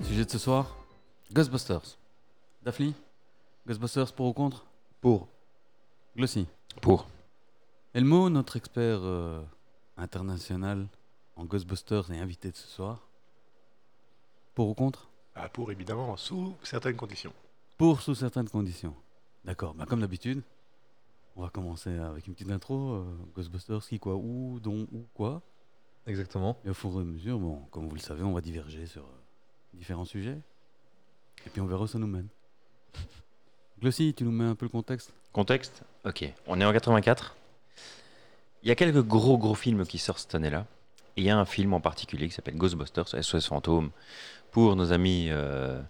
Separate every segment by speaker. Speaker 1: budget de ce soir Ghostbusters. Daphne Ghostbusters pour ou contre
Speaker 2: Pour.
Speaker 1: Glossy.
Speaker 3: Pour.
Speaker 1: Elmo, notre expert euh, international en Ghostbusters et invité de ce soir. Pour ou contre
Speaker 4: Ah, pour, évidemment, sous certaines conditions.
Speaker 1: Pour sous certaines conditions. D'accord, bah, comme d'habitude, on va commencer avec une petite intro. euh, Ghostbusters, qui, quoi, où, dont, où, quoi.
Speaker 2: Exactement.
Speaker 1: Et au fur et à mesure, bon, comme vous le savez, on va diverger sur euh, différents sujets. Et puis on verra où ça nous mène. Glossy, tu nous mets un peu le contexte
Speaker 3: Contexte Ok, on est en 84. Il y a quelques gros gros films qui sortent cette année-là. Et il y a un film en particulier qui s'appelle Ghostbusters, SOS Fantôme, pour nos amis euh,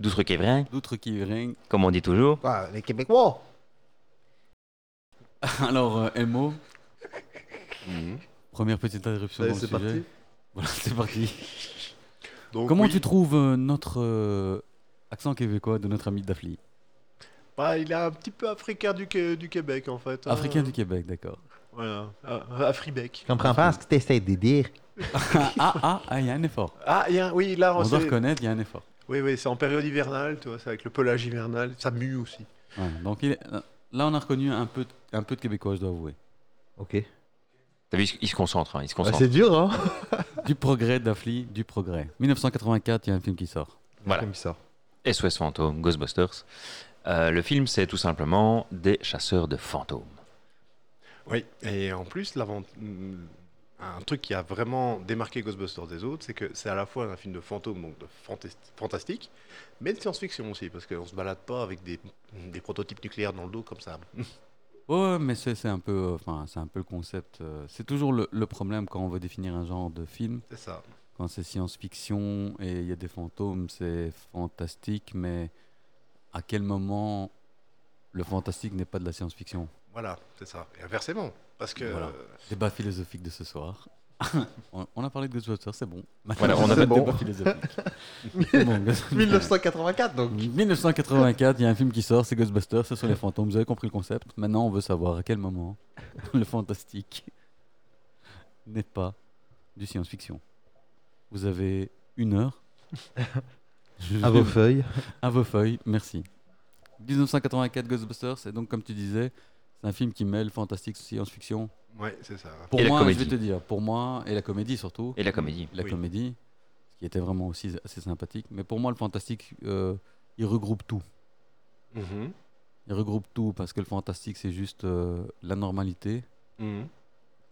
Speaker 3: d'Outre-Quévrin,
Speaker 1: D'autres qui ring.
Speaker 3: comme on dit toujours.
Speaker 2: Ah, les Québécois
Speaker 1: Alors, euh, Elmo,
Speaker 4: Mhm.
Speaker 1: première petite interruption dans le
Speaker 2: C'est
Speaker 1: sujet.
Speaker 2: parti.
Speaker 1: Voilà, c'est parti.
Speaker 4: Donc,
Speaker 1: Comment
Speaker 4: Oh oui,
Speaker 1: tu trouves euh, notre euh, accent québécois de notre ami Daphne
Speaker 4: bah, Il est un petit peu africain du, Qué- du Québec, en fait. hein.
Speaker 1: Africain du Québec, d'accord.
Speaker 4: Voilà, Ah, Afribec.
Speaker 2: Je comprends pas ce que t'essayes de dire.
Speaker 1: ah, ah, ah, il y a un effort.
Speaker 4: Ah, il y a un- oui, là,
Speaker 1: On
Speaker 4: c'est-
Speaker 1: doit reconnaître, il y a un effort.
Speaker 4: Oui, oui, c'est en période hivernale, tu vois, c'est avec le pelage hivernal, ça mue aussi.
Speaker 1: Ouais, donc il est- là, on a reconnu un peu, un peu de québécois, je dois avouer.
Speaker 2: Ok.
Speaker 3: T'as vu, il se- il se concentre, hein, il se
Speaker 2: Ah,
Speaker 3: concentre.
Speaker 2: c'est dur, hein
Speaker 1: Du progrès, Daphne, du progrès. 1984, il y a un film qui sort.
Speaker 3: Voilà.
Speaker 2: Comme ça.
Speaker 3: SOS Fantôme, Ghostbusters. Euh, le film, c'est tout simplement des chasseurs de fantômes.
Speaker 4: Oui, et en plus, l'avant- hmm, un truc qui a vraiment démarqué Ghostbusters des autres, c'est que c'est à la fois un film de fantôme, donc de fantas- fantastique, mais de science-fiction aussi, parce qu'on se balade pas avec des, des prototypes nucléaires dans le dos comme ça.
Speaker 1: Ouais, mais c'est c'est un peu, euh, enfin, c'est un peu le concept. euh, c'est toujours le, le problème quand on veut définir un genre de film.
Speaker 4: C'est ça.
Speaker 1: Quand c'est science-fiction et il y a des fantômes, c'est fantastique, mais à quel moment le fantastique n'est pas de la science-fiction
Speaker 4: Voilà, c'est ça. Et inversement, parce que
Speaker 1: Voilà.
Speaker 4: euh,
Speaker 1: Débat philosophique de ce soir. on, on a parlé de Ghostbusters, c'est bon.
Speaker 3: Voilà, on
Speaker 1: fait
Speaker 3: a-
Speaker 1: le
Speaker 2: C'est bon.
Speaker 1: débat philosophique. C'est bon, Ghostbusters.
Speaker 2: 1984, donc.
Speaker 1: 1984, il y a un film qui sort, c'est Ghostbusters, ce sont les fantômes. Vous avez compris le concept. Maintenant, on veut savoir à quel moment le fantastique n'est pas du science-fiction. Vous avez une heure. Je
Speaker 2: À
Speaker 1: vais-
Speaker 2: vos feuilles.
Speaker 1: à vos feuilles, merci. 1984 Ghostbusters, et donc comme tu disais, c'est un film qui mêle fantastique, science-fiction.
Speaker 4: ouais, c'est ça.
Speaker 1: Pour
Speaker 3: Et la
Speaker 1: moi, je vais
Speaker 3: comédie.
Speaker 1: te dire, pour moi, et la comédie surtout
Speaker 3: Et la comédie.
Speaker 1: la
Speaker 4: Oui.
Speaker 1: comédie, ce qui était vraiment aussi assez sympathique. Mais pour moi, le fantastique, euh, il regroupe tout.
Speaker 4: Mhm,
Speaker 1: Il regroupe tout parce que le fantastique, c'est juste euh, la normalité
Speaker 4: mhm.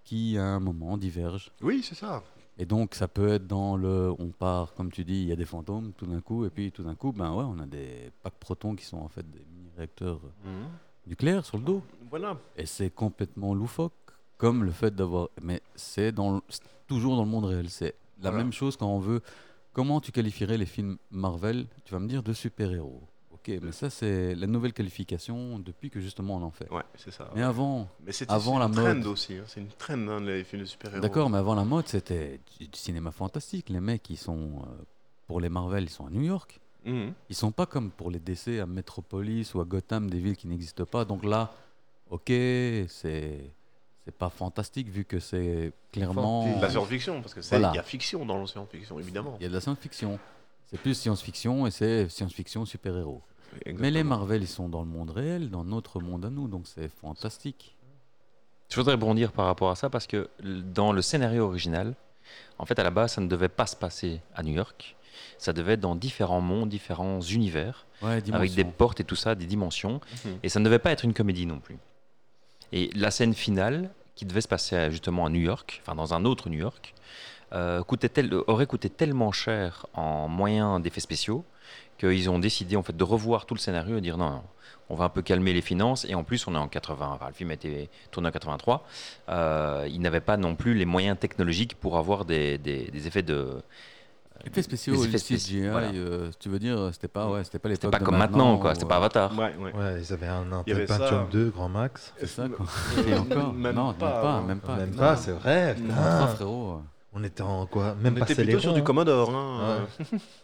Speaker 1: qui, à un moment, diverge.
Speaker 4: Oui, c'est ça.
Speaker 1: Et donc, ça peut être dans le. On part, comme tu dis, il y a des fantômes tout d'un coup, et puis tout d'un coup, ben ouais, on a des packs protons qui sont en fait des mini-réacteurs euh,
Speaker 4: Mhm.
Speaker 1: nucléaires sur le dos.
Speaker 4: Voilà.
Speaker 1: Et c'est complètement loufoque, comme le fait d'avoir. Mais c'est dans le- c'est toujours dans le monde réel. C'est la
Speaker 4: Voilà.
Speaker 1: même chose quand on veut. Comment tu qualifierais les films Marvel Tu vas me dire de super-héros. Ok, mais ça, c'est la nouvelle qualification depuis que justement on en fait.
Speaker 4: Ouais, c'est ça.
Speaker 1: Mais avant,
Speaker 4: Mais c'était
Speaker 1: avant
Speaker 4: c'est
Speaker 1: la
Speaker 4: une
Speaker 1: mode.
Speaker 4: trend aussi. hein, C'est une trend, hein, les films de super-héros.
Speaker 1: d'accord, mais avant la mode, c'était du, du cinéma fantastique. Les mecs, ils sont. euh, pour les Marvel, ils sont à New York.
Speaker 4: Mhm.
Speaker 1: Ils sont pas comme pour les DC à Metropolis ou à Gotham, des villes qui n'existent pas. Donc là, ok, c'est c'est pas fantastique vu que c'est clairement
Speaker 2: Fantasy.
Speaker 4: La science-fiction, parce que c'est
Speaker 1: Voilà.
Speaker 4: il y a fiction dans la science-fiction, évidemment.
Speaker 1: il y a de la science-fiction. C'est plus science-fiction et c'est science-fiction super-héros. Mais les Marvel, ils sont dans le monde réel, dans notre monde à nous, donc c'est fantastique.
Speaker 3: Je voudrais bondir par rapport à ça parce que l- dans le scénario original, en fait, à la base, ça ne devait pas se passer à New York. Ça devait être dans différents mondes, différents univers,
Speaker 1: Ouais,
Speaker 3: avec des
Speaker 1: dimension.
Speaker 3: portes et tout ça, des dimensions.
Speaker 4: Mhm.
Speaker 3: Et ça ne devait pas être une comédie non plus. Et la scène finale, qui devait se passer à- justement à New York, enfin dans un autre New York, euh, coûtait tel- aurait coûté tellement cher en moyens d'effets spéciaux qu'ils ont décidé en fait de revoir tout le scénario et dire non, non, on va un peu calmer les finances. Et en plus, on est en 80, enfin, le film a été tourné en 83. Euh, ils n'avaient pas non plus les moyens technologiques pour avoir des, des- des effets de.
Speaker 1: Effets spéciaux,
Speaker 3: des
Speaker 1: les
Speaker 3: effets spéciaux,
Speaker 1: CGI,
Speaker 3: voilà.
Speaker 1: euh, tu veux dire, c'était pas, ouais, c'était pas
Speaker 3: C'était
Speaker 1: l'époque.
Speaker 3: pas
Speaker 1: de
Speaker 3: comme maintenant, quoi.
Speaker 1: où,
Speaker 3: C'était pas
Speaker 1: euh,
Speaker 3: Avatar.
Speaker 4: Mhm. Ouais, ouais.
Speaker 2: Ouais, ils avaient un, un
Speaker 4: Il y avait
Speaker 2: peu
Speaker 4: ça.
Speaker 2: Pentium 2, grand max.
Speaker 1: C'est ça, quoi.
Speaker 4: Euh,
Speaker 1: Et encore
Speaker 4: même
Speaker 1: Ah, Non,
Speaker 4: pas, hein.
Speaker 1: même pas,
Speaker 2: Même
Speaker 1: même
Speaker 2: pas,
Speaker 1: pas.
Speaker 2: c'est vrai.
Speaker 4: Non.
Speaker 1: Ah,
Speaker 2: putain.
Speaker 1: frérot.
Speaker 2: On était en quoi Même
Speaker 4: On
Speaker 2: pas
Speaker 4: était plutôt sur du
Speaker 2: Celeron,
Speaker 4: Commodore. hein.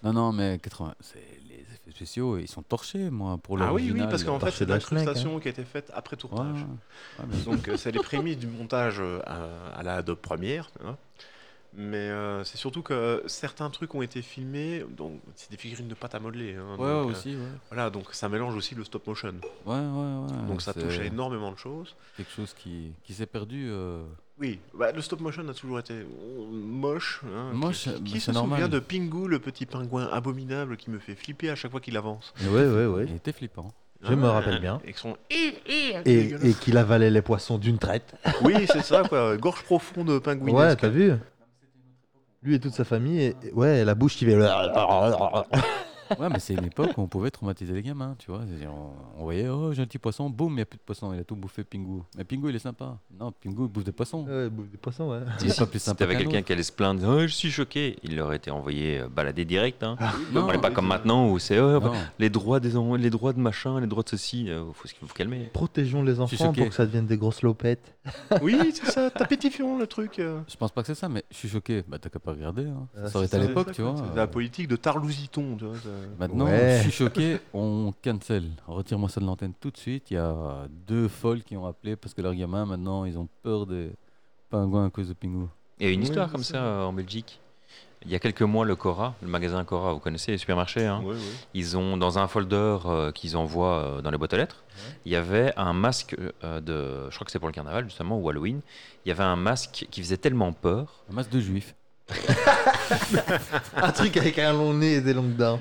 Speaker 1: Non, non, mais 80, c'est les effets spéciaux, ils sont torchés, moi, pour
Speaker 4: Ah oui,
Speaker 1: l'original.
Speaker 4: oui, parce qu'en Ah, fait,
Speaker 2: Marché
Speaker 4: c'est une
Speaker 2: d'un snack,
Speaker 4: incrustation qui a été faite après
Speaker 1: Ouais,
Speaker 4: tournage.
Speaker 1: ouais, bien sûr.
Speaker 4: Donc, euh, c'est les prémices du montage euh, à, à la Adobe Premiere. hein. Mais euh, c'est surtout que certains trucs ont été filmés, donc c'est des figurines de pâte à modeler. hein,
Speaker 1: Ouais,
Speaker 4: donc,
Speaker 1: ouais,
Speaker 4: euh,
Speaker 1: aussi, ouais.
Speaker 4: Voilà, donc ça mélange aussi le stop motion.
Speaker 1: Ouais, ouais, ouais.
Speaker 4: donc ça
Speaker 1: Ah, c'est
Speaker 4: touche à énormément de choses.
Speaker 1: Quelque chose qui, qui s'est perdu. euh,
Speaker 4: Oui, bah, le stop motion a toujours été euh, moche. hein.
Speaker 1: Moche,
Speaker 4: Qui, qui-
Speaker 1: mais
Speaker 4: qui
Speaker 1: c'est
Speaker 4: se
Speaker 1: normal.
Speaker 4: souvient de Pingu, le petit pingouin abominable qui me fait flipper à chaque fois qu'il avance Euh,
Speaker 2: Ouais, ouais,
Speaker 1: Il était flippant.
Speaker 2: Je me rappelle bien.
Speaker 4: Avec son
Speaker 2: Et,
Speaker 4: dégueulasse.
Speaker 2: et qu'il avalait les poissons d'une traite.
Speaker 4: Oui, c'est ça, quoi. Gorge profonde pingouin.
Speaker 2: ouais, t'as vu Lui et toute sa famille, et- et- ouais, la bouche qui fait.
Speaker 1: Ouais, mais c'est une époque où on pouvait traumatiser les gamins, tu vois. C'est-à-dire, On, on voyait, oh, j'ai un petit poisson, boum, il n'y a plus de poisson, il a tout bouffé, Pingu. Mais Pingu, il est sympa. Non, Pingu, il bouffe des poissons.
Speaker 4: Euh,
Speaker 2: Ouais, bouffe des poissons, ouais.
Speaker 1: Il est pas plus
Speaker 3: Si
Speaker 1: sympa
Speaker 3: t'avais
Speaker 1: qu'un
Speaker 3: quelqu'un
Speaker 1: autre.
Speaker 3: qui allait se plaindre, Oh, je suis choqué, il aurait été envoyé euh, balader direct. Hein.
Speaker 1: Non,
Speaker 3: Ouais, pas
Speaker 4: Ah, oui,
Speaker 3: comme
Speaker 4: c'est-
Speaker 3: maintenant où c'est oh,
Speaker 1: Non,
Speaker 3: les droits des en- les droits de machin, les droits de ceci. euh, faut vous calmer.
Speaker 2: Protégeons les
Speaker 1: suis
Speaker 2: enfants
Speaker 1: choqué.
Speaker 2: pour que ça devienne des grosses lopettes.
Speaker 4: Oui, c'est ça, tapétifiant le truc. euh.
Speaker 1: je pense pas que c'est ça, mais je suis choqué. Bah, t'as qu'à pas regarder. hein.
Speaker 2: Ah,
Speaker 1: ça aurait été
Speaker 2: c'est
Speaker 1: à
Speaker 2: ça.
Speaker 1: l'époque, tu vois.
Speaker 4: C'est
Speaker 1: euh,
Speaker 4: la politique de Tarlousiton, tu vois. ça.
Speaker 1: Maintenant,
Speaker 2: Ouais.
Speaker 1: je suis choqué, on cancel. Retire-moi ça de l'antenne tout de suite. Il y a deux folles qui ont appelé parce que leurs gamins, maintenant, ils ont peur des pingouins à cause de Pingu.
Speaker 3: Il y a une
Speaker 4: Oui,
Speaker 3: histoire
Speaker 4: c'est
Speaker 3: comme
Speaker 4: ça.
Speaker 3: ça euh, en Belgique. Il y a quelques mois, le Cora, le magasin Cora, vous connaissez les supermarchés, hein,
Speaker 4: Ouais, ouais.
Speaker 3: ils ont dans un folder euh, qu'ils envoient euh, dans les boîtes aux lettres, il y avait un masque euh, de, je crois que c'est pour le carnaval justement ou Halloween, il y avait un masque qui faisait tellement peur.
Speaker 1: Un masse de juifs.
Speaker 2: Un truc avec un long nez et des longues dents.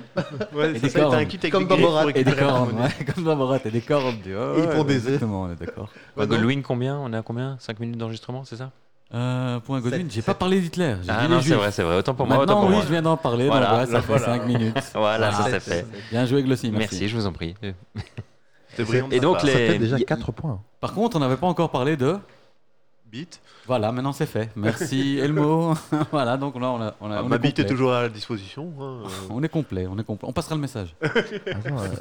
Speaker 4: Ouais,
Speaker 1: Et
Speaker 4: c'est
Speaker 1: des
Speaker 4: ça, t'as un
Speaker 1: cornes.
Speaker 4: kit avec
Speaker 2: Comme
Speaker 4: des griffes
Speaker 2: Barbara.
Speaker 4: pour
Speaker 1: Et des
Speaker 4: récupérer la
Speaker 1: cornes,
Speaker 4: monnaie.
Speaker 1: ouais, comme dans Borat, et des cornes. tu vois,
Speaker 2: Et ils
Speaker 1: ouais,
Speaker 2: font des œufs.
Speaker 1: Exactement, on est d'accord.
Speaker 2: Ouais, non.
Speaker 3: Godwin, Euh, combien On est à combien 5 minutes d'enregistrement, c'est ça
Speaker 1: Euh, point Godwin,
Speaker 2: Sept,
Speaker 1: j'ai pas parlé d'Hitler. j'ai
Speaker 3: Ah
Speaker 1: dit
Speaker 3: non,
Speaker 1: les
Speaker 3: c'est
Speaker 1: Juifs.
Speaker 3: vrai, c'est vrai. Autant pour moi, autant
Speaker 1: Maintenant,
Speaker 3: pour
Speaker 1: oui,
Speaker 3: moi.
Speaker 1: je viens d'en parler. donc
Speaker 3: Voilà,
Speaker 1: voilà, ça
Speaker 3: le
Speaker 1: fait 5 minutes.
Speaker 3: Voilà, ça,
Speaker 1: Ah,
Speaker 3: c'est
Speaker 2: c'est-
Speaker 3: fait.
Speaker 1: Bien joué, Glossy.
Speaker 3: Merci,
Speaker 1: Merci.
Speaker 3: je vous en prie. Euh,
Speaker 4: C'est brillant.
Speaker 3: Et donc,
Speaker 2: Ça fait
Speaker 3: les...
Speaker 2: déjà
Speaker 3: il y-
Speaker 2: 4 points.
Speaker 1: Par contre, on n'avait pas encore parlé de.
Speaker 4: Bite.
Speaker 1: Voilà, maintenant c'est fait. Merci, Elmo. voilà, donc là, on a. On a on
Speaker 4: Ah, Ma
Speaker 1: est
Speaker 4: bite est
Speaker 1: complet.
Speaker 4: toujours à la disposition. hein, euh.
Speaker 1: On est complet, on est complet. On passera le message.
Speaker 2: Attends, euh,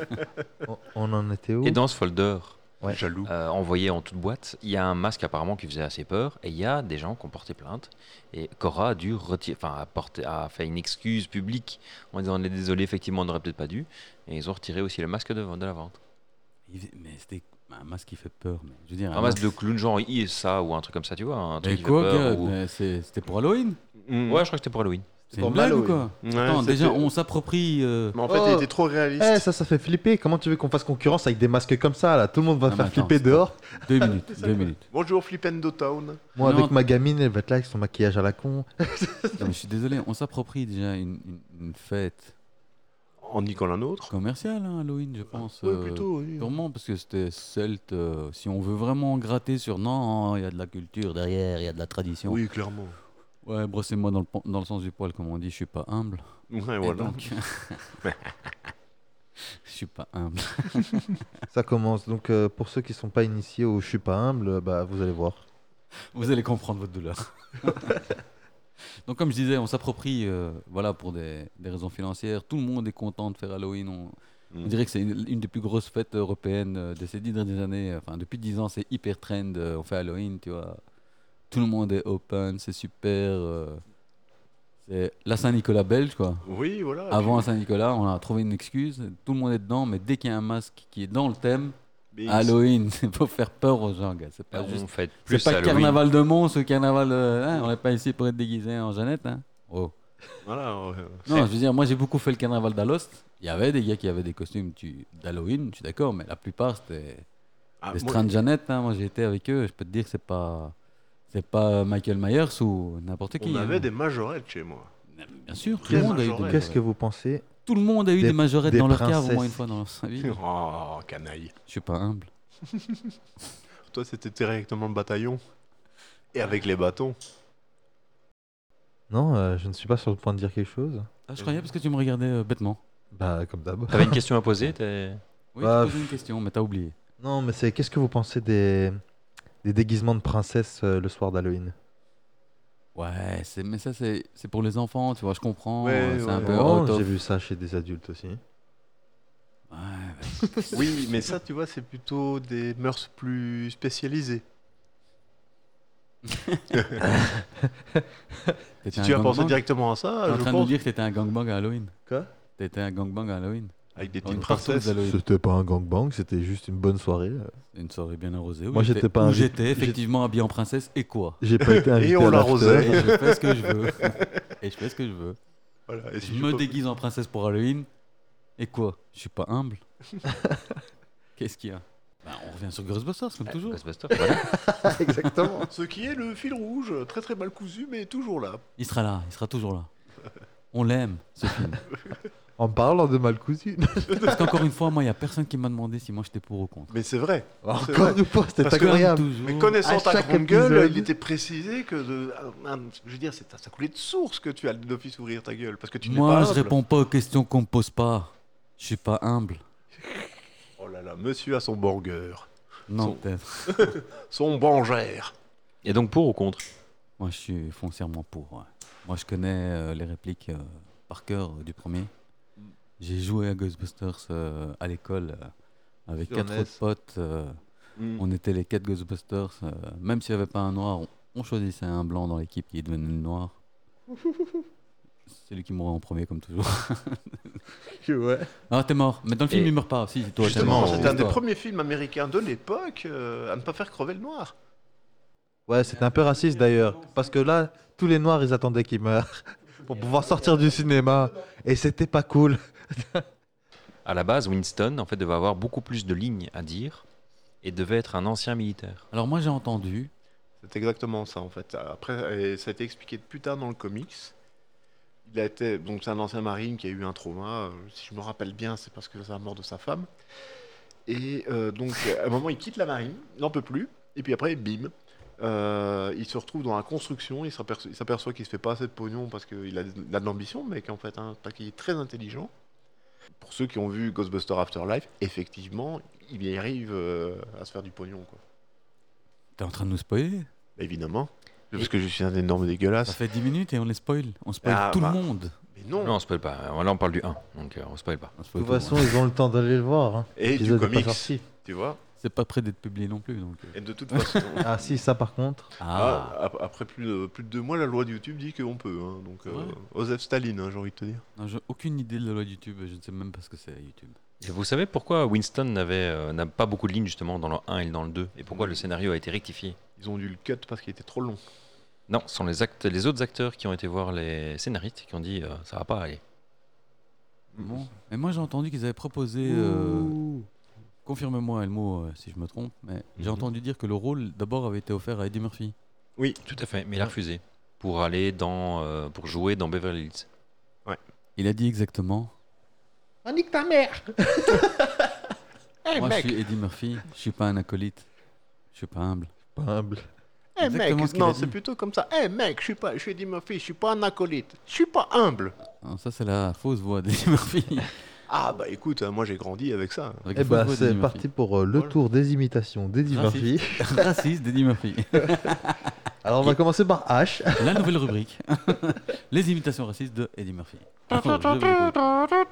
Speaker 2: on, on en était où
Speaker 3: et dans ce folder
Speaker 2: Ouais.
Speaker 4: Jaloux.
Speaker 3: euh, envoyé en toute boîte, il y a un masque apparemment qui faisait assez peur et il y a des gens qui ont porté plainte. Et Cora a dû retirer, enfin, a, porté- a fait une excuse publique en disant on est désolé, effectivement, on n'aurait peut-être pas dû. Et ils ont retiré aussi le masque de, de la vente.
Speaker 1: Il faisait- Mais c'était un masque qui fait peur. Mais je veux dire,
Speaker 3: Un masque de clown, genre ISA ou un truc comme ça, tu vois. Un truc
Speaker 1: Ah. Mais
Speaker 3: qui fait
Speaker 1: quoi,
Speaker 3: peur,
Speaker 1: gars,
Speaker 3: ou-
Speaker 1: mais c'est- c'était pour Halloween
Speaker 4: Mm.
Speaker 3: Ouais, je crois que c'était pour Halloween.
Speaker 1: C'est
Speaker 2: pour
Speaker 1: une blague ou
Speaker 2: Halloween.
Speaker 1: quoi
Speaker 4: Ouais,
Speaker 1: Attends,
Speaker 4: c'était-
Speaker 1: déjà, on s'approprie. euh,
Speaker 4: Mais en fait,
Speaker 2: Oh.
Speaker 4: il était trop réaliste.
Speaker 2: Eh, ça, ça fait flipper. Comment tu veux qu'on fasse concurrence avec des masques comme ça là Tout le monde va
Speaker 1: Ah, mais
Speaker 2: faire
Speaker 1: attends,
Speaker 2: flipper
Speaker 1: c'est-
Speaker 2: dehors.
Speaker 1: Deux minutes, deux minutes.
Speaker 4: Bonjour, Flipendo Town.
Speaker 2: Moi,
Speaker 1: Non.
Speaker 2: avec ma gamine, elle va être là avec son maquillage à la con.
Speaker 1: Non, mais je suis désolé, on s'approprie déjà une, une- une fête
Speaker 4: En niquant l'un autre.
Speaker 1: commerciale, hein, Halloween, je pense.
Speaker 4: Ouais,
Speaker 1: euh,
Speaker 4: plutôt. oui.
Speaker 1: Sûrement, parce que c'était celte. euh, si on veut vraiment gratter sur non, il y a de la culture derrière, il y a de la tradition.
Speaker 4: Oui, clairement.
Speaker 1: Ouais, brossez-moi dans le, pan- dans le sens du poil, comme on dit, je suis pas humble.
Speaker 4: Ouais,
Speaker 1: Et
Speaker 4: voilà.
Speaker 1: donc- Je suis pas humble.
Speaker 2: Ça commence. Donc, euh, pour ceux qui sont pas initiés au Je suis pas humble, euh, bah, vous allez voir.
Speaker 1: Vous allez comprendre votre douleur. Donc comme je disais, on s'approprie, euh, voilà, pour des, des raisons financières. Tout le monde est content de faire Halloween. On, on
Speaker 4: Mm.
Speaker 1: dirait que c'est une, une des plus grosses fêtes européennes euh, de ces dix dernières années. Enfin, depuis dix ans, c'est hyper trend. euh, on fait Halloween, tu vois. Tout le monde est open, c'est super. euh, c'est la Saint-Nicolas belge, quoi.
Speaker 4: Oui, voilà.
Speaker 1: Avant à Saint-Nicolas, on a trouvé une excuse. Tout le monde est dedans, mais dès qu'il y a un masque qui est dans le thème,
Speaker 4: Mais-
Speaker 1: Halloween, c'est pour faire peur aux gens, gars. C'est pas Ah,
Speaker 4: Ah,
Speaker 1: juste.
Speaker 3: On fait
Speaker 1: C'est
Speaker 3: plus
Speaker 1: pas le
Speaker 3: Halloween.
Speaker 1: carnaval de Mons ou le carnaval. de- hein, on n'est pas ici pour être déguisé en Jeannette. Hein. Oh.
Speaker 4: Voilà. ouais.
Speaker 1: Non, je veux dire, moi j'ai beaucoup fait le carnaval d'Alost. Il y avait des gars qui avaient des costumes tu- d'Halloween, je suis d'accord, mais la plupart c'était
Speaker 4: Ah,
Speaker 1: des
Speaker 4: moi-
Speaker 1: Strange Jeannette. hein. Moi j'ai été avec eux, je peux te dire que c'est pas. C'est pas Michael Myers ou n'importe qui.
Speaker 4: On avait
Speaker 1: hein.
Speaker 4: des majorettes chez moi.
Speaker 1: Bien sûr, tout
Speaker 4: Quelle
Speaker 1: le monde a eu des
Speaker 4: majorette.
Speaker 2: Qu'est-ce
Speaker 1: majorettes.
Speaker 2: que vous pensez
Speaker 1: Tout le monde a eu des,
Speaker 2: Des-
Speaker 1: majorettes
Speaker 2: des
Speaker 1: dans leur cave au moins
Speaker 2: princesses.
Speaker 1: une fois dans sa vie.
Speaker 4: Oh, canaille.
Speaker 1: Je suis pas humble.
Speaker 4: Toi, c'était directement le bataillon. Et avec les bâtons.
Speaker 2: Non, euh, je ne suis pas sur le point de dire quelque chose.
Speaker 1: Ah, je croyais parce que tu me regardais euh, bêtement.
Speaker 2: Bah, comme d'hab.
Speaker 3: T'avais une question à poser t'es-
Speaker 1: Oui,
Speaker 2: Bah,
Speaker 1: tu posais une question, mais t'as oublié.
Speaker 2: Non, mais c'est qu'est-ce que vous pensez des, des déguisements de princesse euh, le soir d'Halloween
Speaker 1: Ouais, c'est- mais ça c'est c'est pour les enfants, tu vois, je comprends.
Speaker 4: Ouais,
Speaker 1: euh, c'est un
Speaker 4: ouais.
Speaker 1: peu
Speaker 2: Oh,
Speaker 1: out of-
Speaker 2: J'ai vu ça chez des adultes aussi.
Speaker 1: Ouais,
Speaker 4: Oui, mais ça, tu vois, c'est plutôt des mœurs plus spécialisées.
Speaker 1: t'étais
Speaker 4: Si
Speaker 1: un
Speaker 4: tu as pensé
Speaker 1: gangbang.
Speaker 4: directement à
Speaker 1: T'es
Speaker 4: ça,
Speaker 1: en
Speaker 4: je
Speaker 1: train de nous
Speaker 4: pense.
Speaker 1: dire que t'étais un gangbang à Halloween.
Speaker 2: Quoi
Speaker 1: T'étais un gangbang à Halloween.
Speaker 4: avec des
Speaker 1: Dans une
Speaker 4: petites
Speaker 1: partie
Speaker 4: princesses.
Speaker 1: aux Halloween.
Speaker 2: C'était pas un gangbang, c'était juste une bonne soirée.
Speaker 1: Une soirée bien arrosée. où
Speaker 2: Moi, j'étais pas
Speaker 1: où
Speaker 2: invité-
Speaker 1: J'étais effectivement habillé en princesse et quoi
Speaker 2: J'ai pas été invité
Speaker 4: on
Speaker 2: à
Speaker 4: l'arrosait.
Speaker 1: Et
Speaker 2: l'after.
Speaker 1: je fais ce que je veux. Et je fais ce que je veux.
Speaker 4: Voilà, et si
Speaker 1: Je
Speaker 4: je
Speaker 1: me
Speaker 4: peux-
Speaker 1: déguise en princesse pour Halloween. Et quoi Je suis pas humble. Qu'est-ce qu'il y a Bah, On revient sur Ghostbusters
Speaker 3: Eh,
Speaker 1: comme toujours.
Speaker 3: Ghostbusters, voilà.
Speaker 2: Exactement.
Speaker 4: Ce qui est le fil rouge, très très mal cousu, mais toujours là.
Speaker 1: Il sera là, il sera toujours là. On l'aime, ce film.
Speaker 2: En parlant de mal cousu.
Speaker 1: Parce qu'encore une fois, moi, il n'y a personne qui m'a demandé si moi j'étais pour ou contre.
Speaker 4: Mais c'est vrai. C'est
Speaker 2: Encore
Speaker 4: vrai.
Speaker 2: une fois, c'était
Speaker 4: Parce que-
Speaker 2: incroyable.
Speaker 1: toujours.
Speaker 4: Mais connaissant
Speaker 2: à
Speaker 4: ta
Speaker 2: chaque
Speaker 4: grande gueule,
Speaker 2: épisode.
Speaker 4: il était précisé que. De... ah, ah, Je veux dire, c'est- ça coulait de source que tu as d'office ouvrir ta gueule. Parce que tu n'es
Speaker 1: Moi,
Speaker 4: pas
Speaker 1: je
Speaker 4: humble.
Speaker 1: réponds pas aux questions qu'on me pose pas. Je suis pas humble.
Speaker 4: Oh là là, monsieur a son burger.
Speaker 1: Non,
Speaker 4: Son-
Speaker 1: peut-être.
Speaker 4: Son bangère.
Speaker 3: Et donc pour ou contre
Speaker 1: Moi, je suis foncièrement pour. ouais. Moi, je connais euh, les répliques euh, par cœur euh, du premier. J'ai joué à Ghostbusters euh, à l'école euh, avec
Speaker 2: Sur
Speaker 1: quatre
Speaker 4: E
Speaker 2: NES.
Speaker 1: autres potes. euh,
Speaker 4: Hmm. Mm.
Speaker 1: on était les quatre Ghostbusters. euh, même s'il n'y avait pas un noir, on, on choisissait un blanc dans l'équipe qui devenait le noir. C'est lui qui mourrait en premier, comme toujours.
Speaker 2: Ouais.
Speaker 1: Ah, t'es mort. Mais dans le film,
Speaker 3: Et-
Speaker 1: il meurt pas aussi. C'est toi, t'es
Speaker 4: Justement,
Speaker 1: mort.
Speaker 4: c'était un des
Speaker 1: Toi.
Speaker 4: premiers films américains de l'époque euh, à ne pas faire crever le noir.
Speaker 2: Ouais, c'était un peu raciste d'ailleurs. Parce que là, tous les noirs, ils attendaient qu'ils meurent pour pouvoir sortir du cinéma. Et c'était pas cool.
Speaker 3: À la base, Winston en fait devait avoir beaucoup plus de lignes à dire et devait être un ancien militaire.
Speaker 1: Alors, moi, j'ai entendu.
Speaker 4: C'est exactement ça en fait. Après, et ça a été expliqué plus tard dans le comics. Il a été donc c'est un ancien marine qui a eu un trauma. euh, Si je me rappelle bien, c'est parce que c'est la mort de sa femme. Et euh, donc à un moment, il quitte la marine, il n'en peut plus. Et puis après, bim, euh, il se retrouve dans la construction. Il s'aperçoit il s'aperçoit qu'il se fait pas assez de pognon parce qu'il a, il a de l'ambition, mais qu'en fait, hein, parce qu'il est très intelligent. Pour ceux qui ont vu Ghostbuster Afterlife, effectivement, il y arrive euh, à se faire du pognon. Quoi.
Speaker 1: T'es en train de nous spoiler
Speaker 4: Évidemment. Parce que je suis un énorme dégueulasse.
Speaker 1: Ça fait 10 minutes et on les spoil. On spoil
Speaker 4: Ah,
Speaker 1: tout
Speaker 4: bah.
Speaker 1: le monde.
Speaker 4: Mais non.
Speaker 3: Non, on spoil pas. Là, on parle du 1, donc euh, on spoil pas.
Speaker 1: On spoil
Speaker 2: De
Speaker 1: tout
Speaker 2: toute
Speaker 1: le
Speaker 2: façon,
Speaker 1: monde.
Speaker 2: ils ont le temps d'aller le voir. hein.
Speaker 4: Et du
Speaker 2: L'épisode est pas
Speaker 4: comics,
Speaker 2: sorti.
Speaker 4: tu vois.
Speaker 1: C'est pas prêt d'être publié non plus. Donc... euh.
Speaker 4: Et de toute façon.
Speaker 2: Ah si, ça par contre.
Speaker 1: Ah,
Speaker 4: ah, ap- après plus de, plus de deux mois, la loi de YouTube dit qu'on peut. hein. donc,
Speaker 1: C'est
Speaker 4: euh,
Speaker 1: vrai
Speaker 4: Osef Staline, hein, j'ai envie de te dire.
Speaker 1: Non, j'ai aucune idée de la loi de YouTube. Je ne sais même pas ce que c'est YouTube.
Speaker 3: Et vous savez pourquoi Winston n'avait euh, n'a pas beaucoup de lignes justement dans le 1 et dans le 2 et pourquoi le scénario a été rectifié
Speaker 4: Ils ont dû le cut parce qu'il était trop long.
Speaker 3: Non, ce sont les, actes, les autres acteurs qui ont été voir les scénaristes qui ont dit euh, ça va pas aller.
Speaker 1: Bon. Mais moi, j'ai entendu qu'ils avaient proposé. euh, Confirme-moi, Elmo, euh, si je me trompe. Mais j'ai
Speaker 3: Mhm.
Speaker 1: entendu dire que le rôle d'abord avait été offert à Eddie Murphy.
Speaker 3: Oui, tout à fait, mais il a refusé pour aller dans euh, pour jouer dans Beverly Hills.
Speaker 1: Il a dit exactement.
Speaker 2: Ah, nique ta mère
Speaker 4: Eh,
Speaker 1: Moi, je suis Eddie Murphy. Je suis pas un acolyte. Je suis pas humble.
Speaker 2: Pas humble.
Speaker 4: Eh
Speaker 1: Exactement
Speaker 4: mec,
Speaker 1: ce qu'il a
Speaker 4: non,
Speaker 1: dit.
Speaker 4: c'est plutôt comme ça. Eh mec, je suis pas, je suis Eddie Murphy, je suis pas un acolyte, je suis pas humble.
Speaker 1: Alors, ça, c'est la fausse voix d'Eddie Murphy.
Speaker 4: Ah bah écoute, hein, moi j'ai grandi avec ça.
Speaker 1: Avec la
Speaker 2: Eh
Speaker 1: fausse
Speaker 2: bah,
Speaker 1: voix
Speaker 2: c'est
Speaker 1: d'Eddie Murphy.
Speaker 2: parti pour euh, le
Speaker 4: Voilà.
Speaker 2: tour des imitations d'Eddie
Speaker 4: Ah,
Speaker 1: Raciste.
Speaker 2: Murphy.
Speaker 1: Raciste d'Eddie Murphy.
Speaker 2: Alors on va commencer par H.
Speaker 1: La nouvelle rubrique. Les imitations racistes de Eddie Murphy. Par contre, je vous écoute.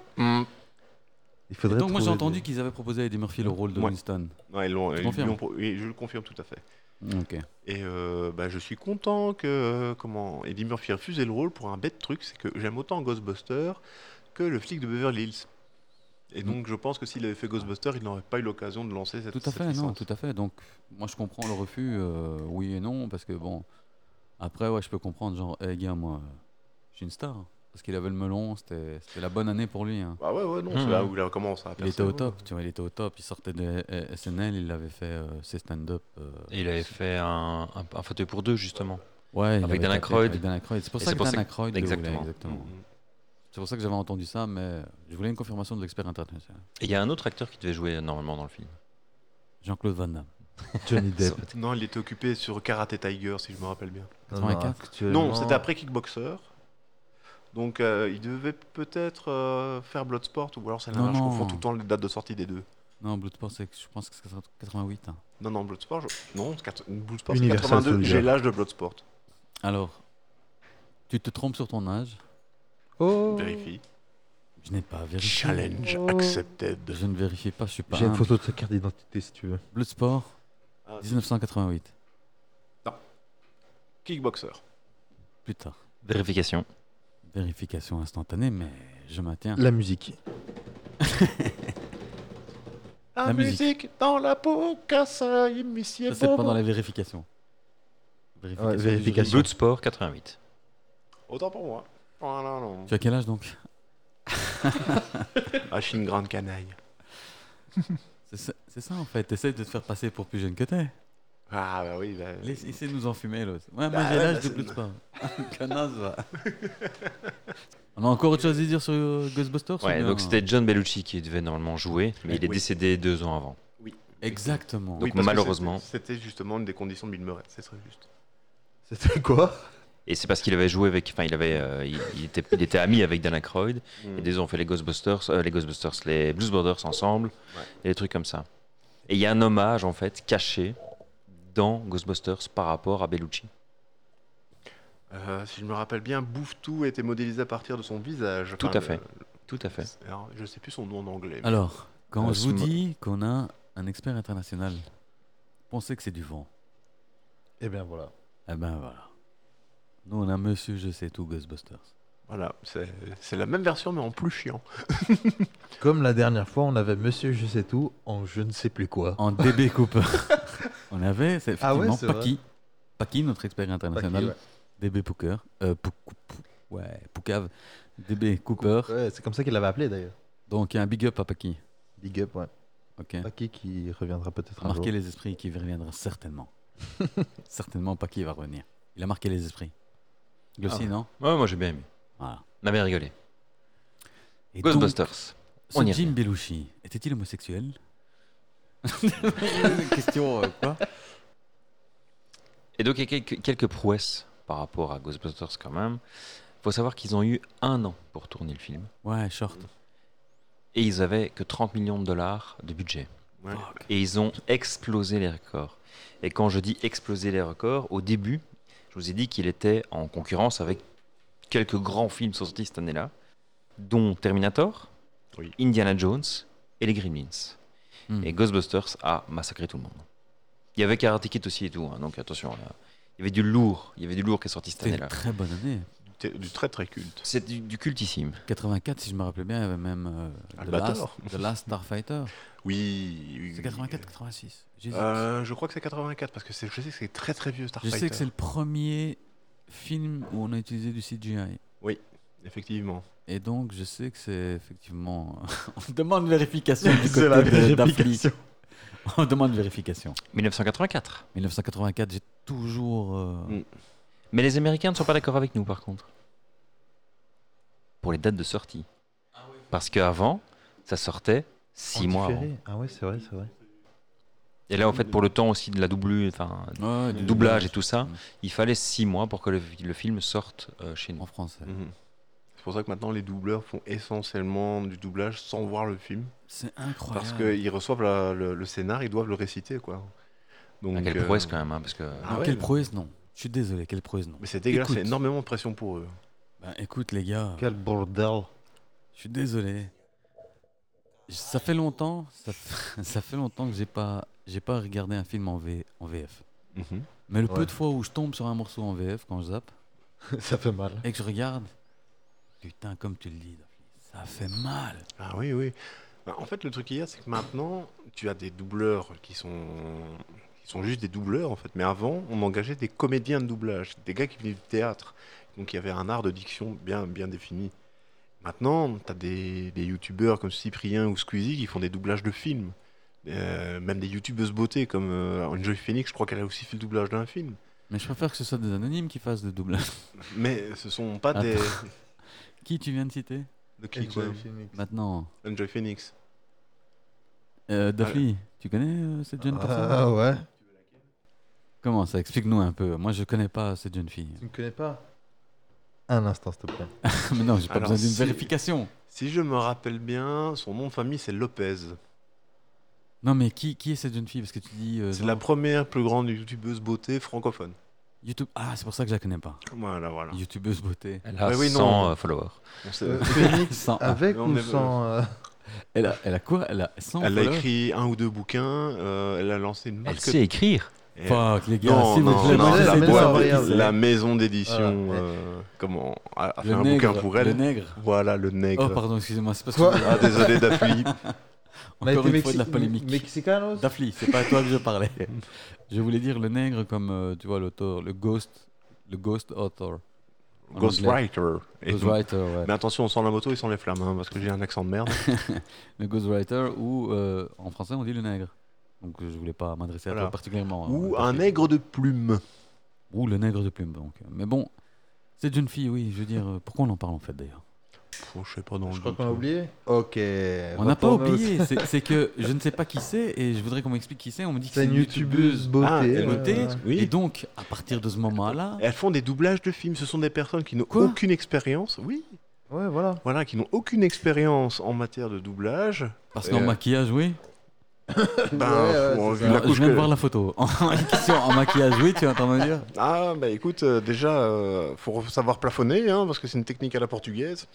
Speaker 2: Il
Speaker 1: Et
Speaker 2: faudrait
Speaker 1: donc moi j'ai
Speaker 2: trouver
Speaker 1: entendu
Speaker 2: des-
Speaker 1: qu'ils avaient proposé à Eddie Murphy le rôle de
Speaker 4: Ouais.
Speaker 1: Winston.
Speaker 4: Non, ils l'ont-
Speaker 1: Tu
Speaker 4: ils lui
Speaker 1: confirmes
Speaker 4: ont pro- oui, je le confirme tout à fait.
Speaker 1: Ok.
Speaker 4: Et euh, bah, je suis content que euh, comment Eddie Murphy a refusé le rôle pour un bête truc, c'est que j'aime autant Ghostbuster que le flic de Beverly Hills. Et
Speaker 1: Mm.
Speaker 4: donc je pense que s'il avait fait Ghostbuster, il n'aurait pas eu l'occasion de lancer cette
Speaker 1: Tout à
Speaker 4: cette
Speaker 1: fait, non,
Speaker 4: licence.
Speaker 1: tout à fait. Donc moi je comprends le refus, euh, oui et non, parce que bon, après ouais je peux comprendre, genre, hé gars, moi, euh, je suis une star. hein. Parce qu'il avait le melon, c'était c'était la bonne année pour lui. hein.
Speaker 4: Ah ouais, ouais, non,
Speaker 3: Mm.
Speaker 4: c'est là où il commence à
Speaker 1: Il était au top, tu vois, il était au top. Il sortait de eh, SNL, il avait fait euh, ses stand-up. euh,
Speaker 3: Et il avait fait un, un, un fauteuil pour deux justement.
Speaker 1: ouais, il
Speaker 3: avec
Speaker 1: avait
Speaker 3: Dan
Speaker 1: tapé
Speaker 3: Aykroyd.
Speaker 1: avec Dan Aykroyd. C'est pour
Speaker 3: Et
Speaker 1: ça
Speaker 3: c'est
Speaker 1: que
Speaker 3: pour
Speaker 1: Dan
Speaker 3: ça que-
Speaker 1: Aykroyd le voulait,
Speaker 3: Exactement.
Speaker 4: Mmh,
Speaker 1: exactement. C'est pour ça que j'avais entendu ça, mais je voulais une confirmation de l'expert international.
Speaker 3: Et il y a un autre acteur qui devait jouer euh, normalement dans le film.
Speaker 1: Jean-Claude Van Damme.
Speaker 2: Johnny Depp.
Speaker 4: Non, il était occupé sur Karate Tiger, si je me rappelle bien.
Speaker 2: Non,
Speaker 1: 84.
Speaker 2: actuellement-
Speaker 4: Non, c'était après Kickboxer. Donc euh, il devait peut-être euh, faire Bloodsport, ou alors c'est
Speaker 1: Non,
Speaker 4: l'inverse, je
Speaker 1: non.
Speaker 4: confonds tout le temps les dates de sortie des deux.
Speaker 1: Non, Bloodsport, c'est- je pense que c'est 88. hein.
Speaker 4: Non, non, Bloodsport, je- non, quatre- Bloodsport, c'est
Speaker 2: Universal
Speaker 4: 82,
Speaker 2: Soldier.
Speaker 4: j'ai l'âge de Bloodsport.
Speaker 1: Alors, tu te trompes sur ton âge.
Speaker 2: Oh
Speaker 4: Vérifie.
Speaker 1: Je n'ai pas vérifié.
Speaker 4: Challenge
Speaker 2: Oh.
Speaker 4: accepted.
Speaker 1: Je ne vérifie pas, je suis pas
Speaker 2: J'ai une
Speaker 1: humble.
Speaker 2: photo de sa carte d'identité si tu veux.
Speaker 1: Bloodsport,
Speaker 4: Ah,
Speaker 1: 1988.
Speaker 4: Kickboxer.
Speaker 1: Plus tard.
Speaker 3: Vérification.
Speaker 1: Vérification instantanée, mais je maintiens.
Speaker 2: La musique.
Speaker 4: La,
Speaker 1: La musique.
Speaker 4: musique. dans la peau, casse monsieur.
Speaker 1: Ça, c'est pendant la vérification.
Speaker 2: Ouais,
Speaker 1: du
Speaker 2: vérification.
Speaker 1: jury.
Speaker 3: Blood Sport 88.
Speaker 4: Autant pour moi. Oh non, non.
Speaker 1: Tu as quel âge donc
Speaker 4: Ah, je suis une grande canaille.
Speaker 1: C'est ça- C'est ça en fait, t'essayes de te faire passer pour plus jeune que t'es.
Speaker 4: Ah, bah oui. Bah,
Speaker 1: Laisse- Essaie de nous enfumer l'autre. Ouais, moi
Speaker 4: Bah
Speaker 1: j'ai
Speaker 4: ouais,
Speaker 1: l'âge
Speaker 4: bah,
Speaker 1: de
Speaker 4: c'est-
Speaker 1: plus de pas. Connasse va. On a encore autre chose à dire sur euh, Ghostbusters ou
Speaker 3: Ouais,
Speaker 1: bien-
Speaker 3: donc c'était John Bellucci qui devait normalement jouer, mais il est
Speaker 4: Oui.
Speaker 3: décédé deux ans avant.
Speaker 1: Exactement.
Speaker 3: Donc,
Speaker 4: parce que c'était-
Speaker 3: malheureusement-
Speaker 4: C'était justement une des conditions de Bill Murray, c'est très juste.
Speaker 2: C'était quoi
Speaker 3: Et c'est parce qu'il avait joué avec, enfin, il avait, euh, il, il était, il était ami avec Dan Aykroyd.
Speaker 4: Hmm.
Speaker 3: Et des ont fait les Ghostbusters, euh, les Ghostbusters, les Blues Brothers ensemble,
Speaker 4: Ouais.
Speaker 3: et des trucs comme ça. Et il y a un hommage en fait caché dans Ghostbusters par rapport à Bellucci.
Speaker 4: Euh, si je me rappelle bien, Bouffetou était modélisé à partir de son visage.
Speaker 3: Tout à fait.
Speaker 4: le-
Speaker 3: Tout à fait.
Speaker 4: Alors, je sais plus son nom en anglais. mais-
Speaker 1: Alors, quand
Speaker 3: Euh,
Speaker 1: je vous
Speaker 3: Sm-
Speaker 1: dis qu'on a un expert international, pensez que c'est du vent.
Speaker 2: Eh bien voilà.
Speaker 1: Eh ben voilà. Nous on a Monsieur Je sais tout Ghostbusters.
Speaker 4: Voilà, c'est c'est la même version mais en plus chiant.
Speaker 2: Comme la dernière fois, on avait Monsieur Je sais tout en je ne sais plus quoi.
Speaker 1: En DB Cooper. on avait, c'est
Speaker 2: Ah ouais,
Speaker 1: effectivement
Speaker 2: c'est
Speaker 1: Paki. Paki, notre expert international. DB Pooker. Euh, Pou- Pou- Pou- ouais, Poucave. DB Cooper.
Speaker 2: Ouais, c'est comme ça qu'il l'avait appelé d'ailleurs.
Speaker 1: Donc un big up à Paki.
Speaker 2: Big up, ouais.
Speaker 1: Ok.
Speaker 2: Paki qui reviendra peut-être un
Speaker 1: Marquer
Speaker 2: jour.
Speaker 1: les esprits qui reviendra certainement. certainement Paki va revenir. Il a marqué les esprits. Lui aussi, non
Speaker 3: Ouais, moi j'ai bien aimé.
Speaker 1: Voilà.
Speaker 3: On avait rigolé.
Speaker 1: Et donc,
Speaker 3: Ghostbusters.
Speaker 1: ce
Speaker 3: on y
Speaker 1: Jim
Speaker 3: revient.
Speaker 1: Belushi, était-il homosexuel Une Question euh, quoi
Speaker 3: Et donc il y a quelques, quelques prouesses par rapport à Ghostbusters quand même. Faut savoir qu'ils ont eu un an pour tourner le film
Speaker 1: Ouais, short.
Speaker 3: et ils avaient que 30 millions de dollars de budget.
Speaker 4: Ouais.
Speaker 3: Et ils ont explosé les records. Et quand je dis exploser les records, au début, je vous ai dit qu'il était en concurrence avec quelques grands films sortis cette année-là, dont Terminator,
Speaker 4: Oui.
Speaker 3: Indiana Jones et les Gremlins.
Speaker 1: Hmm.
Speaker 3: Et Ghostbusters a massacré tout le monde. Il y avait Karate Kid aussi et tout, hein, donc attention. là. Il y avait du lourd, il y avait du lourd qui est sorti cette
Speaker 1: C'était une
Speaker 3: année-là.
Speaker 1: très bonne année.
Speaker 4: T'es- Du très très culte.
Speaker 3: C'est du, du cultissime.
Speaker 1: 84, si je me rappelais bien, il y avait même euh, The, Last,
Speaker 4: Albator.
Speaker 1: The Last Starfighter.
Speaker 4: Oui. oui,
Speaker 1: C'est
Speaker 4: oui.
Speaker 1: 84, 86. J'hésite.
Speaker 4: Euh, je crois que c'est 84 parce que c'est- je sais que c'est très très vieux
Speaker 1: Je
Speaker 4: Starfighter.
Speaker 1: sais que c'est le premier film où on a utilisé du CGI.
Speaker 4: Effectivement.
Speaker 1: Et donc, je sais que c'est effectivement. on demande vérification du côté
Speaker 2: C'est la
Speaker 1: de- d'Affli.
Speaker 2: vérification.
Speaker 1: On demande vérification.
Speaker 3: 1984.
Speaker 1: 1984, j'ai toujours. euh,
Speaker 4: Mm.
Speaker 3: Mais les Américains ne sont pas d'accord avec nous, par contre. Pour les dates de sortie. Parce qu'avant, ça sortait six
Speaker 2: En
Speaker 3: mois avant.
Speaker 2: différé. Ah ouais, c'est vrai, c'est vrai.
Speaker 3: Et là, en fait, pour le temps aussi de la doublure, enfin,
Speaker 1: ouais, du
Speaker 3: doublage et tout ça,
Speaker 1: Mm.
Speaker 3: il fallait six mois pour que le, le film sorte euh, chez
Speaker 1: En
Speaker 3: nous.
Speaker 1: français.
Speaker 4: Mhm. C'est pour ça que maintenant les doubleurs font essentiellement du doublage sans voir le film.
Speaker 1: C'est incroyable.
Speaker 4: Parce qu'ils reçoivent la- le, le scénar, ils doivent le réciter quoi. Donc,
Speaker 3: À quelle
Speaker 4: euh,
Speaker 3: prouesse quand même, hein, parce que
Speaker 4: Ah
Speaker 1: Non,
Speaker 4: ouais,
Speaker 1: quelle
Speaker 4: mais-
Speaker 1: prouesse, non. Je suis désolé, quelle prouesse, non.
Speaker 4: Mais c'est dégueulasse,
Speaker 1: Écoute.
Speaker 4: c'est énormément de pression pour eux.
Speaker 1: Bah, écoute, les gars,
Speaker 2: Quel bordel.
Speaker 1: je suis désolé. J- Ça fait longtemps, ça fait, ça fait longtemps que j'ai pas, j'ai pas regardé un film en, V- en VF.
Speaker 4: Mhm.
Speaker 1: Mais le peu
Speaker 2: Ouais.
Speaker 1: de fois où je tombe sur un morceau en VF quand je zappe,
Speaker 2: ça fait mal.
Speaker 1: et que je regarde, putain, comme tu le dis, ça fait mal.
Speaker 4: Ah oui, oui. Bah, en fait, le truc qu'il y a, c'est que maintenant, tu as des doubleurs qui sont... qui sont juste des doubleurs, en fait. Mais avant, on engageait des comédiens de doublage, des gars qui venaient du théâtre. Donc, il y avait un art de diction bien, bien défini. Maintenant, tu as des, des youtubeurs comme Cyprien ou Squeezie qui font des doublages de films. Euh, même des youtubeuses beauté comme euh, Enjoy Phoenix, je crois qu'elle a aussi fait le doublage d'un film.
Speaker 1: Mais je préfère que ce soit des anonymes qui fassent le doublage.
Speaker 4: Mais ce sont pas des.
Speaker 1: Qui tu viens de citer
Speaker 4: De qui, quoi
Speaker 1: maintenant
Speaker 4: Enjoy Phoenix.
Speaker 1: euh, Daphne,
Speaker 4: Ah.
Speaker 1: tu connais euh, cette jeune personne
Speaker 2: Ah ouais.
Speaker 1: Comment ça Explique-nous un peu. Moi, je connais pas cette jeune fille.
Speaker 2: Tu ne connais pas Un instant, s'il te plaît.
Speaker 1: Mais non, j'ai pas
Speaker 4: Alors,
Speaker 1: besoin d'une
Speaker 4: si-
Speaker 1: vérification.
Speaker 4: Si je me rappelle bien, son nom de famille c'est Lopez.
Speaker 1: Non, mais qui, qui est cette jeune fille Parce que tu dis euh,
Speaker 4: C'est
Speaker 1: genre,
Speaker 4: la première plus grande youtubeuse beauté francophone.
Speaker 1: YouTube. Ah, c'est pour ça que je la connais pas.
Speaker 4: Voilà, voilà.
Speaker 1: YouTubeuse beauté.
Speaker 3: elle a
Speaker 4: Ouais, oui, non.
Speaker 3: 100 euh, followers.
Speaker 4: On sait-
Speaker 2: Euh, Phoenix,
Speaker 1: Sans-
Speaker 2: avec
Speaker 4: Ah,
Speaker 2: ou
Speaker 4: on est-
Speaker 2: sans euh,
Speaker 1: Elle a, elle a quoi Elle a 100
Speaker 4: elle a
Speaker 1: followers
Speaker 4: écrit un ou deux bouquins, euh, elle a lancé une
Speaker 3: Elle
Speaker 4: marque.
Speaker 3: sait écrire.
Speaker 4: Et, euh,
Speaker 1: Fuck, les gars,
Speaker 4: Non,
Speaker 1: s'il vous
Speaker 4: non,
Speaker 1: plaît,
Speaker 4: non,
Speaker 1: moi
Speaker 2: c'est
Speaker 1: j'essaie
Speaker 4: la,
Speaker 1: de
Speaker 2: maison
Speaker 1: savoir qui
Speaker 2: variable.
Speaker 1: c'est.
Speaker 4: boîte- la maison d'édition
Speaker 2: Voilà.
Speaker 4: euh, comment a, a fait
Speaker 1: hein. Le
Speaker 4: un bouquin pour
Speaker 1: nègre. Le
Speaker 4: elle.
Speaker 1: nègre.
Speaker 4: Voilà le nègre.
Speaker 1: Oh, pardon, excusez-moi, c'est parce que.
Speaker 2: Quoi
Speaker 4: Ah désolé d'appui.
Speaker 2: On a
Speaker 1: Encore
Speaker 2: été
Speaker 1: une fois de la
Speaker 2: Mexi-
Speaker 1: polémique.
Speaker 2: Mexicanos
Speaker 1: Dafli, c'est pas à toi que je parlais. Je voulais dire le nègre comme, euh, tu vois, l'auteur, le ghost, le ghost author. en anglais.
Speaker 4: Ghostwriter. Et donc- bah-
Speaker 1: Ghostwriter, ouais.
Speaker 4: Mais attention, on sent la moto et sans les flammes, hein, parce que j'ai un accent de merde.
Speaker 1: Le ghostwriter ou, euh, en français, on dit le nègre. Donc euh, je voulais pas m'adresser à
Speaker 4: Voilà.
Speaker 1: toi particulièrement. hein,
Speaker 4: Ou
Speaker 1: Dafli.
Speaker 4: un nègre de plume.
Speaker 1: Ou le nègre de plume, donc. Mais bon, cette jeune fille, oui, je veux dire, euh, pourquoi on en parle en fait d'ailleurs
Speaker 4: Pff, Oh, je sais pas dans
Speaker 2: Je
Speaker 4: le
Speaker 2: crois
Speaker 4: doute. hein.
Speaker 2: qu'on a oublié. Ok.
Speaker 1: On n'a pas
Speaker 2: retournons au-
Speaker 1: oublié, c'est c'est que je ne sais pas qui c'est et je voudrais qu'on m'explique qui c'est. On me dit que
Speaker 2: C'est
Speaker 1: c'est
Speaker 2: une youtubeuse
Speaker 4: Ah,
Speaker 2: beauté. Euh,
Speaker 4: elle-
Speaker 1: beauté.
Speaker 2: ouais, ouais.
Speaker 4: Oui.
Speaker 1: Et donc, à partir de ce moment-là,
Speaker 4: Elles font des doublages de films. Ce sont des personnes qui n'ont
Speaker 1: Quoi
Speaker 4: aucune expérience. Oui.
Speaker 2: Ouais, voilà.
Speaker 4: Voilà, qui n'ont aucune expérience en matière de doublage.
Speaker 1: parce qu'en
Speaker 4: Euh,
Speaker 1: maquillage, oui. Bah,
Speaker 4: Ben,
Speaker 2: Ouais,
Speaker 4: faut-
Speaker 2: ouais, c'est
Speaker 4: vu
Speaker 2: ça.
Speaker 4: la
Speaker 1: Alors,
Speaker 4: couche
Speaker 1: je viens de
Speaker 4: que-
Speaker 1: voir la photo. En question, en maquillage, oui, tu es en train de me dire
Speaker 4: Ah, bah écoute, euh, déjà, euh, faut savoir plafonner, hein, parce que c'est une technique à la portugaise.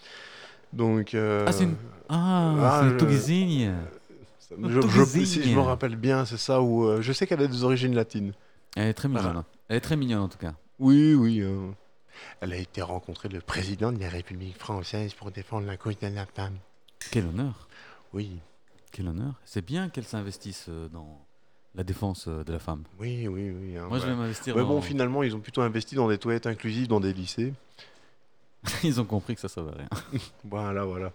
Speaker 4: Donc. euh,
Speaker 1: Ah, c'est une- Ah,
Speaker 4: Ah,
Speaker 1: c'est
Speaker 4: je-
Speaker 1: le Tougisigne.
Speaker 4: ça-
Speaker 1: une
Speaker 4: je- je-
Speaker 1: Toulousigne.
Speaker 4: si je me rappelle bien, c'est ça où. euh, je sais qu'elle a des origines latines.
Speaker 1: Elle est très mignonne.
Speaker 4: Voilà.
Speaker 1: hein. Elle est très mignonne en tout cas.
Speaker 4: Oui, oui. euh, Elle a été rencontrée le président de la République française pour défendre la cause de la femme.
Speaker 1: Quel honneur.
Speaker 4: Oui,
Speaker 1: Quel honneur. C'est bien qu'elle s'investisse euh, dans la défense euh, de la femme.
Speaker 4: oui, oui, oui. hein,
Speaker 1: Moi, je
Speaker 4: ouais.
Speaker 1: vais m'investir.
Speaker 4: Ouais,
Speaker 1: dans-
Speaker 4: bon, finalement, ils ont plutôt investi dans des toilettes inclusives dans des lycées.
Speaker 1: Ils ont compris que ça servait à rien.
Speaker 4: Voilà, voilà.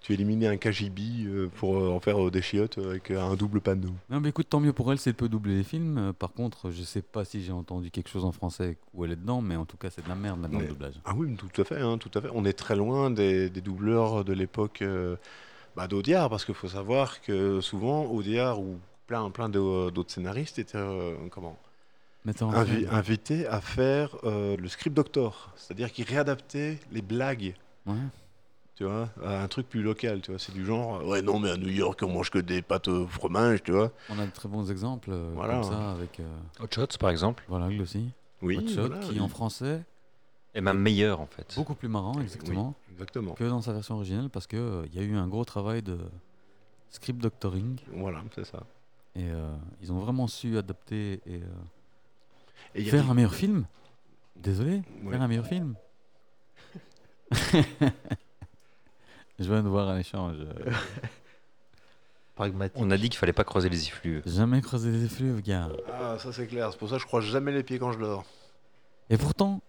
Speaker 4: Tu éliminais un KGB euh, pour euh, en faire euh, des chiottes avec euh, un double panneau.
Speaker 1: Non, mais écoute, tant mieux pour elle, c'est peut doubler les films. Euh, Par contre, je sais pas si j'ai entendu quelque chose en français où elle est dedans, mais en tout cas, c'est de la merde maintenant le
Speaker 4: Mais-
Speaker 1: doublage.
Speaker 4: Ah oui, tout à fait, hein, tout à fait. On est très loin des, des doubleurs de l'époque euh, bah, d'Audiard, parce qu'il faut savoir que souvent, Audiard ou plein, plein de- d'autres scénaristes étaient euh, comment,
Speaker 1: Metteur en
Speaker 4: invi-
Speaker 1: scène.
Speaker 4: invités à faire euh, le script doctor, c'est-à-dire qu'ils réadaptaient les blagues.
Speaker 1: Ouais.
Speaker 4: Tu vois, à un truc plus local, tu vois, c'est du genre, euh, ouais, non, mais à New York, on mange que des pâtes au fromage, tu vois.
Speaker 1: On a de très bons exemples euh,
Speaker 4: Voilà.
Speaker 1: comme ça avec euh,
Speaker 3: Hot Shots, par exemple.
Speaker 1: voilà lui aussi.
Speaker 4: Oui,
Speaker 1: Hot Shot,
Speaker 4: voilà,
Speaker 1: qui
Speaker 4: oui.
Speaker 1: en français
Speaker 3: Et même meilleur, en fait.
Speaker 1: beaucoup plus marrant exactement
Speaker 4: Exactement.
Speaker 1: que dans sa version originale parce que euh, il y a eu un gros travail de script doctoring
Speaker 4: Voilà, c'est ça.
Speaker 1: et euh, ils ont vraiment su adapter et euh,
Speaker 4: Et il y a
Speaker 1: faire
Speaker 4: des-
Speaker 1: un meilleur film. Désolé,
Speaker 4: Ouais.
Speaker 1: faire un meilleur film. Je viens de voir un échange. euh,
Speaker 2: Pragmatique.
Speaker 3: On a dit qu'il fallait pas croiser les effluves.
Speaker 1: Jamais croiser les effluves, gars.
Speaker 4: Ah, ça c'est clair, c'est pour ça que je croise jamais les pieds quand je dors.
Speaker 1: Et pourtant,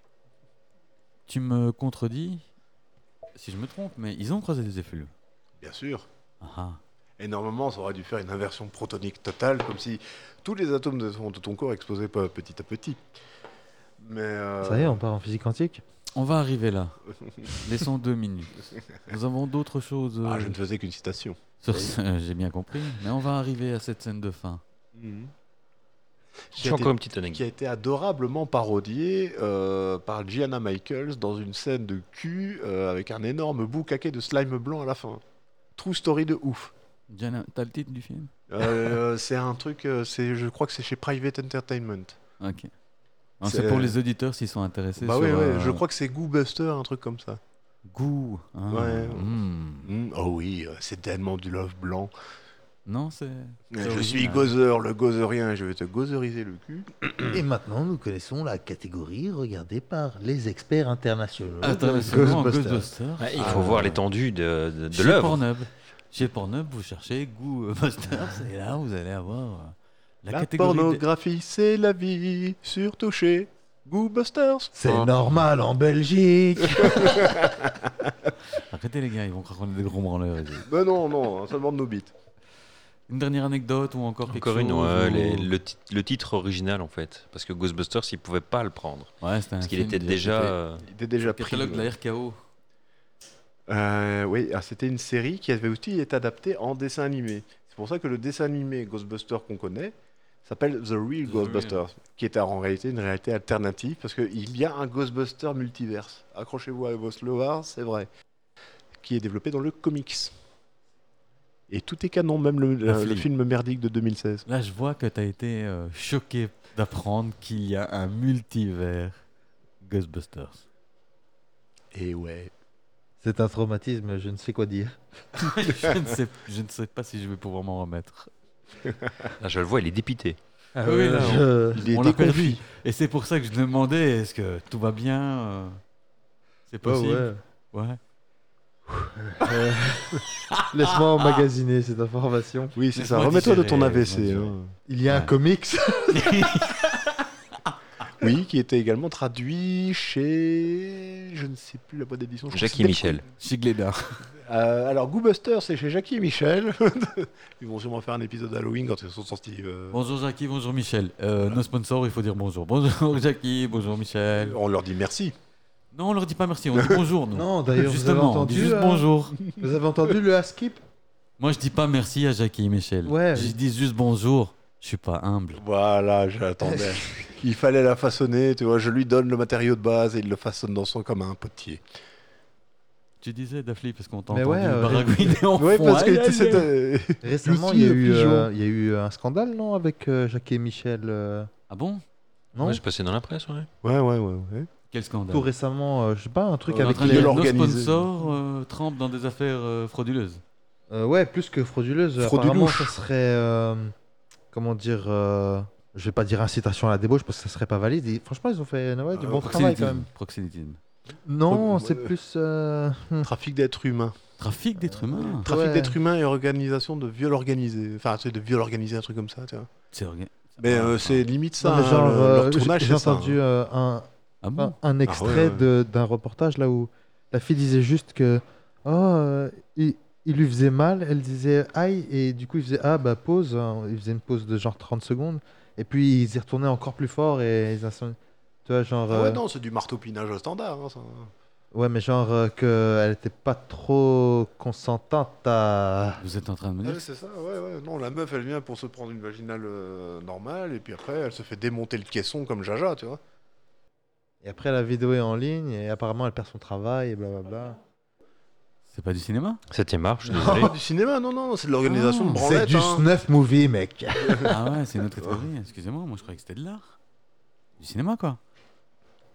Speaker 1: tu me contredis si je me trompe, mais ils ont croisé des effluves.
Speaker 4: Bien sûr.
Speaker 1: Ah ah.
Speaker 4: Et normalement, ça aurait dû faire une inversion protonique totale, comme si tous les atomes de ton, de ton corps explosaient pas petit à petit. Mais. euh,
Speaker 2: Ça y est, on part en physique quantique.
Speaker 1: On va arriver là. Laissons deux minutes. Nous avons d'autres choses euh,
Speaker 4: Ah, je ne faisais qu'une citation.
Speaker 1: sur ce, euh, j'ai bien compris, mais on va arriver à cette scène de fin.
Speaker 4: Qui,
Speaker 3: J'ai
Speaker 4: a été,
Speaker 3: encore une petite
Speaker 4: qui
Speaker 3: anecdote.
Speaker 4: a été adorablement parodiée euh, par Gianna Michaels dans une scène de cul euh, avec un énorme bout caqué de slime blanc à la fin. True story de ouf.
Speaker 1: Diana, t'as le titre du film
Speaker 4: Euh, c'est un truc, euh, c'est, je crois que c'est chez Private Entertainment.
Speaker 1: Ok. Alors,
Speaker 4: C'est- euh,
Speaker 1: C'est pour les auditeurs s'ils sont intéressés.
Speaker 4: Bah
Speaker 1: sur,
Speaker 4: oui, ouais,
Speaker 1: euh,
Speaker 4: je crois que c'est Goobuster, un truc comme ça.
Speaker 1: Goût. hein.
Speaker 4: Ouais.
Speaker 1: Mm.
Speaker 4: oh oui, euh, c'est tellement du love blanc.
Speaker 1: Non, c'est.
Speaker 4: Euh,
Speaker 1: c'est
Speaker 4: Je suis
Speaker 1: original.
Speaker 4: gozer, le gozerien, je vais te gozeriser le cul.
Speaker 2: Et maintenant, nous connaissons la catégorie regardée par les experts internationaux. de
Speaker 1: Internationalement,
Speaker 2: Ghostbusters.
Speaker 1: Ghostbusters.
Speaker 3: Ouais, il
Speaker 4: Ah,
Speaker 3: faut
Speaker 4: ouais.
Speaker 3: voir
Speaker 1: euh,
Speaker 3: l'étendue de, de, de
Speaker 1: Chez
Speaker 3: l'œuvre.
Speaker 1: Pornhub. Chez Pornhub, vous cherchez Goût euh, Busters et là, vous allez avoir euh, la,
Speaker 4: La,
Speaker 1: catégorie. des-
Speaker 4: pornographie, c'est la vie, surtout chez Hein. Goobusters.
Speaker 2: C'est
Speaker 1: Ah.
Speaker 2: normal en Belgique.
Speaker 1: Arrêtez les gars, ils vont croire qu'on est des gros branleurs. les gars.
Speaker 4: Mais non, non, hein, seulement de nos bites.
Speaker 1: Une dernière anecdote ou encore, quelque
Speaker 3: Encore une,
Speaker 1: chose,
Speaker 3: ouais,
Speaker 1: ou-
Speaker 3: les- le, ti- le titre original en fait, parce que Ghostbusters ils pouvaient pas le prendre,
Speaker 1: Ouais, c'était un
Speaker 3: parce qu'il
Speaker 1: film
Speaker 3: était
Speaker 1: de-
Speaker 3: déjà.
Speaker 1: c'était-
Speaker 3: euh,
Speaker 4: Il était déjà pris.
Speaker 1: Catalogue de la RKO.
Speaker 4: Euh, oui, alors c'était une série qui avait aussi été adaptée en dessin animé. C'est pour ça que le dessin animé Ghostbusters qu'on connaît s'appelle The Real
Speaker 1: The
Speaker 4: Ghostbusters, qui est en réalité une réalité alternative parce qu'il y a un Ghostbuster multiverse. Accrochez-vous à vos slovards, c'est vrai. Qui est développé dans le comics. Et tout est canon, même le, euh, le- le
Speaker 1: film.
Speaker 4: film merdique de 2016.
Speaker 1: Là, je vois que tu as été euh, choqué d'apprendre qu'il y a un multivers Ghostbusters.
Speaker 4: Et ouais.
Speaker 2: C'est un traumatisme, je ne sais quoi dire.
Speaker 1: je, ne sais, je ne sais pas si je vais pouvoir m'en remettre.
Speaker 3: là, je le ah, vois, il est dépité.
Speaker 2: Ah
Speaker 1: Oui,
Speaker 2: ouais,
Speaker 1: là,
Speaker 2: je-
Speaker 1: on l'a perdu. Et c'est pour ça que je demandais est-ce que tout va bien euh, C'est
Speaker 2: Ouais,
Speaker 1: possible
Speaker 2: ouais.
Speaker 1: ouais.
Speaker 2: Euh, Laisse-moi
Speaker 1: Ah.
Speaker 2: emmagasiner cette information.
Speaker 4: Oui, c'est ça.
Speaker 1: Laisse-moi
Speaker 4: Remets-toi de
Speaker 1: digérer,
Speaker 4: ton AVC.
Speaker 1: digérer.
Speaker 4: hein.
Speaker 2: Il y a un
Speaker 1: Ouais.
Speaker 2: comics.
Speaker 4: Oui, qui était également traduit chez. Je ne sais plus la boîte d'édition. je crois que
Speaker 3: Jackie
Speaker 4: c'était-
Speaker 3: Michel.
Speaker 1: Chigleda.
Speaker 4: Euh, alors, Goobuster, c'est chez Jackie Michel. Ils vont sûrement faire un épisode d'Halloween quand ils sont sortis. euh,
Speaker 1: Bonjour Jackie, bonjour Michel. Euh, Nos sponsors, il faut dire bonjour. Bonjour Jackie, bonjour Michel.
Speaker 4: On leur dit merci.
Speaker 1: Non, on leur dit pas merci, on dit bonjour nous.
Speaker 2: Non, d'ailleurs, vous avez
Speaker 1: Justement, on dit
Speaker 2: entendu.
Speaker 1: juste
Speaker 2: euh,
Speaker 1: bonjour.
Speaker 2: Vous avez entendu le Askip
Speaker 1: Moi, je dis pas merci à Jackie et Michel.
Speaker 2: Ouais.
Speaker 1: Je dis juste bonjour. Je suis pas humble.
Speaker 4: Voilà, j'attendais. il fallait la façonner, tu vois. Je lui donne le matériau de base et il le façonne dans son comme un potier.
Speaker 1: Tu disais, Daphne, parce qu'on t'a
Speaker 2: Mais
Speaker 1: entendu
Speaker 2: ouais, euh,
Speaker 1: baragouiner en
Speaker 4: Oui,
Speaker 1: fond.
Speaker 4: parce que
Speaker 1: Aïe, aïe,
Speaker 4: tu sais, euh,
Speaker 1: aïe.
Speaker 4: t'as-
Speaker 2: Récemment,
Speaker 4: suis
Speaker 2: il y, a
Speaker 4: le
Speaker 2: eu,
Speaker 4: pigeon.
Speaker 2: euh, il y a eu un scandale, non, avec euh, Jackie et Michel. euh,
Speaker 1: Ah bon
Speaker 2: Non
Speaker 3: Ouais, c'est passé dans la presse, ouais.
Speaker 4: Ouais, ouais, ouais. ouais.
Speaker 1: Quel scandale.
Speaker 2: Tout récemment, euh, je sais pas, un truc
Speaker 1: On est en
Speaker 2: avec
Speaker 1: train de
Speaker 2: les-
Speaker 1: dire, nos
Speaker 4: l'organiser.
Speaker 1: sponsors euh, trempent dans des affaires euh, frauduleuses.
Speaker 2: Euh, ouais, plus que frauduleuse.
Speaker 4: Fraudulouche.
Speaker 2: Apparemment, ça serait. euh, comment dire. euh, je vais pas dire incitation à la débauche parce que ça serait pas valide. Et franchement, ils ont fait ouais, du
Speaker 4: Euh,
Speaker 2: bon travail quand même.
Speaker 1: Proxénétisme. Proxénétisme.
Speaker 2: Non,
Speaker 4: Euh,
Speaker 2: c'est
Speaker 4: euh,
Speaker 2: plus. euh, hmm.
Speaker 4: Trafic d'êtres humains.
Speaker 1: Trafic d'êtres humains.
Speaker 4: Trafic
Speaker 2: Ouais.
Speaker 4: d'êtres humains et organisation de viol organisé. Enfin, tu sais, de viol organisé, un truc comme ça, tu vois.
Speaker 1: C'est orga-
Speaker 4: Mais euh,
Speaker 1: Ah,
Speaker 4: c'est limite ça.
Speaker 2: Non, mais
Speaker 4: hein,
Speaker 2: genre,
Speaker 4: le-
Speaker 2: euh,
Speaker 4: leur
Speaker 2: j'ai-
Speaker 4: tournage,
Speaker 2: j'ai
Speaker 4: c'est ça,
Speaker 2: entendu
Speaker 4: hein.
Speaker 2: euh, un,
Speaker 1: Ah
Speaker 2: un-
Speaker 1: bon
Speaker 2: un extrait
Speaker 4: ouais, ouais.
Speaker 2: de- d'un reportage là où la fille disait juste que oh, euh, il, il lui faisait mal, elle disait aïe, et du coup il faisait ah bah pause, hein. il faisait une pause de genre 30 secondes, et puis ils y retournaient encore plus fort et ils incendi- Tu vois, genre.
Speaker 4: Ah ouais,
Speaker 2: euh,
Speaker 4: non, c'est du marteau-pinage au standard. hein, ça.
Speaker 2: ouais, mais genre euh, que elle était pas trop consentante à.
Speaker 1: Vous êtes en train de me
Speaker 4: Ouais,
Speaker 1: dire
Speaker 4: c'est ça, ouais, ouais. Non, la meuf, elle vient pour se prendre une vaginale euh, normale, et puis après, elle se fait démonter le caisson comme Jaja, tu vois.
Speaker 2: Et après la vidéo est en ligne, et apparemment elle perd son travail, et blablabla.
Speaker 1: C'est pas du cinéma
Speaker 3: Septième art, je suis désolé.
Speaker 4: Pas du cinéma, non, non, c'est de l'organisation
Speaker 1: Ah,
Speaker 4: de
Speaker 2: C'est
Speaker 4: branlette.
Speaker 2: du
Speaker 4: hein.
Speaker 2: snuff movie, mec.
Speaker 1: Ah ouais, c'est une autre catégorie. Excusez-moi, moi je croyais que c'était de l'art. Du cinéma quoi.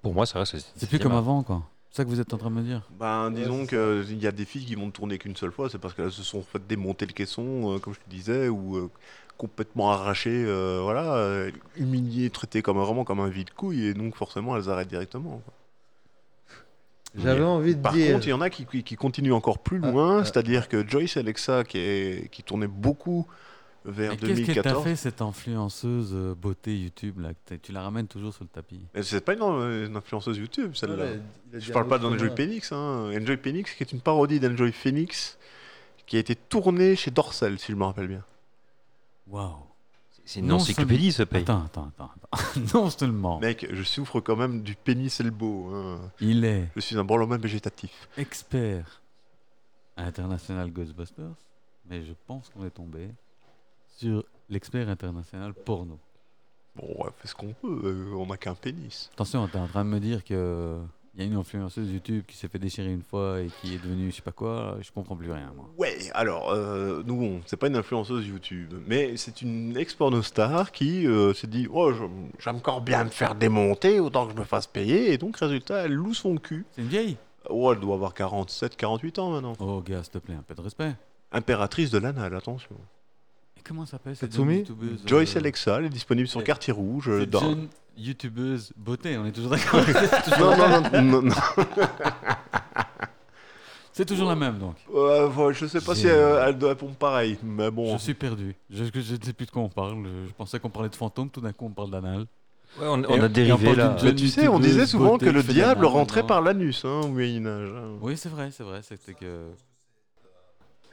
Speaker 3: Pour moi, ça reste.
Speaker 1: C'est plus comme avant quoi. C'est ça que vous êtes en train de me dire.
Speaker 4: Ben, disons
Speaker 2: c'est
Speaker 4: qu'il y a des filles qui vont ne tourner qu'une seule fois, c'est parce qu'elles se sont fait démonter le caisson, euh, comme je te disais, ou euh, complètement arrachées, euh, voilà, euh, humiliées, traitées comme, vraiment comme un vide-couille, et donc forcément, elles arrêtent directement. quoi.
Speaker 2: J'avais envie de
Speaker 4: Par
Speaker 2: dire.
Speaker 4: contre, il y en a qui, qui, qui continuent encore plus
Speaker 2: Ah,
Speaker 4: loin,
Speaker 2: ah.
Speaker 4: c'est-à-dire que Joyce Alexa, qui, est, qui tournait beaucoup vers
Speaker 1: Mais qu'est-ce qu'elle t'a
Speaker 4: 2014,
Speaker 1: fait cette influenceuse euh, beauté YouTube là que t'es- Tu la ramènes toujours sur le tapis.
Speaker 4: Et C'est pas une, une influenceuse YouTube, celle-là.
Speaker 2: Ouais, il a Ah, dit
Speaker 4: Je
Speaker 2: un
Speaker 4: parle pas
Speaker 2: autre
Speaker 4: d'Enjoy
Speaker 2: nom.
Speaker 4: Phoenix. Hein. Enjoy Phoenix, qui est une parodie d'Enjoy Phoenix, qui a été tournée chez Dorsel, si je me rappelle bien.
Speaker 1: Waouh.
Speaker 3: C'est une
Speaker 1: Non,
Speaker 3: encyclopédie, ce pays.
Speaker 1: Attends, attends, attends. attends. non seulement
Speaker 4: Mec, je souffre quand même du pénis elbow. Hein.
Speaker 1: il est
Speaker 4: Je suis un branle-homme végétatif.
Speaker 1: expert à international Ghostbusters, mais je pense qu'on est tombé sur l'expert international porno.
Speaker 4: Bon, on fait ce qu'on peut, euh, on n'a qu'un pénis.
Speaker 1: Attention, t'es en train de me dire que il y a une influenceuse YouTube qui s'est fait déchirer une fois et qui est devenue je sais pas quoi, je comprends plus rien moi.
Speaker 4: Ouais, alors, euh, nous, on- c'est pas une influenceuse YouTube, mais c'est une ex-porno star qui euh, s'est dit Oh, je- j'aime encore bien me faire démonter, autant que je me fasse payer, et donc, résultat, elle loue son cul.
Speaker 1: C'est une vieille
Speaker 4: Oh, elle doit avoir 47, 48 ans maintenant.
Speaker 1: Oh gars, s'il te plaît, un peu de respect.
Speaker 4: Impératrice de l'anal, attention.
Speaker 1: Et comment s'appelle cette jeune
Speaker 2: Tatsumi
Speaker 1: youtubeuse
Speaker 4: Joyce
Speaker 1: euh,
Speaker 4: Alexa, elle est disponible sur
Speaker 1: c'est-
Speaker 4: Quartier Rouge. euh,
Speaker 1: Cette
Speaker 4: dans-
Speaker 1: jeune youtubeuse beauté, on est toujours d'accord.
Speaker 4: Non, non, non, non, non.
Speaker 1: C'est toujours la même donc.
Speaker 4: Euh, voilà, je sais pas si
Speaker 1: J'ai-
Speaker 4: euh, elle doit répondre pareil, mais bon.
Speaker 1: Je suis perdu. Je, je- je ne sais plus de quoi on parle. Je pensais qu'on parlait de fantômes, tout d'un coup on parle d'anal.
Speaker 3: on,
Speaker 1: Et-
Speaker 3: a
Speaker 1: et on
Speaker 3: dérivé
Speaker 1: parle
Speaker 3: là.
Speaker 1: d'une
Speaker 4: Mais tu sais, on disait
Speaker 1: youtubeuse
Speaker 4: souvent
Speaker 1: beauté
Speaker 4: que le
Speaker 1: qui fait de
Speaker 4: diable
Speaker 1: l'anal,
Speaker 4: rentrait
Speaker 1: non.
Speaker 4: par l'anus hein, au Moyen-Âge.
Speaker 1: Oui, c'est vrai, c'est vrai. C'était que.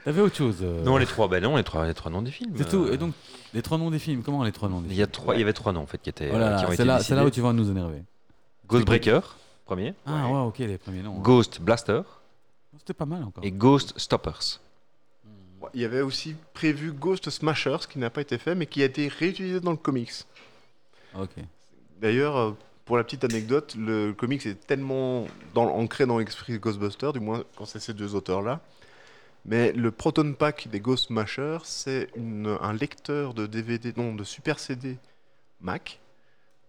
Speaker 1: T'avais autre chose. euh,
Speaker 3: Non, les trois, bah non, les trois, les trois noms des films.
Speaker 1: C'est tout.
Speaker 3: euh,
Speaker 1: Et donc, les trois noms des films, comment les trois noms des
Speaker 3: il
Speaker 1: films
Speaker 3: y, a trois, il y avait trois noms en fait qui étaient. euh,
Speaker 1: Oh là
Speaker 3: qui
Speaker 1: là,
Speaker 3: ont
Speaker 1: c'est
Speaker 3: été
Speaker 1: là, c'est là où
Speaker 3: décidés.
Speaker 1: tu vas nous énerver.
Speaker 3: Ghostbreaker, premier.
Speaker 1: Ah ouais, ok, les premiers noms. hein.
Speaker 3: Ghost Blaster
Speaker 1: C'était pas mal encore.
Speaker 3: et Ghost Stoppers.
Speaker 4: Ouais, Il y avait aussi prévu Ghost Smasher, ce qui n'a pas été fait, mais qui a été réutilisé dans le comics.
Speaker 1: Ah, Ok.
Speaker 4: D'ailleurs, euh, pour la petite anecdote, le comics est tellement dans- ancré dans l'esprit de Ghostbusters, du moins quand c'est ces deux auteurs-là. Mais le Proton Pack des Ghost Mashers, c'est une- un lecteur de DVD, non, de Super CD Mac.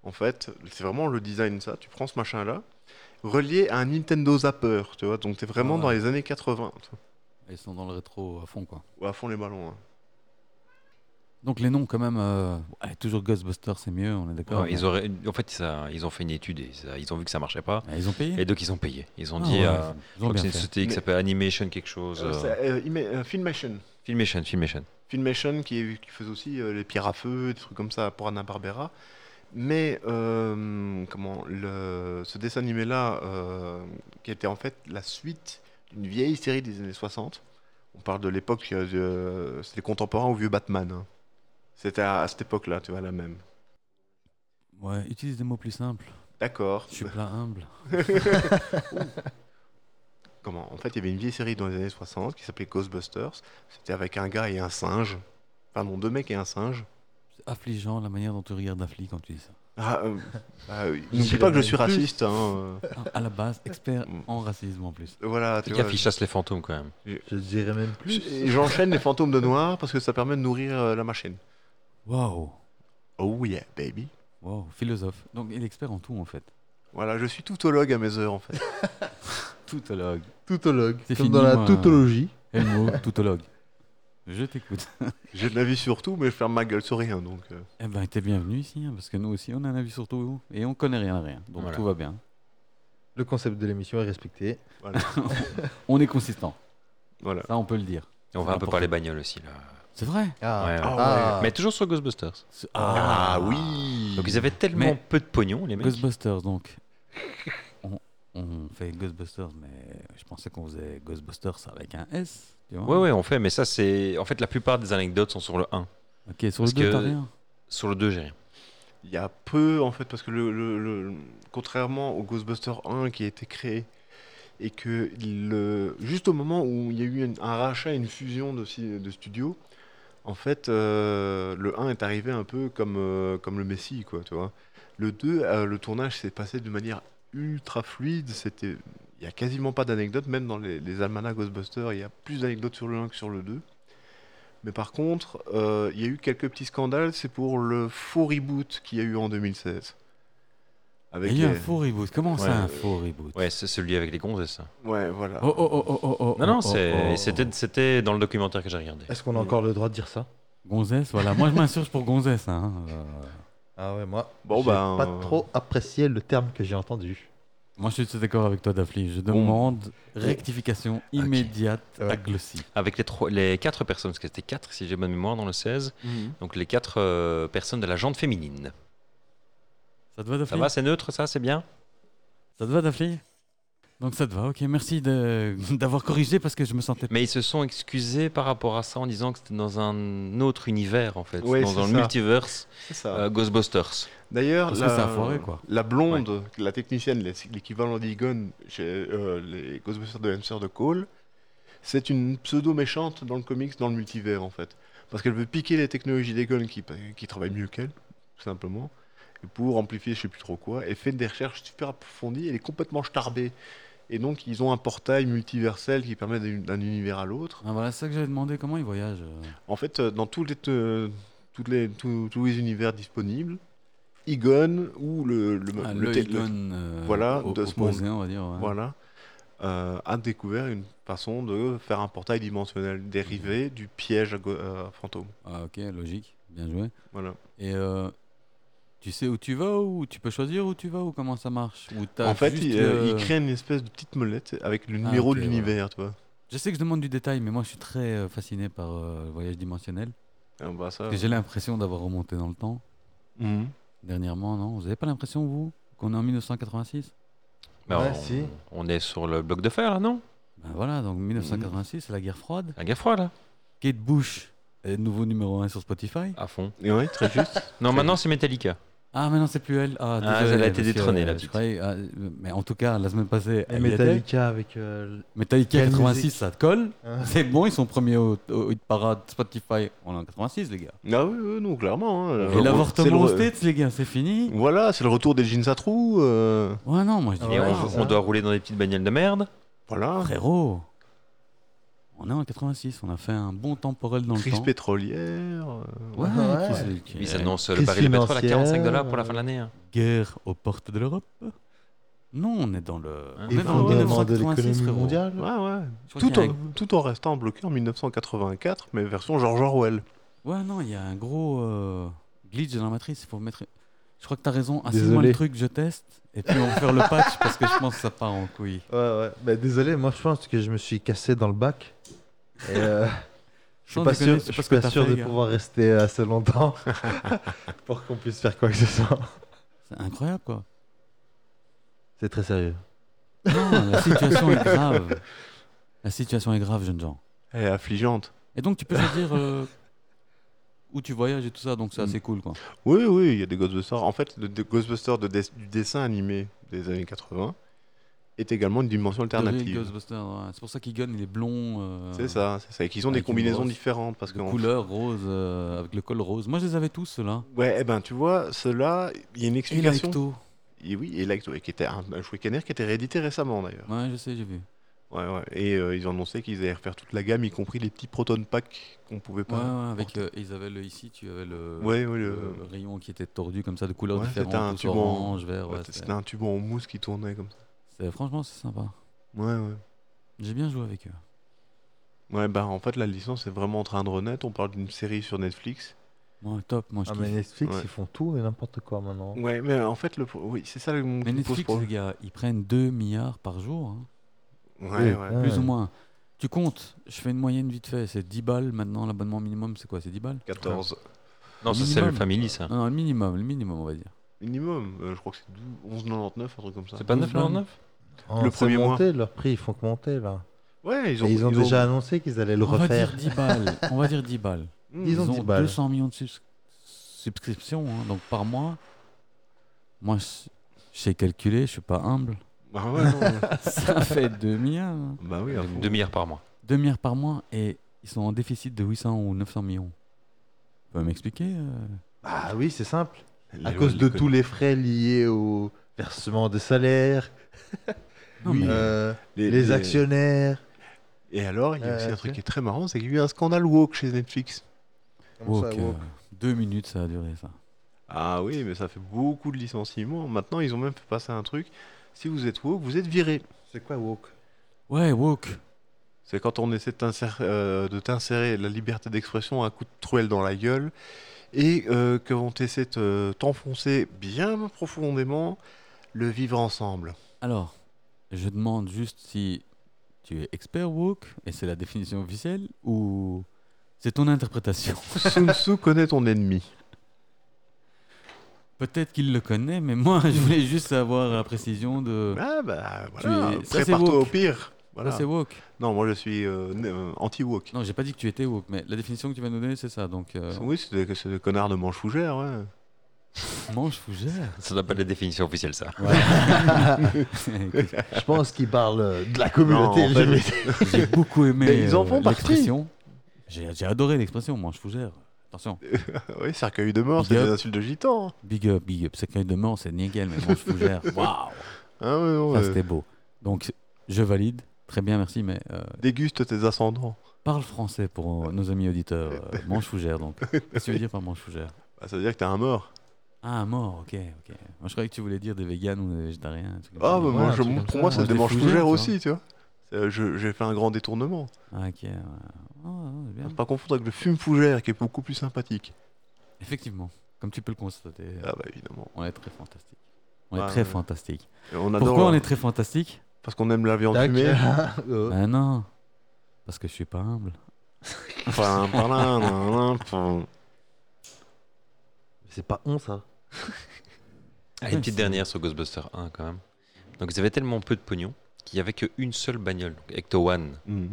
Speaker 4: En fait, c'est vraiment le design, ça. Tu prends ce machin-là, relié à un Nintendo Zapper, tu vois. Donc, t'es vraiment
Speaker 1: Ah ouais.
Speaker 4: dans les années 80, tu
Speaker 1: Ils sont dans le rétro à fond, quoi.
Speaker 4: vois. Ou à fond les ballons. hein.
Speaker 1: Donc les noms quand même, euh, ouais, toujours Ghostbusters c'est mieux, on est d'accord.
Speaker 3: Ouais, ils auraient, en fait, ça- ils ont fait une étude et ça- ils ont vu que ça marchait pas.
Speaker 1: Ah, ils ont payé.
Speaker 3: Et donc, ils ont payé. Ils ont
Speaker 1: Ah,
Speaker 3: dit.
Speaker 1: ouais,
Speaker 3: euh,
Speaker 1: ils ont
Speaker 3: donc,
Speaker 1: bien
Speaker 3: c'est une
Speaker 1: fait.
Speaker 3: société qui
Speaker 4: Mais-
Speaker 3: s'appelle Animation quelque chose.
Speaker 4: Euh,
Speaker 3: euh,
Speaker 4: c'est, euh, ima- euh, Filmation.
Speaker 3: Filmation, Filmation.
Speaker 4: Filmation qui, est- qui faisait aussi euh, les pierres à feu, des trucs comme ça pour Anna Barbera. Mais euh, comment le, ce dessin animé-là, euh, qui était en fait la suite d'une vieille série des années 60. On parle de l'époque, euh, de- c'était contemporain au vieux Batman. hein. C'était à, à cette époque-là, tu vois, la même.
Speaker 1: Ouais, utilise des mots plus simples.
Speaker 4: D'accord.
Speaker 1: Je suis plein humble.
Speaker 4: Comment En fait, il y avait une vieille série dans les années 60 qui s'appelait Ghostbusters. C'était avec un gars et un singe. Pardon, deux mecs et un singe.
Speaker 1: C'est affligeant la manière dont tu regardes la flic quand tu dis ça.
Speaker 4: Ah, euh, bah, euh,
Speaker 2: Je
Speaker 4: n'oublie pas que je
Speaker 2: dirais
Speaker 4: suis
Speaker 2: plus.
Speaker 4: raciste. hein, euh.
Speaker 1: Ah, À la base, expert
Speaker 4: Mm.
Speaker 1: en racisme en plus.
Speaker 4: Voilà, tu
Speaker 3: Le
Speaker 4: vois.
Speaker 3: gars qui chasse les fantômes quand même.
Speaker 2: Je dirais même plus.
Speaker 4: je- et J'enchaîne les fantômes de noir parce que ça permet de nourrir euh, la machine.
Speaker 1: Waouh,
Speaker 4: Oh yeah, baby.
Speaker 1: waouh, philosophe. Donc il est expert en tout en fait.
Speaker 4: Voilà, je suis toutologue à mes heures en fait.
Speaker 1: Toutologue.
Speaker 2: Toutologue.
Speaker 1: C'est
Speaker 2: Comme
Speaker 1: fini,
Speaker 2: dans la
Speaker 1: moi.
Speaker 2: toutologie.
Speaker 1: Helmo, toutologue. Je t'écoute.
Speaker 4: J'ai de l'avis sur tout, mais je ferme ma gueule sur rien donc. euh.
Speaker 1: Eh ben, t'es bienvenu ici, hein, parce que nous aussi, on a un avis sur tout, et on connaît rien à rien, donc
Speaker 3: Voilà.
Speaker 1: tout va bien.
Speaker 2: Le concept de l'émission est respecté.
Speaker 1: On est consistant,
Speaker 4: Voilà.
Speaker 1: ça on peut le dire.
Speaker 3: Et on va un peu
Speaker 1: N'importe
Speaker 3: parler
Speaker 1: quoi.
Speaker 3: bagnoles aussi là.
Speaker 1: C'est vrai
Speaker 2: Ah,
Speaker 3: Ouais, ouais.
Speaker 2: ah.
Speaker 3: Mais toujours sur Ghostbusters.
Speaker 1: C'est-
Speaker 4: Ah, oui
Speaker 3: Donc ils avaient tellement
Speaker 1: Hmm. Mais-
Speaker 3: peu de pognon, les mecs.
Speaker 1: Ghostbusters, donc. on, on fait Ghostbusters, mais je pensais qu'on faisait Ghostbusters avec un S, tu vois
Speaker 3: Ouais, ouais, on fait, mais ça, c'est. En fait, la plupart des anecdotes sont sur le 1.
Speaker 1: Ok, sur
Speaker 3: Parce
Speaker 1: le 2,
Speaker 3: que-
Speaker 1: t'as rien
Speaker 3: Sur le 2, j'ai rien.
Speaker 4: Il y a peu en fait, parce que le, le- le- contrairement au Ghostbuster 1 qui a été créé, et que le, juste au moment où il y a eu une- un rachat, une fusion de, si- de studios, en fait, euh, le 1 est arrivé un peu comme, euh, comme le Messi, quoi, tu vois. Le 2, euh, le tournage s'est passé de manière ultra fluide, c'était. Il n'y a quasiment pas d'anecdotes, même dans les, les almanachs Ghostbusters, il y a plus d'anecdotes sur le 1 que sur le 2. Mais par contre, euh, il y a eu quelques petits scandales. C'est pour le faux reboot qu'il y a eu en 2016. Avec
Speaker 1: Il y a un
Speaker 4: les-
Speaker 1: faux reboot, comment
Speaker 3: Ouais.
Speaker 1: ça un faux reboot
Speaker 3: Ouais, c'est celui avec les gonzesses. ça.
Speaker 4: Ouais, voilà.
Speaker 1: Oh, oh, oh, oh, oh, oh,
Speaker 3: Non, non,
Speaker 1: oh,
Speaker 3: c'est-
Speaker 1: oh, Euh. oh.
Speaker 3: c'était c'était dans le documentaire que j'ai regardé.
Speaker 2: Est-ce qu'on a encore le droit de dire ça
Speaker 1: Gonzesse, voilà, moi je m'insurge pour Gonzesse, hein. euh,
Speaker 2: Ah ouais, moi.
Speaker 4: Bon,
Speaker 2: j'ai
Speaker 4: ben,
Speaker 2: pas
Speaker 4: euh,
Speaker 2: trop apprécié le terme que j'ai entendu.
Speaker 1: Moi, je suis tout d'accord avec toi, Daphne. Je demande rectification immédiate à
Speaker 2: Ouais.
Speaker 1: Glossy.
Speaker 3: Avec les, trois, les quatre personnes, parce que c'était quatre, si j'ai bonne mémoire, dans le 16.
Speaker 4: Mhm.
Speaker 3: Donc les quatre euh, personnes de la jante féminine.
Speaker 1: Ça te va,
Speaker 3: Ça
Speaker 1: Daphne
Speaker 3: va, c'est neutre, ça, c'est bien
Speaker 1: Ça te va, Daphne Donc ça te va, ok. Merci de- d'avoir corrigé parce que je me sentais...
Speaker 3: Mais ils se sont excusés par rapport à ça en disant que c'était dans un autre univers, en fait.
Speaker 4: Ouais,
Speaker 3: dans
Speaker 4: c'est
Speaker 3: un
Speaker 4: ça.
Speaker 3: multiverse
Speaker 4: C'est ça.
Speaker 2: Ah.
Speaker 3: euh, Ghostbusters.
Speaker 4: D'ailleurs,
Speaker 1: Parce que ça a foiré, quoi.
Speaker 4: la blonde, la technicienne, les- l'équivalent d'Egon chez euh, les Ghostbusters de Hamster de Cole, c'est une pseudo-méchante dans le comics, dans le multivers, en fait. Parce qu'elle veut piquer les technologies d'Egon qui, bah, qui travaille mieux qu'elle, tout simplement, et pour amplifier je sais plus trop quoi, et fait des recherches super approfondies, elle est complètement starbée. Et donc, ils ont un portail multiversel qui permet d'un d'un univers à l'autre.
Speaker 1: Ah, voilà, c'est ça que j'avais demandé, comment ils voyagent euh.
Speaker 4: En fait, euh, dans tous les, te- toutes les, tous, tous les univers disponibles, Egon ou le, le,
Speaker 1: Ah,
Speaker 4: le
Speaker 1: le
Speaker 4: te- le-
Speaker 1: Egon, euh,
Speaker 4: voilà,
Speaker 1: o-
Speaker 4: de ce
Speaker 1: opposé, on va dire. ouais.
Speaker 4: voilà, euh, a découvert une façon de faire un portail dimensionnel dérivé du piège à go- euh, fantôme.
Speaker 1: Ah, ok, logique. Bien joué.
Speaker 4: Voilà.
Speaker 1: Et euh, tu sais où tu vas ou tu peux choisir où tu vas ou comment ça marche ou t'as
Speaker 4: En fait,
Speaker 1: juste,
Speaker 4: il, euh, il
Speaker 1: euh, Ah,
Speaker 4: crée une espèce de petite molette avec le numéro
Speaker 1: ok,
Speaker 4: de l'univers,
Speaker 1: Je sais que je demande du détail, mais moi, je suis très euh, fasciné par euh, le voyage dimensionnel.
Speaker 4: tu vois. Ah, bah, ça,
Speaker 1: Parce que j'ai l'impression d'avoir remonté dans le temps.
Speaker 4: Mhm.
Speaker 1: Dernièrement, non Vous n'avez pas l'impression, vous, qu'on est en 1986
Speaker 3: Ben,
Speaker 2: Ouais,
Speaker 3: on,
Speaker 2: si.
Speaker 3: on est sur le bloc de fer, là, non
Speaker 1: Ben voilà, donc 1986, c'est la guerre froide.
Speaker 3: La guerre froide, là,
Speaker 1: Kate Bush, est nouveau numéro 1 sur Spotify.
Speaker 3: à fond.
Speaker 4: Et ouais, très juste.
Speaker 3: Non, maintenant, c'est Metallica.
Speaker 1: Ah, mais non, c'est plus elle. Ah,
Speaker 3: Ah,
Speaker 1: désolé,
Speaker 3: elle a été
Speaker 1: parce que,
Speaker 3: détrônée, la
Speaker 1: je
Speaker 3: petite.
Speaker 1: croyais- ah, mais en tout cas, la semaine passée,
Speaker 2: Et
Speaker 1: elle y était.
Speaker 2: Metallica avec. euh,
Speaker 1: Metallica
Speaker 2: Quelle
Speaker 1: 86,
Speaker 2: musique.
Speaker 1: ça te colle.
Speaker 2: Ah.
Speaker 1: C'est bon, ils sont premiers au, au hit parade Spotify. On est en 86, les gars.
Speaker 4: ah oui, oui, non, clairement. hein.
Speaker 1: Et
Speaker 4: C'est le
Speaker 1: l'avortement
Speaker 4: re- Mm.
Speaker 1: aux States, les gars, c'est fini.
Speaker 4: Voilà, c'est le retour des jeans à trous. euh,
Speaker 1: Ouais, non, moi, je dis,
Speaker 2: Ah
Speaker 1: ah,
Speaker 2: Ouais,
Speaker 3: Et
Speaker 1: voilà,
Speaker 3: on,
Speaker 2: c'est
Speaker 3: on
Speaker 2: ça.
Speaker 3: doit rouler dans des petites bagnoles de merde.
Speaker 4: Voilà.
Speaker 1: frérot, on est en 86, on a fait un bon temporel dans
Speaker 4: Crise
Speaker 1: le temps.
Speaker 4: pétrolière. euh,
Speaker 1: Ouais,
Speaker 2: Ouais.
Speaker 1: crise-
Speaker 3: Ils
Speaker 1: crise-
Speaker 3: annoncent le
Speaker 2: crise
Speaker 3: baril de pétrole à
Speaker 2: financière,
Speaker 3: 45 dollars pour la fin de l'année. hein.
Speaker 1: guerre aux portes de l'europe Non, on est dans le.
Speaker 3: Hein.
Speaker 1: on est dans le
Speaker 2: Effondrement de
Speaker 1: 1986,
Speaker 2: l'économie
Speaker 1: frérot.
Speaker 2: mondiale.
Speaker 4: Ouais, ouais.
Speaker 1: Je crois
Speaker 4: Tout
Speaker 1: qu'il y
Speaker 4: en,
Speaker 1: a un-
Speaker 4: tout en restant bloqué en 1984, mais version George Orwell.
Speaker 1: Ouais, non, il y a un gros euh, glitch dans la matrice. Faut mettre... Je crois que t'as raison. Assieds-moi
Speaker 2: Désolé.
Speaker 1: le truc, je teste. Et puis on va faire le patch parce que je pense que ça part en couille.
Speaker 2: Ouais, ouais. Bah, désolé, moi je pense que je me suis cassé dans le bac. Et, euh, je suis
Speaker 1: Sans
Speaker 2: pas
Speaker 1: déconner,
Speaker 2: sûr,
Speaker 1: c'est
Speaker 2: je suis
Speaker 1: parce que
Speaker 2: pas
Speaker 1: t'as
Speaker 2: sûr
Speaker 1: fait,
Speaker 2: de
Speaker 1: gars.
Speaker 2: pouvoir rester euh, assez longtemps pour qu'on puisse faire quoi que ce soit.
Speaker 1: C'est incroyable, quoi.
Speaker 2: C'est très sérieux.
Speaker 1: Non, la situation est grave. La situation est grave, jeunes gens.
Speaker 4: Elle est affligeante.
Speaker 1: Et donc, tu peux choisir euh, où tu voyages et tout ça, donc c'est
Speaker 2: Hmm.
Speaker 1: assez cool, quoi.
Speaker 4: Oui, oui, il y a des Ghostbusters. En fait, le, le Ghostbusters de des- du dessin animé des années 80 est également une dimension
Speaker 1: Terrible
Speaker 4: alternative.
Speaker 1: Ghostbusters, ouais. C'est pour ça qu'il gagne les blonds. euh,
Speaker 4: C'est ça, c'est ça. Et qu'ils ont
Speaker 1: Avec
Speaker 4: des
Speaker 1: une
Speaker 4: combinaisons
Speaker 1: brosse,
Speaker 4: différentes. Parce
Speaker 1: de
Speaker 4: que en-
Speaker 1: couleur rose, euh, avec le col rose. Moi, je les avais tous, ceux-là.
Speaker 4: Ouais, eh ben, tu vois, cela, il y a une
Speaker 1: Et la
Speaker 4: explication.
Speaker 1: Ecto.
Speaker 4: Et oui, et l'acte qui était un, un Schwickener qui était réédité récemment d'ailleurs.
Speaker 1: Ouais, je sais, j'ai vu.
Speaker 4: Ouais, ouais. Et euh, ils ont annoncé qu'ils allaient refaire toute la gamme, y compris les petits proton packs qu'on pouvait
Speaker 1: Ouais, ouais,
Speaker 4: pas.
Speaker 1: avec
Speaker 4: porter.
Speaker 1: euh, Isabelle ici, tu avais le,
Speaker 4: Ah, Ouais, ouais, le-
Speaker 1: le rayon qui était tordu comme ça, de couleurs
Speaker 4: Ouais, c'était
Speaker 1: différentes,
Speaker 4: un
Speaker 1: tous
Speaker 4: tube en-
Speaker 1: orange, vert. ouais,
Speaker 4: Ouais,
Speaker 1: c'est-
Speaker 4: C'était un tube en mousse qui tournait comme ça.
Speaker 1: c'est- franchement, c'est sympa.
Speaker 4: Ouais, ouais.
Speaker 1: J'ai bien joué avec eux.
Speaker 4: Ouais, bah en fait, la licence est vraiment en train de renaître. On parle d'une série sur Netflix.
Speaker 1: Moi, top, moi je
Speaker 2: Ah,
Speaker 1: kiffe.
Speaker 2: mais Netflix,
Speaker 4: Ouais.
Speaker 2: ils font tout et n'importe quoi maintenant.
Speaker 4: Ouais, mais en fait, le... pro- oui, c'est ça le mon
Speaker 1: Mais
Speaker 4: qui me pose
Speaker 1: Netflix, les
Speaker 4: problème.
Speaker 1: gars, ils prennent 2 milliards par jour, hein,
Speaker 4: Ouais,
Speaker 2: Oui,
Speaker 4: ouais.
Speaker 2: ouais.
Speaker 1: plus ou moins. Tu comptes, je fais une moyenne vite fait, c'est 10 balles maintenant, l'abonnement minimum, c'est quoi C'est 10 balles
Speaker 4: 14
Speaker 3: Non, ça c'est le
Speaker 1: Minimum.
Speaker 3: Family, ça.
Speaker 1: Non, non, le minimum, le minimum, on va dire.
Speaker 4: minimum. Euh, je crois que c'est 12 11,99, un truc comme ça.
Speaker 3: C'est pas 9,99
Speaker 2: Oh,
Speaker 4: Le
Speaker 2: c'est
Speaker 4: premier mois.
Speaker 2: monté, Leur prix, ils font que monter là.
Speaker 4: Ouais, ils
Speaker 2: Ils
Speaker 4: ont,
Speaker 2: ont, ils ont déjà annoncé qu'ils allaient le
Speaker 1: on va dire
Speaker 2: refaire.
Speaker 1: 10 balles, on va dire 10 balles.
Speaker 4: Hmm.
Speaker 2: Ils ont 10 balles.
Speaker 1: 200 millions de subs- subscriptions, hein, donc par mois. Moi, je je sais calculer, je suis pas humble.
Speaker 4: Bah ouais, non.
Speaker 1: Ça fait 2 milliards. hein.
Speaker 4: bah oui, à fond.
Speaker 3: 2 milliards par mois.
Speaker 1: 2 milliards par mois et ils sont en déficit de 800 ou 900 millions. Tu peux m'expliquer euh,
Speaker 2: Ah oui, c'est simple.
Speaker 4: La
Speaker 2: À
Speaker 4: loi
Speaker 2: cause de
Speaker 4: l'économie.
Speaker 2: tous les frais liés au versement des salaires,
Speaker 1: Non,
Speaker 4: Oui,
Speaker 1: mais-
Speaker 2: euh, les actionnaires.
Speaker 4: Et alors, il y a aussi
Speaker 2: Euh,
Speaker 4: un
Speaker 2: tu
Speaker 4: truc
Speaker 2: sais.
Speaker 4: qui est très marrant, c'est qu'il y a eu un scandale woke chez Netflix.
Speaker 1: Oh, ok, euh, Deux minutes, ça a duré ça.
Speaker 4: Ah oui, mais ça fait beaucoup de licenciements. Maintenant, ils ont même fait passer un truc. Si vous êtes woke, vous êtes viré.
Speaker 2: C'est quoi woke
Speaker 1: Ouais, woke.
Speaker 4: C'est quand on essaie de t'insérer- euh, de t'insérer la liberté d'expression à coup de truelle dans la gueule et euh, qu'on t'essaie de te- t'enfoncer bien profondément le vivre ensemble.
Speaker 1: Alors, je demande juste si tu es expert woke et c'est la définition officielle ou c'est ton interprétation.
Speaker 4: Sun Tzu connaît ton ennemi.
Speaker 1: Peut-être qu'il le connaît, mais moi je voulais juste avoir la précision de.
Speaker 4: Ah bah
Speaker 1: Tu
Speaker 4: voilà,
Speaker 1: es- ça, c'est
Speaker 4: prépare-toi au
Speaker 1: woke.
Speaker 4: pire.
Speaker 1: Ça,
Speaker 4: Voilà.
Speaker 1: c'est woke.
Speaker 4: non, moi je suis euh, né- euh, anti-woke.
Speaker 1: Non, j'ai pas dit que tu étais woke, mais la définition que tu vas nous donner, c'est ça. Donc, euh,
Speaker 4: Oui, c'est des, c'est des connards de manche fougère, ouais.
Speaker 1: mange fougère.
Speaker 3: Ça doit pas être la définition officielle, ça.
Speaker 4: Ah.
Speaker 1: Écoute,
Speaker 2: Je pense qu'ils parlent euh, de la communauté
Speaker 4: Non, en fait,
Speaker 2: LGBT.
Speaker 1: j'ai beaucoup aimé
Speaker 4: Mais ils en
Speaker 1: euh,
Speaker 4: font partie.
Speaker 1: l'expression. J'ai j'ai adoré l'expression, mange fougère. Attention,
Speaker 4: Oui, cercueil de mort, c'est
Speaker 1: Big up.
Speaker 4: des insultes de gitans. hein.
Speaker 1: big up, big up. C'est quand de mort, c'est nickel, mais mange fougère. Waouh!
Speaker 4: Hein, ouais, non,
Speaker 1: Ça,
Speaker 4: euh,
Speaker 1: c'était beau. Donc, je valide. Très bien, merci, mais euh,
Speaker 4: Déguste tes ascendants.
Speaker 1: parle français pour euh, nos amis auditeurs. Euh, mange fougère, donc. Qu'est-ce que tu veux dire par mange fougère
Speaker 4: Bah, ça veut dire que t'es un mort.
Speaker 1: Ah, mort, ok, ok. Moi, je croyais que tu voulais dire des véganes ou des végétariens. un truc comme
Speaker 4: Ah,
Speaker 1: ça.
Speaker 4: bah,
Speaker 2: voilà,
Speaker 4: moi, je-
Speaker 2: un truc
Speaker 4: pour
Speaker 2: comme ça.
Speaker 4: moi, c'est
Speaker 1: Mange
Speaker 4: des
Speaker 1: des
Speaker 4: manches
Speaker 1: fougères,
Speaker 4: fougères
Speaker 1: tu
Speaker 4: aussi, tu vois. C'est, euh, je- J'ai fait un grand détournement.
Speaker 1: Ah, ok, ouais. Ah, ouais, c'est bien.
Speaker 4: Ne pas confondre avec le fume fougère qui est beaucoup plus sympathique.
Speaker 1: Effectivement, comme tu peux le constater, euh,
Speaker 4: Ah, bah évidemment.
Speaker 1: on est très fantastique. On est
Speaker 4: Ah,
Speaker 1: très
Speaker 4: ouais.
Speaker 1: fantastique.
Speaker 4: Et on adore.
Speaker 1: Pourquoi on
Speaker 4: euh,
Speaker 1: est très fantastique
Speaker 4: Parce qu'on aime la viande
Speaker 2: Tac.
Speaker 4: fumée. Bah,
Speaker 2: Euh,
Speaker 1: Ben non, parce que je suis pas humble.
Speaker 4: Enfin, par là, nan, nan, enfin.
Speaker 2: C'est pas on ça.
Speaker 3: Ah,
Speaker 1: Ouais,
Speaker 3: une petite
Speaker 1: c'est-
Speaker 3: dernière sur Ghostbuster 1 quand même. Donc ils avaient tellement peu de pognon qu'il n'y avait qu'une seule bagnole, donc Ecto One,
Speaker 4: Mhm.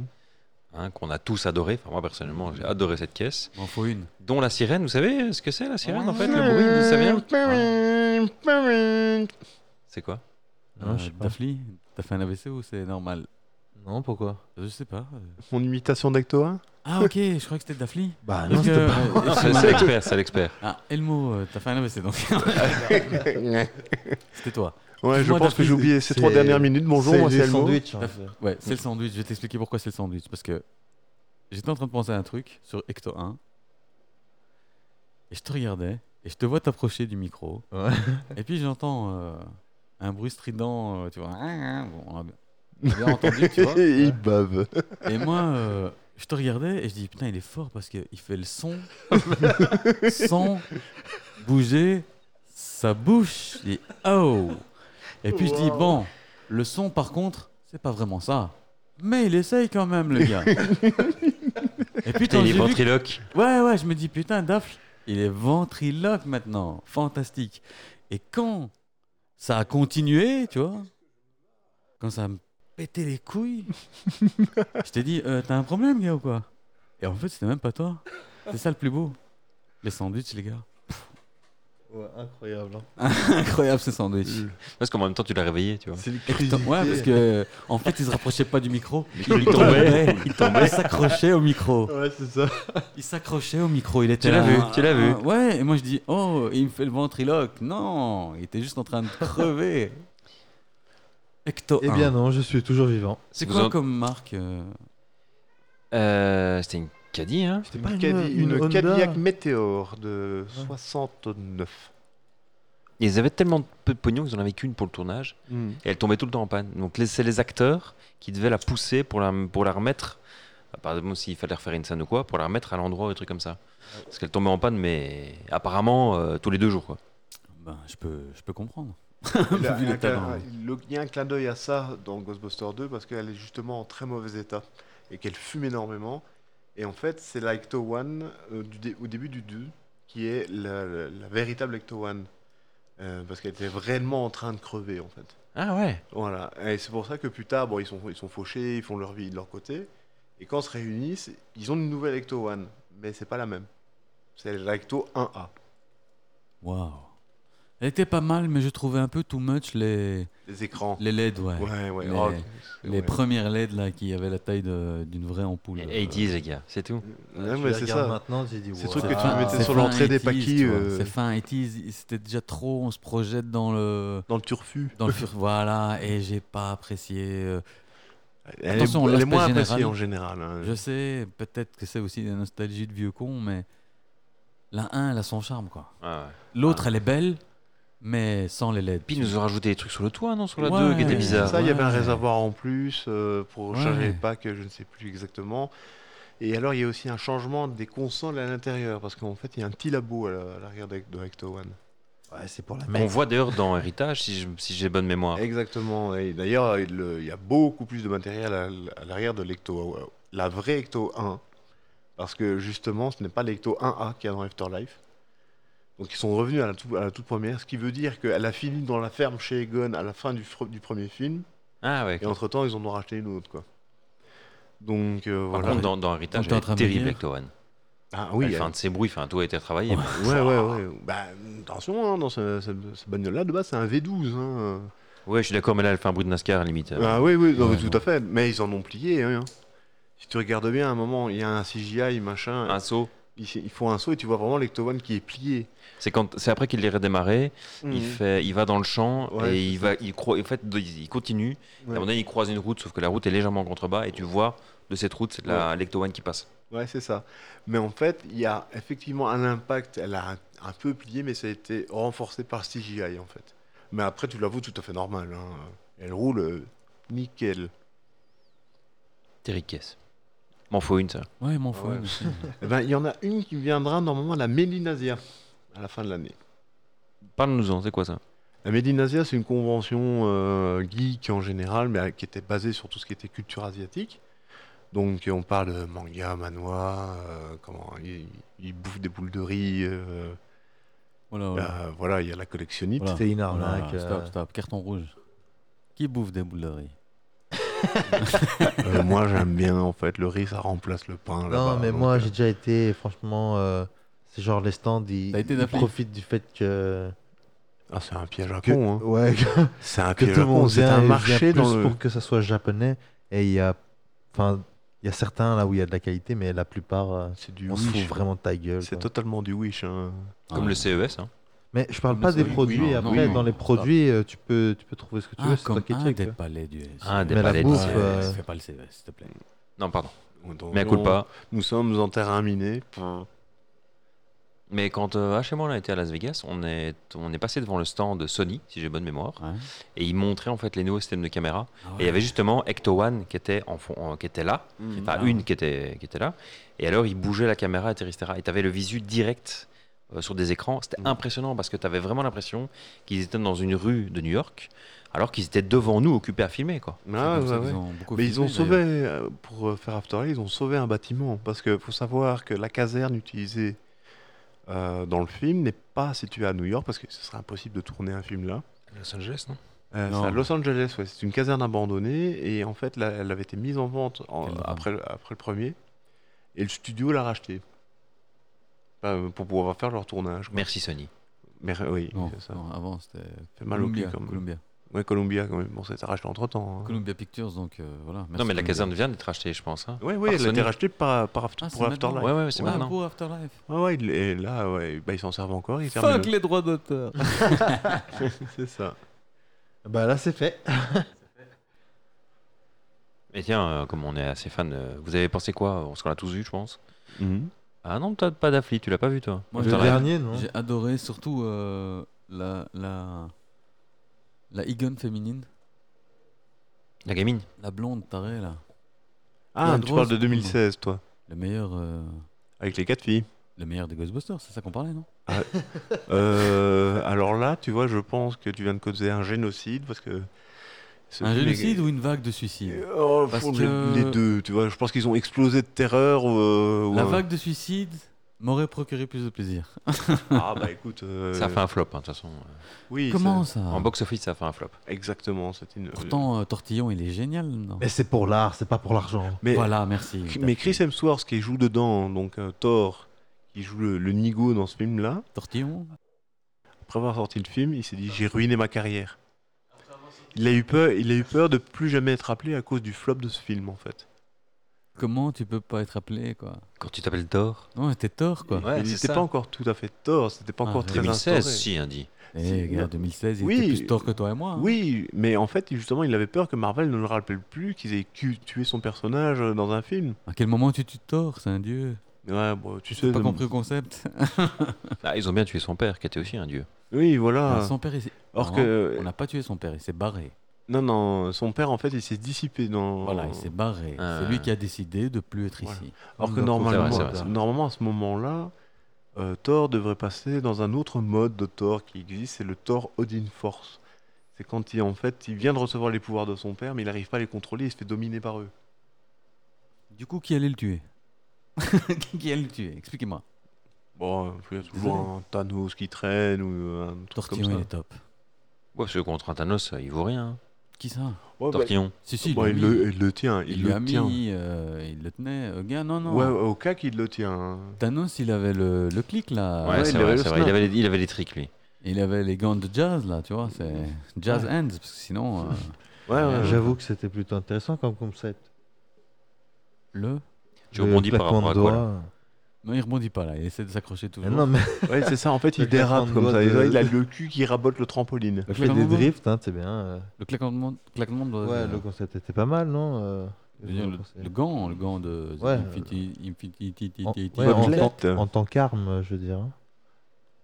Speaker 3: hein, qu'on a tous adoré. Enfin, moi personnellement, j'ai adoré cette caisse.
Speaker 1: Il m'en faut une.
Speaker 3: Dont la sirène, vous savez ce que c'est la sirène en fait Le
Speaker 1: Ouais.
Speaker 3: bruit, vous savez hein C'est quoi
Speaker 2: Non,
Speaker 1: Euh,
Speaker 2: Ah, je sais pas.
Speaker 1: Daphne, t'as fait un AVC ou c'est normal
Speaker 2: Non, pourquoi
Speaker 1: Je sais pas. euh.
Speaker 4: Mon imitation d'Ecto 1
Speaker 1: Ah ok, je crois que c'était Daphne.
Speaker 2: Bah
Speaker 1: Donc, euh, euh,
Speaker 3: C'est c'est l'expert, c'est l'expert.
Speaker 1: Ah, Elmo, euh, t'as fait un AVC donc. C'était toi.
Speaker 4: Ouais, je
Speaker 1: Moi,
Speaker 4: pense que j'ai oublié ces trois
Speaker 2: c'est-
Speaker 4: dernières minutes. Bonjour, moi, c'est
Speaker 2: le
Speaker 4: Elmo.
Speaker 2: sandwich.
Speaker 1: T'as- Ouais, c'est le sandwich. Je vais t'expliquer pourquoi c'est le sandwich. Parce que j'étais en train de penser à un truc sur Ecto 1. Et je te regardais. Et je te vois t'approcher du micro.
Speaker 2: Ouais.
Speaker 1: Et puis j'entends euh, un bruit strident. euh, tu vois. Bon, on a bien- on a bien entendu, tu vois.
Speaker 4: Et il bave.
Speaker 1: Et moi, euh, Je te regardais et je dis putain il est fort parce qu'il fait le son sans bouger sa bouche. Je dis oh Et puis je dis
Speaker 4: Wow.
Speaker 1: bon, le son par contre, c'est pas vraiment ça. Mais il essaye quand même le gars. et puis quand
Speaker 3: il est
Speaker 1: j'ai vu que-
Speaker 3: ventriloque.
Speaker 1: Ouais, ouais, je me dis, putain, Daf, il est ventriloque maintenant. Fantastique. Et quand ça a continué, tu vois, quand ça me pétait les couilles, je t'ai dit, euh, t'as un problème, gars, ou quoi Et en fait, c'était même pas toi. C'est ça le plus beau. Les sandwichs, les gars.
Speaker 2: Ouais, incroyable. hein.
Speaker 1: Incroyable, ces sandwichs.
Speaker 3: Parce qu'en même temps, tu l'as réveillé, tu vois.
Speaker 2: C'est une
Speaker 1: Et putain,
Speaker 2: crudité.
Speaker 1: ouais, parce que en fait, ils se rapprochaient pas du micro.
Speaker 3: Il tombait.
Speaker 1: il tombait, il s'accrochait au micro.
Speaker 2: Ouais, c'est ça.
Speaker 1: Il s'accrochait au micro, il était
Speaker 3: Tu l'as
Speaker 1: là. Ah,
Speaker 3: vu, tu l'as vu.
Speaker 1: Ouais, et moi je dis, oh, il me fait le ventriloque. Non, il était juste en train de crever. Ecto
Speaker 2: Eh
Speaker 1: 1.
Speaker 2: bien non, je suis toujours vivant.
Speaker 1: c'est
Speaker 3: Vous
Speaker 1: quoi
Speaker 3: en-
Speaker 1: comme marque euh,
Speaker 3: Euh, C'était une caddie, hein
Speaker 2: C'était
Speaker 4: Une, Cadi- une
Speaker 2: Honda.
Speaker 4: Cadillac Météor de 69.
Speaker 3: Ils avaient tellement peu de pognon qu'ils en avaient qu'une pour le tournage. Et elle tombait tout le temps en panne. Donc les- c'est les acteurs qui devaient la pousser pour la, pour la remettre, apparemment s'il fallait refaire une scène ou quoi, pour la remettre à l'endroit ou des trucs comme ça. Parce qu'elle tombait en panne, mais apparemment euh, tous les deux jours. Quoi.
Speaker 1: ben, je, peux, je peux comprendre.
Speaker 4: Il a-
Speaker 1: Vu
Speaker 4: il a
Speaker 1: le
Speaker 4: un clin-
Speaker 1: talent.
Speaker 4: le- Il y a un clin d'œil à ça dans Ghostbusters 2 parce qu'elle est justement en très mauvais état et qu'elle fume énormément. Et en fait, c'est la Ecto One euh, du dé- au début du 2 qui est la, la- la véritable Ecto One Euh, parce qu'elle était vraiment en train de crever en fait.
Speaker 3: Ah ouais
Speaker 4: Voilà, et c'est pour ça que plus tard, bon, ils sont, ils sont fauchés, ils font leur vie de leur côté, et quand ils se réunissent, ils ont une nouvelle Ecto One, mais c'est pas la même. C'est la Ecto 1A,
Speaker 1: Waouh. Elle était pas mal, mais je trouvais un peu too much les,
Speaker 4: les écrans.
Speaker 1: les LED, ouais.
Speaker 4: Ouais, ouais,
Speaker 1: les-
Speaker 4: oh,
Speaker 1: les
Speaker 4: ouais.
Speaker 1: premières LED là, qui avaient la taille de- d'une vraie ampoule.
Speaker 3: Et-
Speaker 1: euh,
Speaker 3: 80s, les gars, c'est tout.
Speaker 4: Ouais,
Speaker 2: Je
Speaker 4: mais
Speaker 2: les
Speaker 4: c'est
Speaker 2: regarde
Speaker 4: ça.
Speaker 2: Maintenant, j'ai dit.
Speaker 4: Ces
Speaker 2: waouh.
Speaker 4: trucs que tu
Speaker 2: Ah,
Speaker 4: mettais
Speaker 1: c'est
Speaker 4: sur
Speaker 1: fin
Speaker 4: l'entrée des
Speaker 1: 80s,
Speaker 4: paquis,
Speaker 1: tu vois.
Speaker 4: euh.
Speaker 1: C'est fin 80s, c'était déjà trop, on se projette dans le.
Speaker 4: Dans le turfu.
Speaker 1: Dans le fur, voilà, et j'ai pas apprécié. euh,
Speaker 4: Elle est,
Speaker 1: Attention,
Speaker 4: elle est
Speaker 1: l'aspect
Speaker 4: moins
Speaker 1: général.
Speaker 4: appréciée en général. hein.
Speaker 1: Je sais, peut-être que c'est aussi des nostalgies de vieux cons, mais la 1, elle a son charme, quoi.
Speaker 3: Ah ouais.
Speaker 1: L'autre,
Speaker 3: Ah.
Speaker 1: elle est belle, mais sans les LED.
Speaker 3: Puis ils nous ont rajouté des trucs sur le toit, non Sur la
Speaker 1: Ouais.
Speaker 3: 2 qui était
Speaker 1: Ouais,
Speaker 3: bizarre.
Speaker 4: Ça, il y avait un
Speaker 1: Ouais.
Speaker 4: réservoir en plus euh, pour
Speaker 1: Ouais.
Speaker 4: charger les packs, je ne sais plus exactement. Et alors, il y a aussi un changement des consoles à l'intérière, parce qu'en fait, il y a un petit labo à la- à l'arrière de de Ecto One.
Speaker 2: Ouais, c'est pour la
Speaker 3: On
Speaker 2: merde.
Speaker 3: voit d'ailleurs dans Héritage, si je- si j'ai bonne mémoire.
Speaker 4: Exactement. Et d'ailleurs, il le- il y a beaucoup plus de matériel à, l- à l'arrière de l'Ecto, euh, la vraie Ecto 1. Parce que justement, ce n'est pas l'Ecto 1A qu'il y a dans Afterlife. Donc ils sont revenus à la, tout- à la toute première, ce qui veut dire qu'elle a fini dans la ferme chez Egon à la fin du, fr- du premier film.
Speaker 3: Ah ouais.
Speaker 4: Et entre-temps, ils en ont racheté une autre. quoi. Donc euh,
Speaker 3: Par
Speaker 4: voilà.
Speaker 3: contre, dans, dans Héritage,
Speaker 1: t'es en
Speaker 3: elle
Speaker 1: train
Speaker 3: est
Speaker 1: de me
Speaker 3: terrible
Speaker 1: dire-
Speaker 3: avec Toan.
Speaker 4: ah
Speaker 3: Oui,
Speaker 4: oui,
Speaker 3: elle fait un de ses bruits, enfin, tout a été retravaillé.
Speaker 4: elle- ouais, ouais, ouais. Bah, attention, hein, dans ce, ce, ce bagnole-là, de base, c'est un V12. hein.
Speaker 3: Ouais, je suis d'accord, mais là, elle fait un bruit de NASCAR à la limite.
Speaker 4: Ah oui, oui, non,
Speaker 1: Ouais,
Speaker 4: mais tout
Speaker 1: non.
Speaker 4: à fait. Mais ils en ont plié. hein. Si tu regardes bien, à un moment, il y a un CGI, machin.
Speaker 3: Un saut.
Speaker 4: Ils, ils font un saut et tu vois vraiment l'Ecto One qui est plié.
Speaker 3: C'est quand, c'est après qu'il l'ait redémarré. Il
Speaker 4: Mhm.
Speaker 3: fait, il va dans le champ
Speaker 4: Ouais,
Speaker 3: et il va, il croit, en fait, il il continue. Et À un
Speaker 4: Ouais.
Speaker 3: moment donné, il croise une route, sauf que la route est légèrement en contrebas et tu vois de cette route, c'est la l'Ecto One qui passe.
Speaker 4: Ouais, c'est ça. Mais en fait, il y a effectivement un impact. Elle a un, un peu plié, mais ça a été renforcé par CGI, en fait. Mais après, tu l'avoues, tout à fait normal. hein. Elle roule euh, nickel.
Speaker 3: Terry Kess. M'en faut une ça.
Speaker 1: Ouais, m'en fous.
Speaker 4: Ouais.
Speaker 1: mais c'est-
Speaker 4: Eh ben, Il y en a une qui viendra normalement, la Mélinasia, à la fin de l'année.
Speaker 3: Parle-nous-en, c'est quoi ça
Speaker 4: La Médinasia, c'est une convention euh, geek en général, mais euh, qui était basée sur tout ce qui était culture asiatique. Donc euh, on parle de manga, manhwa, euh, comment ils, ils bouffent des boules de riz. euh,
Speaker 1: Voilà, voilà.
Speaker 4: euh, voilà, il y a la collectionnite.
Speaker 1: Voilà.
Speaker 2: C'était une
Speaker 3: Ah,
Speaker 1: Voilà,
Speaker 2: arnaque. euh.
Speaker 1: Stop, stop, carton rouge. Qui bouffe des boules de riz
Speaker 4: Euh, moi j'aime bien en fait, le riz ça remplace le pain.
Speaker 2: Non,
Speaker 4: là-bas,
Speaker 2: mais
Speaker 4: donc,
Speaker 2: moi
Speaker 4: euh,
Speaker 2: j'ai déjà été, franchement, euh, c'est genre les stands, ils,
Speaker 1: T'as été
Speaker 2: ils
Speaker 1: d'affli-
Speaker 2: profitent du fait que.
Speaker 4: ah, c'est un piège à
Speaker 2: que-
Speaker 4: con. hein.
Speaker 2: ouais, que,
Speaker 4: C'est un
Speaker 2: que
Speaker 4: piège
Speaker 2: tout
Speaker 4: à
Speaker 2: le monde
Speaker 4: con. C'est
Speaker 2: vient,
Speaker 4: un
Speaker 2: et
Speaker 4: marché
Speaker 2: vient
Speaker 4: dans
Speaker 2: plus
Speaker 4: le.
Speaker 2: pour que ça soit japonais. Et il y a. Enfin, il y a certains là où il y a de la qualité, mais la plupart, euh,
Speaker 4: C'est du
Speaker 2: on se fout
Speaker 4: wish.
Speaker 2: vraiment de ta gueule.
Speaker 4: C'est
Speaker 2: quoi.
Speaker 4: totalement du wish. hein.
Speaker 3: Comme
Speaker 1: Ah.
Speaker 3: le CES. Hein.
Speaker 2: Mais je parle
Speaker 1: Mais
Speaker 2: pas
Speaker 1: ça,
Speaker 2: des
Speaker 1: oui, oui,
Speaker 2: produits.
Speaker 1: non,
Speaker 2: après,
Speaker 1: non,
Speaker 2: dans les
Speaker 1: stop.
Speaker 2: produits, euh, tu peux, tu peux trouver ce que tu
Speaker 1: Ah,
Speaker 2: veux. c'est
Speaker 1: comme
Speaker 2: toi qui
Speaker 1: un
Speaker 2: check,
Speaker 1: des
Speaker 2: quoi.
Speaker 1: palais du CES.
Speaker 3: hein. Un des
Speaker 2: Mais la
Speaker 3: palais de
Speaker 2: bouffe,
Speaker 3: CES.
Speaker 2: euh,
Speaker 1: Fais pas le CES, s'il te plaît.
Speaker 3: Non, pardon.
Speaker 4: Donc,
Speaker 3: Mais à
Speaker 4: on-
Speaker 3: coup pas.
Speaker 4: Ah, Nous sommes en terrain miné. Pff.
Speaker 3: Mais quand euh, HM on a été à Las Vegas, on est, on est passé devant le stand de Sony, si j'ai bonne mémoire,
Speaker 1: Ouais.
Speaker 3: et ils montraient en fait les nouveaux systèmes de caméra.
Speaker 1: Ah
Speaker 3: Et il y avait justement Ecto One qui était, en fond, en- qui était là, enfin
Speaker 1: Ah.
Speaker 3: une qui était, qui était là, et alors il bougeait la caméra, etc. etc. Et tu avais le visu direct euh, sur des écrans. C'était
Speaker 1: Mhm.
Speaker 3: impressionnant parce que tu avais vraiment l'impression qu'ils étaient dans une rue de New York, alors qu'ils étaient devant nous occupés à filmer. quoi.
Speaker 1: C'est
Speaker 4: Ah,
Speaker 1: comme ça
Speaker 4: ouais,
Speaker 1: qu'ils
Speaker 4: ouais.
Speaker 1: ont beaucoup
Speaker 4: Mais ils
Speaker 1: filmé,
Speaker 4: ont sauvé, euh, pour euh, faire After Eight, ils ont sauvé un bâtiment. Parce que faut savoir que la caserne utilisée euh, dans le film n'est pas située à New York, parce que ce serait impossible de tourner un film là.
Speaker 3: Los Angeles, non
Speaker 4: Euh,
Speaker 1: Non.
Speaker 4: c'est à Los Angeles, ouais. c'est une caserne abandonnée. Et en fait, là, elle avait été mise en vente en-
Speaker 1: Quel drame.
Speaker 4: après, le- après le premier. Et le studio l'a rachetée. Euh, pour pouvoir faire leur tournage. quoi.
Speaker 3: Merci Sony.
Speaker 4: Mais, euh, oui,
Speaker 1: Non,
Speaker 4: c'est ça.
Speaker 1: non, avant c'était
Speaker 4: fait mal au cul
Speaker 1: Columbia,
Speaker 4: quand même.
Speaker 1: Columbia.
Speaker 4: Ouais, Columbia quand même. Bon, ça a été racheté hein. entre temps.
Speaker 1: Columbia Pictures, donc euh, voilà.
Speaker 3: non,
Speaker 1: Merci,
Speaker 3: mais la
Speaker 1: Columbia.
Speaker 3: caserne vient d'être rachetée, je pense. hein.
Speaker 4: Ouais,
Speaker 3: Par
Speaker 4: ouais, elle a
Speaker 3: Sony.
Speaker 4: été rachetée par, par After-
Speaker 1: Ah, c'est
Speaker 4: pour
Speaker 1: maintenant.
Speaker 4: Afterlife.
Speaker 3: Ouais, ouais, c'est
Speaker 1: Ouais,
Speaker 3: maintenant.
Speaker 1: pour Afterlife.
Speaker 4: Ouais, ouais, il- et là, ouais, bah, ils s'en servent encore. Ils terminent
Speaker 1: Fuck les droits d'auteur. hein.
Speaker 4: le- C'est ça.
Speaker 2: Bah là, c'est fait.
Speaker 3: Mais tiens, euh, comme on est assez fan, euh, vous avez pensé quoi Parce qu'on l'a tous vu, je pense.
Speaker 4: Mhm.
Speaker 3: Ah non, t'as pas d'affli, tu l'as pas vu toi
Speaker 1: Moi,
Speaker 2: le
Speaker 1: j'aurais-
Speaker 2: dernier, non
Speaker 1: J'ai adoré surtout euh, la la la Egon féminine,
Speaker 3: La gamine
Speaker 1: la blonde tarée là,
Speaker 4: Ah,
Speaker 1: La
Speaker 4: tu
Speaker 1: grosse
Speaker 4: parles de
Speaker 1: blonde.
Speaker 4: 2016, toi,
Speaker 1: le meilleur euh,
Speaker 4: avec les quatre filles.
Speaker 1: le meilleur des Ghostbusters, c'est ça qu'on parlait non
Speaker 4: Euh, alors là, tu vois, je pense que tu viens de causer un génocide parce que. ce
Speaker 1: Un
Speaker 4: film est-
Speaker 1: génocide ou une vague de suicides
Speaker 4: Oh,
Speaker 1: Parce
Speaker 4: faut les-
Speaker 1: que-
Speaker 4: Les deux, tu vois, je pense qu'ils ont explosé de terreur. euh,
Speaker 1: La
Speaker 4: ouais.
Speaker 1: vague de suicides m'aurait procuré plus de plaisir.
Speaker 4: Ah, bah écoute. euh,
Speaker 3: Ça a fait un flop, hein, de toute façon.
Speaker 4: Oui,
Speaker 1: Comment ça
Speaker 3: En box-office, ça a fait un flop.
Speaker 4: c'est- Exactement, c'était une.
Speaker 1: Pourtant euh, Tortillon, il est génial. non
Speaker 2: Mais c'est pour l'art, c'est pas pour l'argent.
Speaker 4: Mais,
Speaker 1: Voilà, merci.
Speaker 4: mais Chris Hemsworth qui joue dedans, donc euh, Thor, qui joue le, le Nigo dans ce film-là,
Speaker 1: Tortillon.
Speaker 4: Après avoir sorti le film, il s'est dit j'ai ruiné ma carrière. Il a eu peur, il a eu peur de plus jamais être appelé à cause du flop de ce film en fait.
Speaker 1: Comment tu peux pas être appelé quoi
Speaker 3: Quand tu t'appelles Thor
Speaker 1: Non, mais t'es tort quoi.
Speaker 3: Ouais,
Speaker 4: il
Speaker 3: c'est
Speaker 4: n'était
Speaker 3: ça.
Speaker 4: pas encore tout à fait tort, c'était pas
Speaker 1: Ah,
Speaker 4: encore très
Speaker 3: 2016,
Speaker 4: instauré.
Speaker 3: si, Andy.
Speaker 1: Eh
Speaker 4: Si,
Speaker 1: gars,
Speaker 4: non.
Speaker 1: 2016, il
Speaker 4: Oui.
Speaker 1: était plus tort que toi et moi. hein.
Speaker 4: Oui, mais en fait, justement, il avait peur que Marvel ne le rappelle plus, qu'ils aient cu- tué son personnage euh, dans un film.
Speaker 1: À quel moment tu tues tort C'est un dieu.
Speaker 4: Ouais, bon, tu sais.
Speaker 1: J'ai pas
Speaker 4: euh,
Speaker 1: compris le concept.
Speaker 3: Ah, ils ont bien tué son père, qui était aussi un dieu.
Speaker 4: Oui,
Speaker 1: Ah,
Speaker 4: voilà.
Speaker 1: Son père, il s'est-
Speaker 4: Or
Speaker 1: Non,
Speaker 4: que
Speaker 1: on n'a pas tué son père, il s'est barré.
Speaker 4: non, non, son père en fait, il s'est dissipé dans.
Speaker 1: Voilà, il s'est barré.
Speaker 3: Ah.
Speaker 1: C'est lui qui a décidé de plus être
Speaker 4: Oh. Voilà.
Speaker 1: ici.
Speaker 4: Alors que
Speaker 2: Donc,
Speaker 4: normalement,
Speaker 3: c'est vrai, c'est vrai.
Speaker 4: normalement à ce moment-là, euh, Thor devrait passer dans un autre mode de Thor qui existe, c'est le Thor Odin Force. C'est quand il en fait, il vient de recevoir les pouvoirs de son père, mais il n'arrive pas à les contrôler, il se fait dominer par eux.
Speaker 1: Du coup, qui allait le tuer Qui allait le tuer Expliquez-moi.
Speaker 4: Bon, euh, il y a toujours
Speaker 1: Désolé.
Speaker 4: un Thanos qui traîne ou un truc comme
Speaker 1: Tortillon, il est
Speaker 4: ça.
Speaker 1: top.
Speaker 3: Ouais, parce que contre un Thanos, euh, il vaut rien.
Speaker 1: Qui ça
Speaker 4: Ouais, bah,
Speaker 3: Tortillon.
Speaker 1: Si, si, il
Speaker 4: bon,
Speaker 1: l'a
Speaker 4: il,
Speaker 1: mis.
Speaker 4: le, il le tient, il,
Speaker 1: Il lui
Speaker 4: le
Speaker 1: a
Speaker 4: tient.
Speaker 1: mis, euh, il le tenait. Euh, gars, non, non.
Speaker 4: Ouais, au cas qu'il le tient. hein.
Speaker 1: Thanos, il avait le, le clic là.
Speaker 3: ouais,
Speaker 4: ouais,
Speaker 3: c'est
Speaker 4: il
Speaker 3: vrai,
Speaker 4: avait le
Speaker 3: c'est vrai. Il avait, les- il avait les tricks, lui.
Speaker 1: Il avait les gants de jazz là, tu vois. C'est jazz
Speaker 4: Ouais.
Speaker 1: hands, parce que sinon. euh,
Speaker 4: Ouais, ouais, ouais.
Speaker 2: J'avoue que c'était plutôt intéressant comme concept.
Speaker 1: le.
Speaker 3: Tu
Speaker 2: Le
Speaker 3: rebondis par
Speaker 2: claquement
Speaker 3: rapport à
Speaker 2: de
Speaker 3: quoi,
Speaker 2: doigts.
Speaker 1: Non, il rebondit pas là, il essaie de
Speaker 4: Eh
Speaker 1: s'accrocher
Speaker 2: Mais
Speaker 1: toujours.
Speaker 2: Non, mais
Speaker 4: Ouais, c'est ça, en fait, il
Speaker 2: Le claquement
Speaker 4: dérape
Speaker 2: de
Speaker 4: comme
Speaker 2: doigts
Speaker 4: ça.
Speaker 2: de-
Speaker 4: Il a le cul qui rabote le trampoline.
Speaker 1: le
Speaker 2: fait
Speaker 1: claquement
Speaker 2: des
Speaker 1: de doigts
Speaker 2: drifts, hein, c'est bien. euh.
Speaker 1: Le claquement de claquement de doigts,
Speaker 2: Ouais,
Speaker 1: euh,
Speaker 2: le concept était pas mal, non euh,
Speaker 1: je veux dire, le, le gant, le gant de
Speaker 2: Ouais,
Speaker 1: Infinity. Infinity-
Speaker 2: En,
Speaker 1: Infinity-
Speaker 2: ouais, en
Speaker 4: Boblet.
Speaker 2: tant- en tant qu'arme, je veux dire. hein.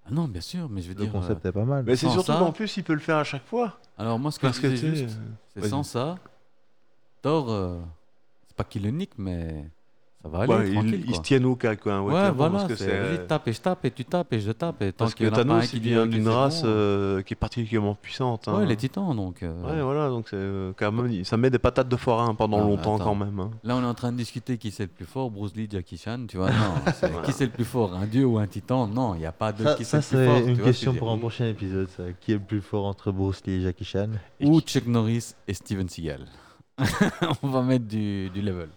Speaker 1: Ah non, bien sûr, mais je veux
Speaker 2: Le
Speaker 1: dire.
Speaker 2: concept est pas mal.
Speaker 4: Mais c'est
Speaker 1: Sans
Speaker 4: surtout
Speaker 1: ça-
Speaker 4: qu'en plus, il peut le faire à chaque fois.
Speaker 1: euh, alors moi, ce que
Speaker 4: Parce
Speaker 1: je
Speaker 4: que
Speaker 1: disais
Speaker 4: tu sais,
Speaker 1: juste, c'est
Speaker 4: vas-y.
Speaker 1: sans ça, Thor, euh, c'est pas qu'il le nique, mais ça va aller
Speaker 4: Ouais, ils-
Speaker 1: tranquille.
Speaker 4: ils,
Speaker 1: quoi.
Speaker 4: se tiennent au cas quoi. hein, ouais,
Speaker 1: Ouais,
Speaker 4: clairement,
Speaker 1: voilà,
Speaker 4: parce que
Speaker 1: c'est- hein.
Speaker 4: c'est euh,
Speaker 1: vas-y, tape et je tape et tu tapes et je tape et tant
Speaker 4: parce
Speaker 1: qu'il y en
Speaker 4: que
Speaker 1: a pas un
Speaker 4: Thanos
Speaker 1: qui
Speaker 4: il
Speaker 1: dit,
Speaker 4: vient
Speaker 1: ok,
Speaker 4: d'une
Speaker 1: c'est
Speaker 4: race
Speaker 1: bon.
Speaker 4: euh, qui est particulièrement puissante. hein.
Speaker 1: Ouais, les titans donc. euh,
Speaker 4: Ouais, voilà, donc c'est euh, quand même il- ça met des patates de forain pendant
Speaker 1: Non, mais
Speaker 4: longtemps
Speaker 1: Ah, attends.
Speaker 4: quand même. hein.
Speaker 1: Là, on est en train de discuter qui c'est le plus fort, Bruce Lee, Jackie Chan, tu vois. Non, c'est- qui c'est le plus fort, un dieu ou un titan Non, il n'y a pas de
Speaker 2: Ça,
Speaker 1: qui
Speaker 2: ça,
Speaker 1: c'est le plus fort.
Speaker 2: c'est
Speaker 1: tu vois
Speaker 2: une
Speaker 1: ce que je
Speaker 2: question
Speaker 1: veux
Speaker 2: pour
Speaker 1: dire.
Speaker 2: un prochain épisode. ça. Qui est le plus fort entre Bruce Lee et Jackie Chan
Speaker 1: Ou Chuck Norris et Steven Seagal. on va mettre du, du level.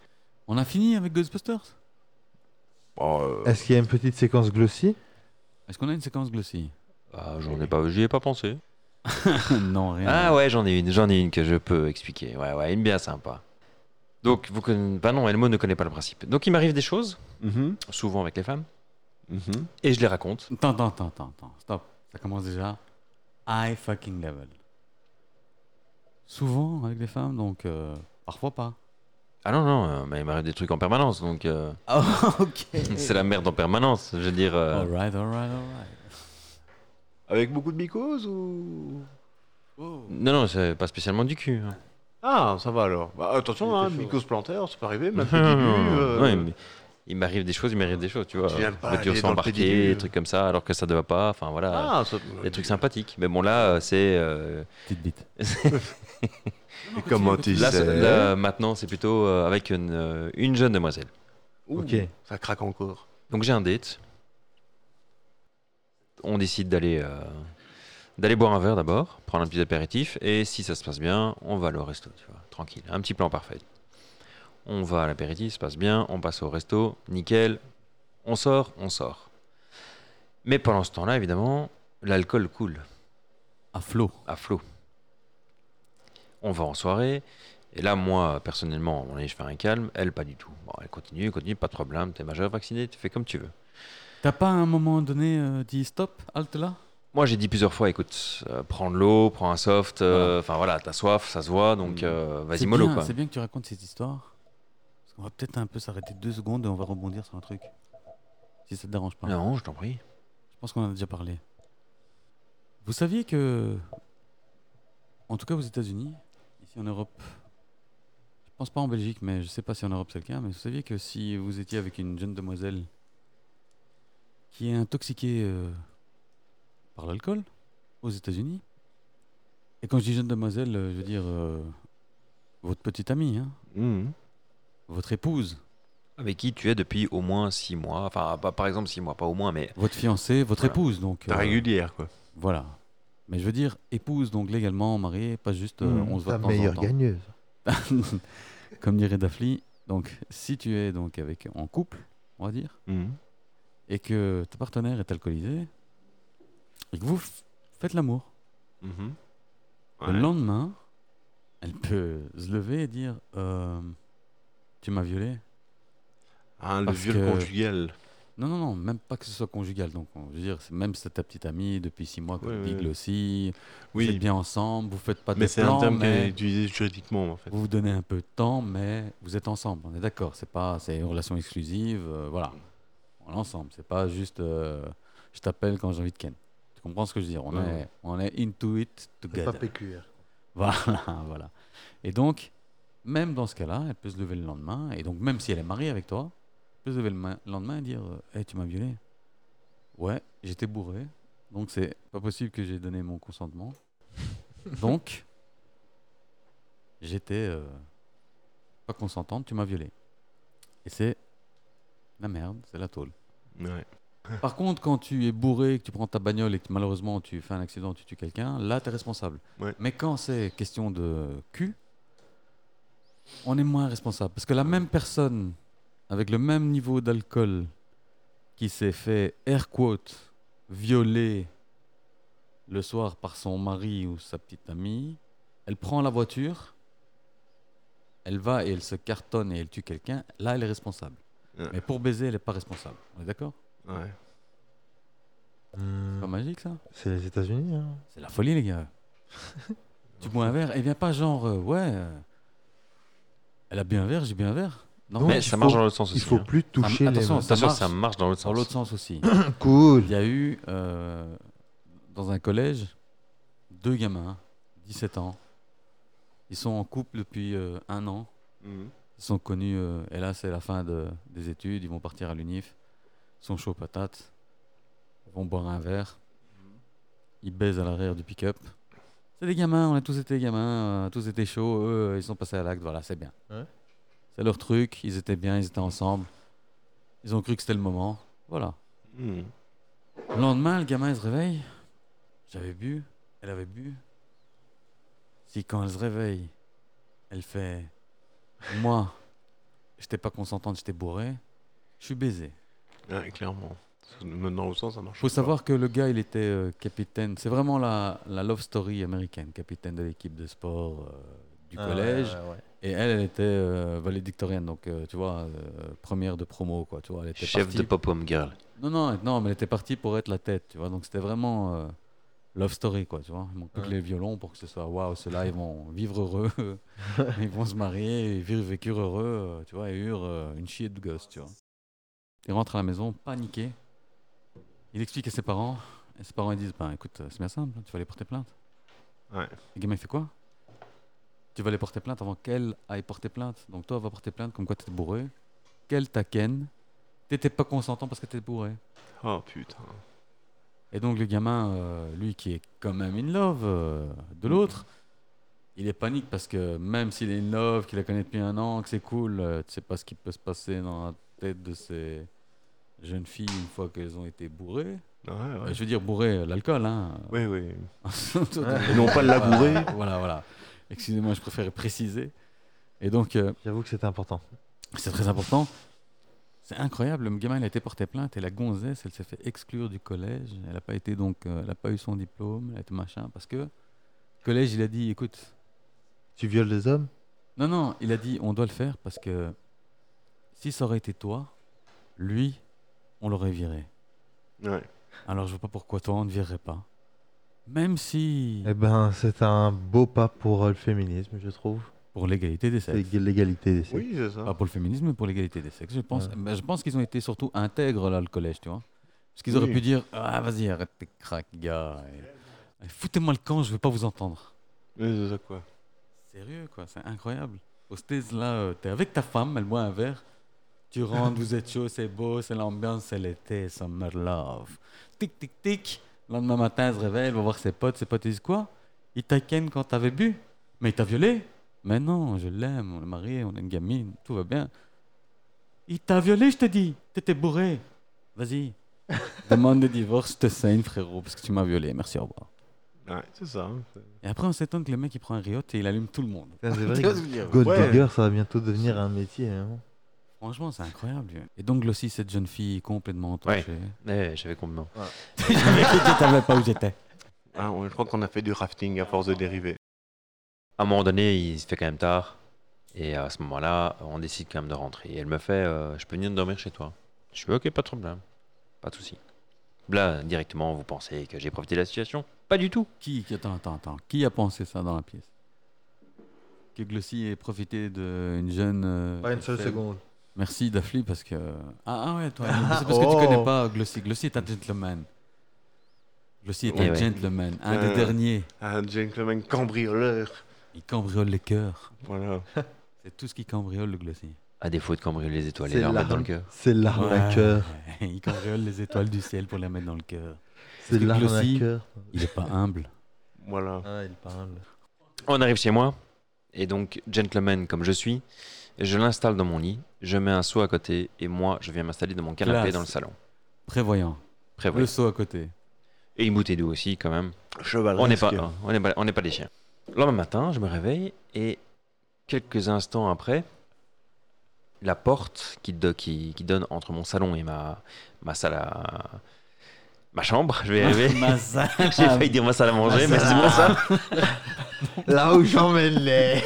Speaker 1: On a fini avec Ghostbusters
Speaker 4: Bon, euh,
Speaker 2: Est-ce qu'il y a une petite séquence glossy
Speaker 1: Est-ce qu'on a une séquence glossy
Speaker 3: Ah, j'en ai pas, j'y ai pas pensé.
Speaker 1: Non, rien.
Speaker 3: Ah ouais, j'en ai une, j'en ai une que je peux expliquer. Ouais, ouais, une bien sympa. Donc, vous connaissez... Bah non, Elmo ne connaît pas le principe. Donc, il m'arrive des choses,
Speaker 4: mhm,
Speaker 3: souvent avec les femmes,
Speaker 4: mhm.
Speaker 3: et je les raconte.
Speaker 1: Attends, attends, attends, attends, attends. Stop. Ça commence déjà. High fucking level. Souvent avec les femmes, donc euh, parfois pas.
Speaker 3: Ah non, non, euh, mais il m'arrive des trucs en permanence, donc euh,
Speaker 1: Ah, ok.
Speaker 3: c'est la merde en permanence. Je veux dire, euh,
Speaker 1: Alright, alright, alright.
Speaker 4: Avec beaucoup de mycoses ou.
Speaker 3: non, non, c'est pas spécialement du cul. hein.
Speaker 4: Ah, ça va alors. Bah, attention,
Speaker 1: Il
Speaker 4: hein,
Speaker 1: était chaud.
Speaker 4: mycose plantaire, c'est pas arrivé, même pédicule, euh,
Speaker 3: Ouais, mais il m'arrive des choses, il m'arrive des choses, tu vois.
Speaker 4: Tu viens pas
Speaker 3: Voiture
Speaker 4: aller
Speaker 3: sans
Speaker 4: dans le
Speaker 3: embarquer,
Speaker 4: pédicule.
Speaker 3: des trucs comme ça, alors que ça ne va pas. Enfin voilà,
Speaker 4: Ah, ça...
Speaker 3: des trucs sympathiques. Mais bon, là, euh, c'est. euh,
Speaker 1: Petite bite.
Speaker 4: Et comment tu
Speaker 3: là, c'est-
Speaker 4: sais
Speaker 3: là, maintenant, c'est plutôt euh, avec une, euh, une jeune demoiselle.
Speaker 4: Ouh,
Speaker 2: Ok.
Speaker 4: Ça craque encore.
Speaker 3: Donc j'ai un date. On décide d'aller euh, d'aller boire un verre d'abord, prendre un petit apéritif, et si ça se passe bien, on va aller au resto, tu vois, tranquille. Un petit plan parfait. On va à l'apéritif, ça se passe bien, on passe au resto, nickel. On sort, on sort. Mais pendant ce temps-là, évidemment, l'alcool coule
Speaker 1: À flot.
Speaker 3: à flot. On va en soirée. Et là, moi, personnellement, à mon avis, je fais un calme. Elle, pas du tout. Bon, elle continue, continue, pas de problème. T'es majeur, vacciné, tu fais comme tu veux.
Speaker 1: T'as pas à un moment donné euh, dit stop, halte là
Speaker 3: Moi, j'ai dit plusieurs fois, écoute, euh, prends de l'eau, prends un soft. euh, Enfin voilà, t'as soif, ça se voit, donc
Speaker 4: Mm.
Speaker 3: euh,
Speaker 1: C'est
Speaker 3: vas-y mollo
Speaker 1: bien,
Speaker 3: quoi.
Speaker 1: C'est bien que tu racontes cette histoire. Parce qu'on va peut-être un peu s'arrêter deux secondes et on va rebondir sur un truc. Si ça te dérange pas.
Speaker 3: Non, je t'en prie.
Speaker 1: Je pense qu'on en a déjà parlé. Vous saviez que, en tout cas aux États-Unis, ici en Europe, je pense pas en Belgique, mais je sais pas si en Europe c'est le cas, mais vous saviez que si vous étiez avec une jeune demoiselle qui est intoxiquée euh, par l'alcool aux États-Unis, et quand je dis jeune demoiselle, euh, je veux dire euh, votre petite amie, hein, votre épouse,
Speaker 3: Avec qui tu es depuis au moins six mois. Enfin, pas, par exemple six mois, pas au moins, mais
Speaker 1: votre fiancée, votre
Speaker 3: Voilà.
Speaker 1: épouse, donc.
Speaker 4: T'as
Speaker 1: euh,
Speaker 4: régulière, quoi.
Speaker 1: Voilà. Mais je veux dire, épouse, donc légalement mariée, pas juste euh,
Speaker 2: Mmh,
Speaker 1: on se voit
Speaker 2: Ta
Speaker 1: de temps en
Speaker 2: meilleure
Speaker 1: temps.
Speaker 2: gagneuse.
Speaker 1: Comme dirait Dafli, donc si tu es donc avec en couple, on va dire, et que ton partenaire est alcoolisé, et que vous f- faites l'amour,
Speaker 4: Mhm.
Speaker 1: le
Speaker 4: Ouais.
Speaker 1: lendemain, elle peut se lever et dire euh, Tu m'as violé
Speaker 4: Ah, le
Speaker 1: parce
Speaker 4: viol
Speaker 1: que-
Speaker 4: conjugal.
Speaker 1: Non, non, non, même pas que ce soit conjugal. Donc, on- je veux dire, c'est- même si c'est ta petite amie depuis six mois,
Speaker 4: Ouais,
Speaker 1: comme
Speaker 4: ouais.
Speaker 1: Digle aussi, vous êtes
Speaker 4: Oui,
Speaker 1: bien ensemble, vous faites pas de
Speaker 4: mais c'est un
Speaker 1: plans,
Speaker 4: terme qui
Speaker 1: mais-
Speaker 4: est utilisé juridiquement, en fait.
Speaker 1: Vous vous donnez un peu de temps, mais vous êtes ensemble. On est d'accord. C'est pas, c'est une relation exclusive. euh, voilà, on est ensemble. C'est pas juste, euh, je t'appelle quand j'ai envie de ken. Tu comprends ce que je veux dire On
Speaker 4: Ouais,
Speaker 1: est,
Speaker 4: ouais.
Speaker 1: on est into it
Speaker 2: C'est pas
Speaker 1: together.
Speaker 2: PQR.
Speaker 1: Voilà, voilà. Et donc, même dans ce cas-là, elle peut se lever le lendemain. Et donc, même si elle est mariée avec toi, elle peut se lever le ma- lendemain et dire, hé, tu m'as violé. Ouais, j'étais bourré. Donc, c'est pas possible que j'ai donné mon consentement. donc, j'étais euh, pas consentante, tu m'as violé. Et c'est la merde, c'est la tôle.
Speaker 4: Ouais.
Speaker 1: Par contre, quand tu es bourré, que tu prends ta bagnole et que malheureusement tu fais un accident, tu tues quelqu'un, là tu es responsable.
Speaker 4: Ouais.
Speaker 1: Mais quand c'est question de cul, on est moins responsable. Parce que la même personne, avec le même niveau d'alcool, qui s'est fait air quote violer le soir par son mari ou sa petite amie, elle prend la voiture, elle va et elle se cartonne et elle tue quelqu'un, là elle est responsable.
Speaker 4: Ouais.
Speaker 1: Mais pour baiser, elle n'est pas responsable. On est d'accord
Speaker 4: Ouais.
Speaker 3: Hmm.
Speaker 1: Pas magique ça
Speaker 2: C'est les États-Unis. hein.
Speaker 1: C'est la folie, les gars. tu bois un verre et viens pas genre, euh, ouais, euh, elle a bien un verre, j'ai bien un verre. Non,
Speaker 2: Non,
Speaker 3: mais
Speaker 2: il
Speaker 3: ça
Speaker 2: faut-
Speaker 3: marche dans l'autre sens
Speaker 2: Il
Speaker 3: aussi.
Speaker 2: faut
Speaker 3: hein.
Speaker 2: plus toucher les.
Speaker 1: attention,
Speaker 3: Attention,
Speaker 1: marche
Speaker 3: ça marche dans l'autre
Speaker 1: dans
Speaker 3: sens.
Speaker 1: l'autre sens aussi.
Speaker 2: Cool.
Speaker 1: Il y a eu, euh, dans un collège, deux gamins, 17 ans. Ils sont en couple depuis euh, un an.
Speaker 3: Mm.
Speaker 4: Mhm.
Speaker 1: Ils sont connus, euh, et là c'est la fin de- des études, ils vont partir à l'UNIF, ils sont chauds patates, ils vont boire un verre, ils baisent à l'arrière du pick-up. C'est des gamins, on a tous été gamins, euh, tous étaient chauds, eux euh, ils sont passés à l'acte, voilà, c'est bien.
Speaker 2: Ouais.
Speaker 1: C'est leur truc, ils étaient bien, ils étaient ensemble, ils ont cru que c'était le moment, voilà.
Speaker 4: Mhm.
Speaker 1: Le lendemain, le gamin il se réveille, j'avais bu, elle avait bu. Si quand elle se réveille, elle fait Moi, j'étais pas consentante, j'étais bourré, je suis baisé.
Speaker 4: Ouais, clairement. Maintenant, au sens, ça marche.
Speaker 1: Faut
Speaker 4: pas.
Speaker 1: savoir que le gars, il était euh, capitaine. C'est vraiment la, la love story américaine, capitaine de l'équipe de sport euh, du
Speaker 3: Ah,
Speaker 1: collège. Et elle, elle était euh, valédictorienne, donc euh, tu vois, euh, première de promo, quoi. Tu vois, elle était
Speaker 3: Chef de
Speaker 1: partie-
Speaker 3: pop-home girl.
Speaker 1: Non, non, non, mais elle était partie pour être la tête, tu vois. Donc c'était vraiment euh, Love Story, quoi, tu vois. Il manque plus que
Speaker 2: Ouais.
Speaker 1: les violons pour que ce soit waouh, ceux-là, ils vont vivre heureux, ils vont se marier, et vivre, vécure heureux, euh, tu vois, et eurent euh, une chier de gosse, tu vois. Il rentre à la maison, paniqué. Il explique à ses parents, et ses parents ils disent Ben écoute, euh, c'est bien simple, tu vas aller porter plainte.
Speaker 4: Ouais.
Speaker 1: Le gamin, il fait quoi Tu vas aller porter plainte avant qu'elle aille porter plainte. Donc toi, va porter plainte comme quoi t'étais bourré, qu'elle t'a ken, t'étais pas consentant parce que t'étais bourré.
Speaker 4: Oh putain.
Speaker 1: Et donc le gamin, euh, lui qui est quand même in love euh, de l'autre, il est panique parce que même s'il est in love, qu'il la connaît depuis un an, que c'est cool, euh, tu sais pas ce qui peut se passer dans la tête de ces jeunes filles une fois qu'elles ont été bourrées.
Speaker 4: Ouais,
Speaker 1: Euh,
Speaker 4: ouais.
Speaker 1: je veux dire bourrées, euh, l'alcool, hein.
Speaker 4: Oui, oui.
Speaker 1: Et
Speaker 4: Et non pas la bourrée.
Speaker 1: Voilà, voilà. Excusez-moi, je préférais préciser. Et donc, euh,
Speaker 2: J'avoue que c'était important.
Speaker 1: c'est très important. C'est incroyable, le gamin il a été porté plainte et la gonzesse, elle s'est fait exclure du collège. Elle n'a pas été donc, euh, elle a pas eu son diplôme, elle a été machin, parce que le collège il a dit, écoute,
Speaker 2: Tu violes les hommes
Speaker 1: non non, il a dit, on doit le faire parce que si ça aurait été toi, lui, on l'aurait viré.
Speaker 4: Ouais.
Speaker 1: Alors je vois pas pourquoi toi on ne virerait pas, même si
Speaker 2: Eh ben, c'est un beau pas pour euh, le féminisme, je trouve.
Speaker 1: pour l'égalité des sexes.
Speaker 2: C'est l'égalité des sexes.
Speaker 4: Oui, c'est ça.
Speaker 1: Pas pour le féminisme, mais pour l'égalité des sexes. Je pense,
Speaker 2: Ouais.
Speaker 1: Ben, je pense qu'ils ont été surtout intègres là, le collège, tu vois. Parce qu'ils auraient
Speaker 4: Oui.
Speaker 1: pu dire Ah, vas-y, arrête tes craques, gars. Et- et Foutez-moi le camp, je veux pas vous entendre.
Speaker 4: Oui, c'est ça quoi.
Speaker 1: Sérieux, quoi, c'est incroyable. Au States, là, euh, t'es avec ta femme, elle boit un verre. Tu rentres, vous êtes chaud, c'est beau, c'est l'ambiance, c'est l'été, summer love. Tic, tic, tic. Le lendemain matin, elle se réveille, elle va voir ses potes. Ses potes, ils disent quoi Il t'a ken quand t'avais bu Mais il t'a violé Mais non, je l'aime, on est mariés, on a une gamine, tout va bien. Il t'a violé, je te dis. T'étais bourré. Vas-y. Demande de divorce, je te saigne, frérot, parce que tu m'as violé. Merci, au revoir.
Speaker 4: Ouais, c'est ça. hein.
Speaker 1: Et après, on s'étonne que le mec, il prend un riot et il allume tout le monde.
Speaker 2: Putain, C'est vrai
Speaker 4: Tu vois ce que je
Speaker 2: que
Speaker 4: veux dire
Speaker 2: Gold
Speaker 4: Ouais.
Speaker 2: Digger, ça va bientôt devenir un métier. hein.
Speaker 1: Franchement, c'est incroyable. lui. Et donc, aussi, cette jeune fille complètement touchée.
Speaker 3: Eh, j'avais combien
Speaker 1: J'avais quitté, t'avais pas où j'étais.
Speaker 4: Ah, on- je crois qu'on a fait du rafting à force de dériver.
Speaker 3: À un moment donné, il se fait quand même tard. Et à ce moment-là, on décide quand même de rentrer. Et elle me fait euh, Je peux venir dormir chez toi Je suis Ok, pas de problème. Pas de souci. Là, directement, vous pensez que j'ai profité de la situation Pas du tout.
Speaker 1: Qui, qui- attends, attends, attends. Qui a pensé ça dans la pièce Que Glossy ait profité d'une jeune. euh, faible. Merci Daphne parce que. Ah, ah ouais, toi, Aline, c'est parce que tu connais
Speaker 2: Oh.
Speaker 1: pas Glossy. Glossy est un gentleman. Glossy est
Speaker 3: Eh
Speaker 1: un
Speaker 3: ouais.
Speaker 1: gentleman, un
Speaker 4: Euh.
Speaker 1: des derniers.
Speaker 4: Un gentleman cambrioleur.
Speaker 1: Il cambriole les cœurs.
Speaker 4: Voilà.
Speaker 1: C'est tout ce qui cambriole le Glossy.
Speaker 3: À défaut de cambrioler les étoiles et
Speaker 2: C'est
Speaker 3: leur mettre dans le
Speaker 2: l'arme-
Speaker 3: cœur.
Speaker 2: C'est l'arnaqueur.
Speaker 1: Ouais, il cambriole les étoiles du ciel pour les mettre dans le cœur.
Speaker 2: C'est
Speaker 1: que Glossy-
Speaker 2: l'arnaqueur.
Speaker 1: Il est pas humble.
Speaker 4: Voilà.
Speaker 2: Ah, il parle.
Speaker 3: On arrive chez moi. Et donc, gentleman comme je suis, je l'installe dans mon lit. Je mets un seau à côté. Et moi, je viens m'installer dans mon canapé
Speaker 1: Classe.
Speaker 3: dans le salon.
Speaker 1: Prévoyant. Le
Speaker 3: Prévoyant.
Speaker 1: saut à côté.
Speaker 3: Et une bouteille d'eau aussi, quand même.
Speaker 4: Cheval.
Speaker 3: On n'est pas, on n'est pas, on n'est pas des chiens. Le lendemain matin, je me réveille et quelques instants après, la porte qui, do- qui, qui donne entre mon salon et ma, ma salle à. ma chambre, je vais y arriver.
Speaker 1: Mazza.
Speaker 3: J'ai failli dire ma salle à manger, mais c'est bon ça.
Speaker 2: Là où j'emmène les.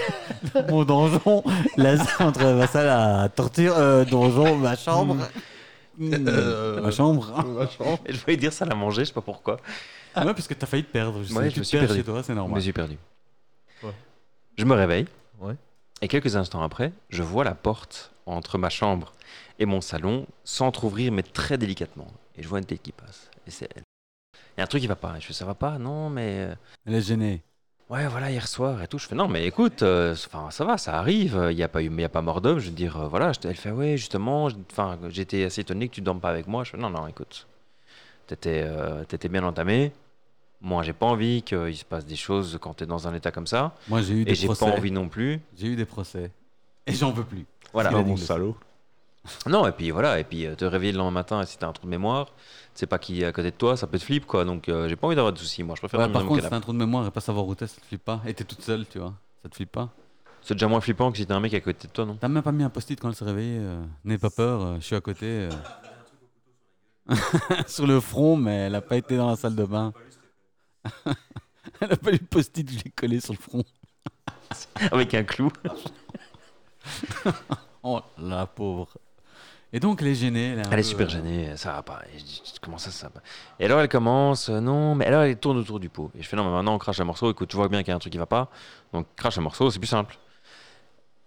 Speaker 1: mon donjon, la entre ma salle à torture, euh, donjon, ma chambre.
Speaker 2: Hmm.
Speaker 1: Mm.
Speaker 2: Euh,
Speaker 1: Ma chambre. Ah
Speaker 3: Je failli dire salle à manger, je sais pas pourquoi.
Speaker 1: Ouais, parce que t'as failli te perdre. Je
Speaker 3: Ouais,
Speaker 1: sais,
Speaker 3: je
Speaker 1: tu
Speaker 3: me
Speaker 1: te
Speaker 3: suis
Speaker 1: perds
Speaker 3: perdu.
Speaker 1: chez toi, c'est
Speaker 3: Je me
Speaker 1: normal.
Speaker 3: suis perdu.
Speaker 2: Ouais.
Speaker 3: Je me réveille.
Speaker 2: Ouais.
Speaker 3: Et quelques instants après, je vois la porte entre ma chambre et mon salon s'entrouvrir, mais très délicatement. Et je vois une tête qui passe. Et c'est elle. Il y a un truc qui va pas. Et je fais ça va pas Non, mais. euh,
Speaker 1: Elle est gênée.
Speaker 3: Ouais, voilà, hier soir et tout. Je fais non, mais écoute, euh, enfin, ça va, ça arrive. euh, Il n'y a pas eu, il y a pas mort d'homme. Je veux dire, euh, voilà. je- Elle fait ouais, justement. je- Enfin, j'étais assez étonné que tu dormes pas avec moi. Je fais non, non, écoute, t'étais, euh, t'étais bien entamé. Moi, j'ai pas envie qu'il se passe des choses quand t'es dans un état comme ça.
Speaker 1: Moi, j'ai eu
Speaker 3: Et
Speaker 1: des
Speaker 3: j'ai pas
Speaker 1: procès.
Speaker 3: envie non plus.
Speaker 1: J'ai eu des procès. Et j'en veux plus.
Speaker 3: Voilà.
Speaker 1: Parce qu'il a
Speaker 4: Ah, mon
Speaker 1: dit que-
Speaker 4: salaud.
Speaker 3: Non, et puis voilà. Et puis euh, te réveiller le lendemain matin, si t'as un trou de mémoire, c'est pas qui est à côté de toi, ça peut te flip quoi. Donc, euh, j'ai pas envie d'avoir de soucis. Moi, je préfère
Speaker 1: Ouais,
Speaker 3: dormir
Speaker 1: par
Speaker 3: dans mon
Speaker 1: contre, c'est
Speaker 3: canapé.
Speaker 1: un trou de mémoire et pas savoir où t'es, ça te flippe pas. Et t'es toute seule, tu vois. Ça te flippe pas.
Speaker 3: C'est déjà moins flippant que si t'as un mec à côté de toi, non
Speaker 1: T'as même pas mis un post-it quand elle s'est réveillée. euh, N'aie pas peur, euh, je suis à côté. euh. sur le front, mais elle a pas été dans la salle de bain. elle a pas eu le post-it, je l'ai collé sur le front.
Speaker 3: Avec un clou.
Speaker 1: Oh la pauvre. Et donc, elle est gênée. Elle est, un
Speaker 3: Elle est
Speaker 1: peu,
Speaker 3: super
Speaker 1: euh,
Speaker 3: gênée, ça va pas. Et je dis, comment ça, ça va pas Et alors elle commence, euh, non, mais alors elle tourne autour du pot. Et je fais, non, mais maintenant on crache un morceau, écoute, tu vois bien qu'il y a un truc qui va pas, donc crache un morceau, c'est plus simple.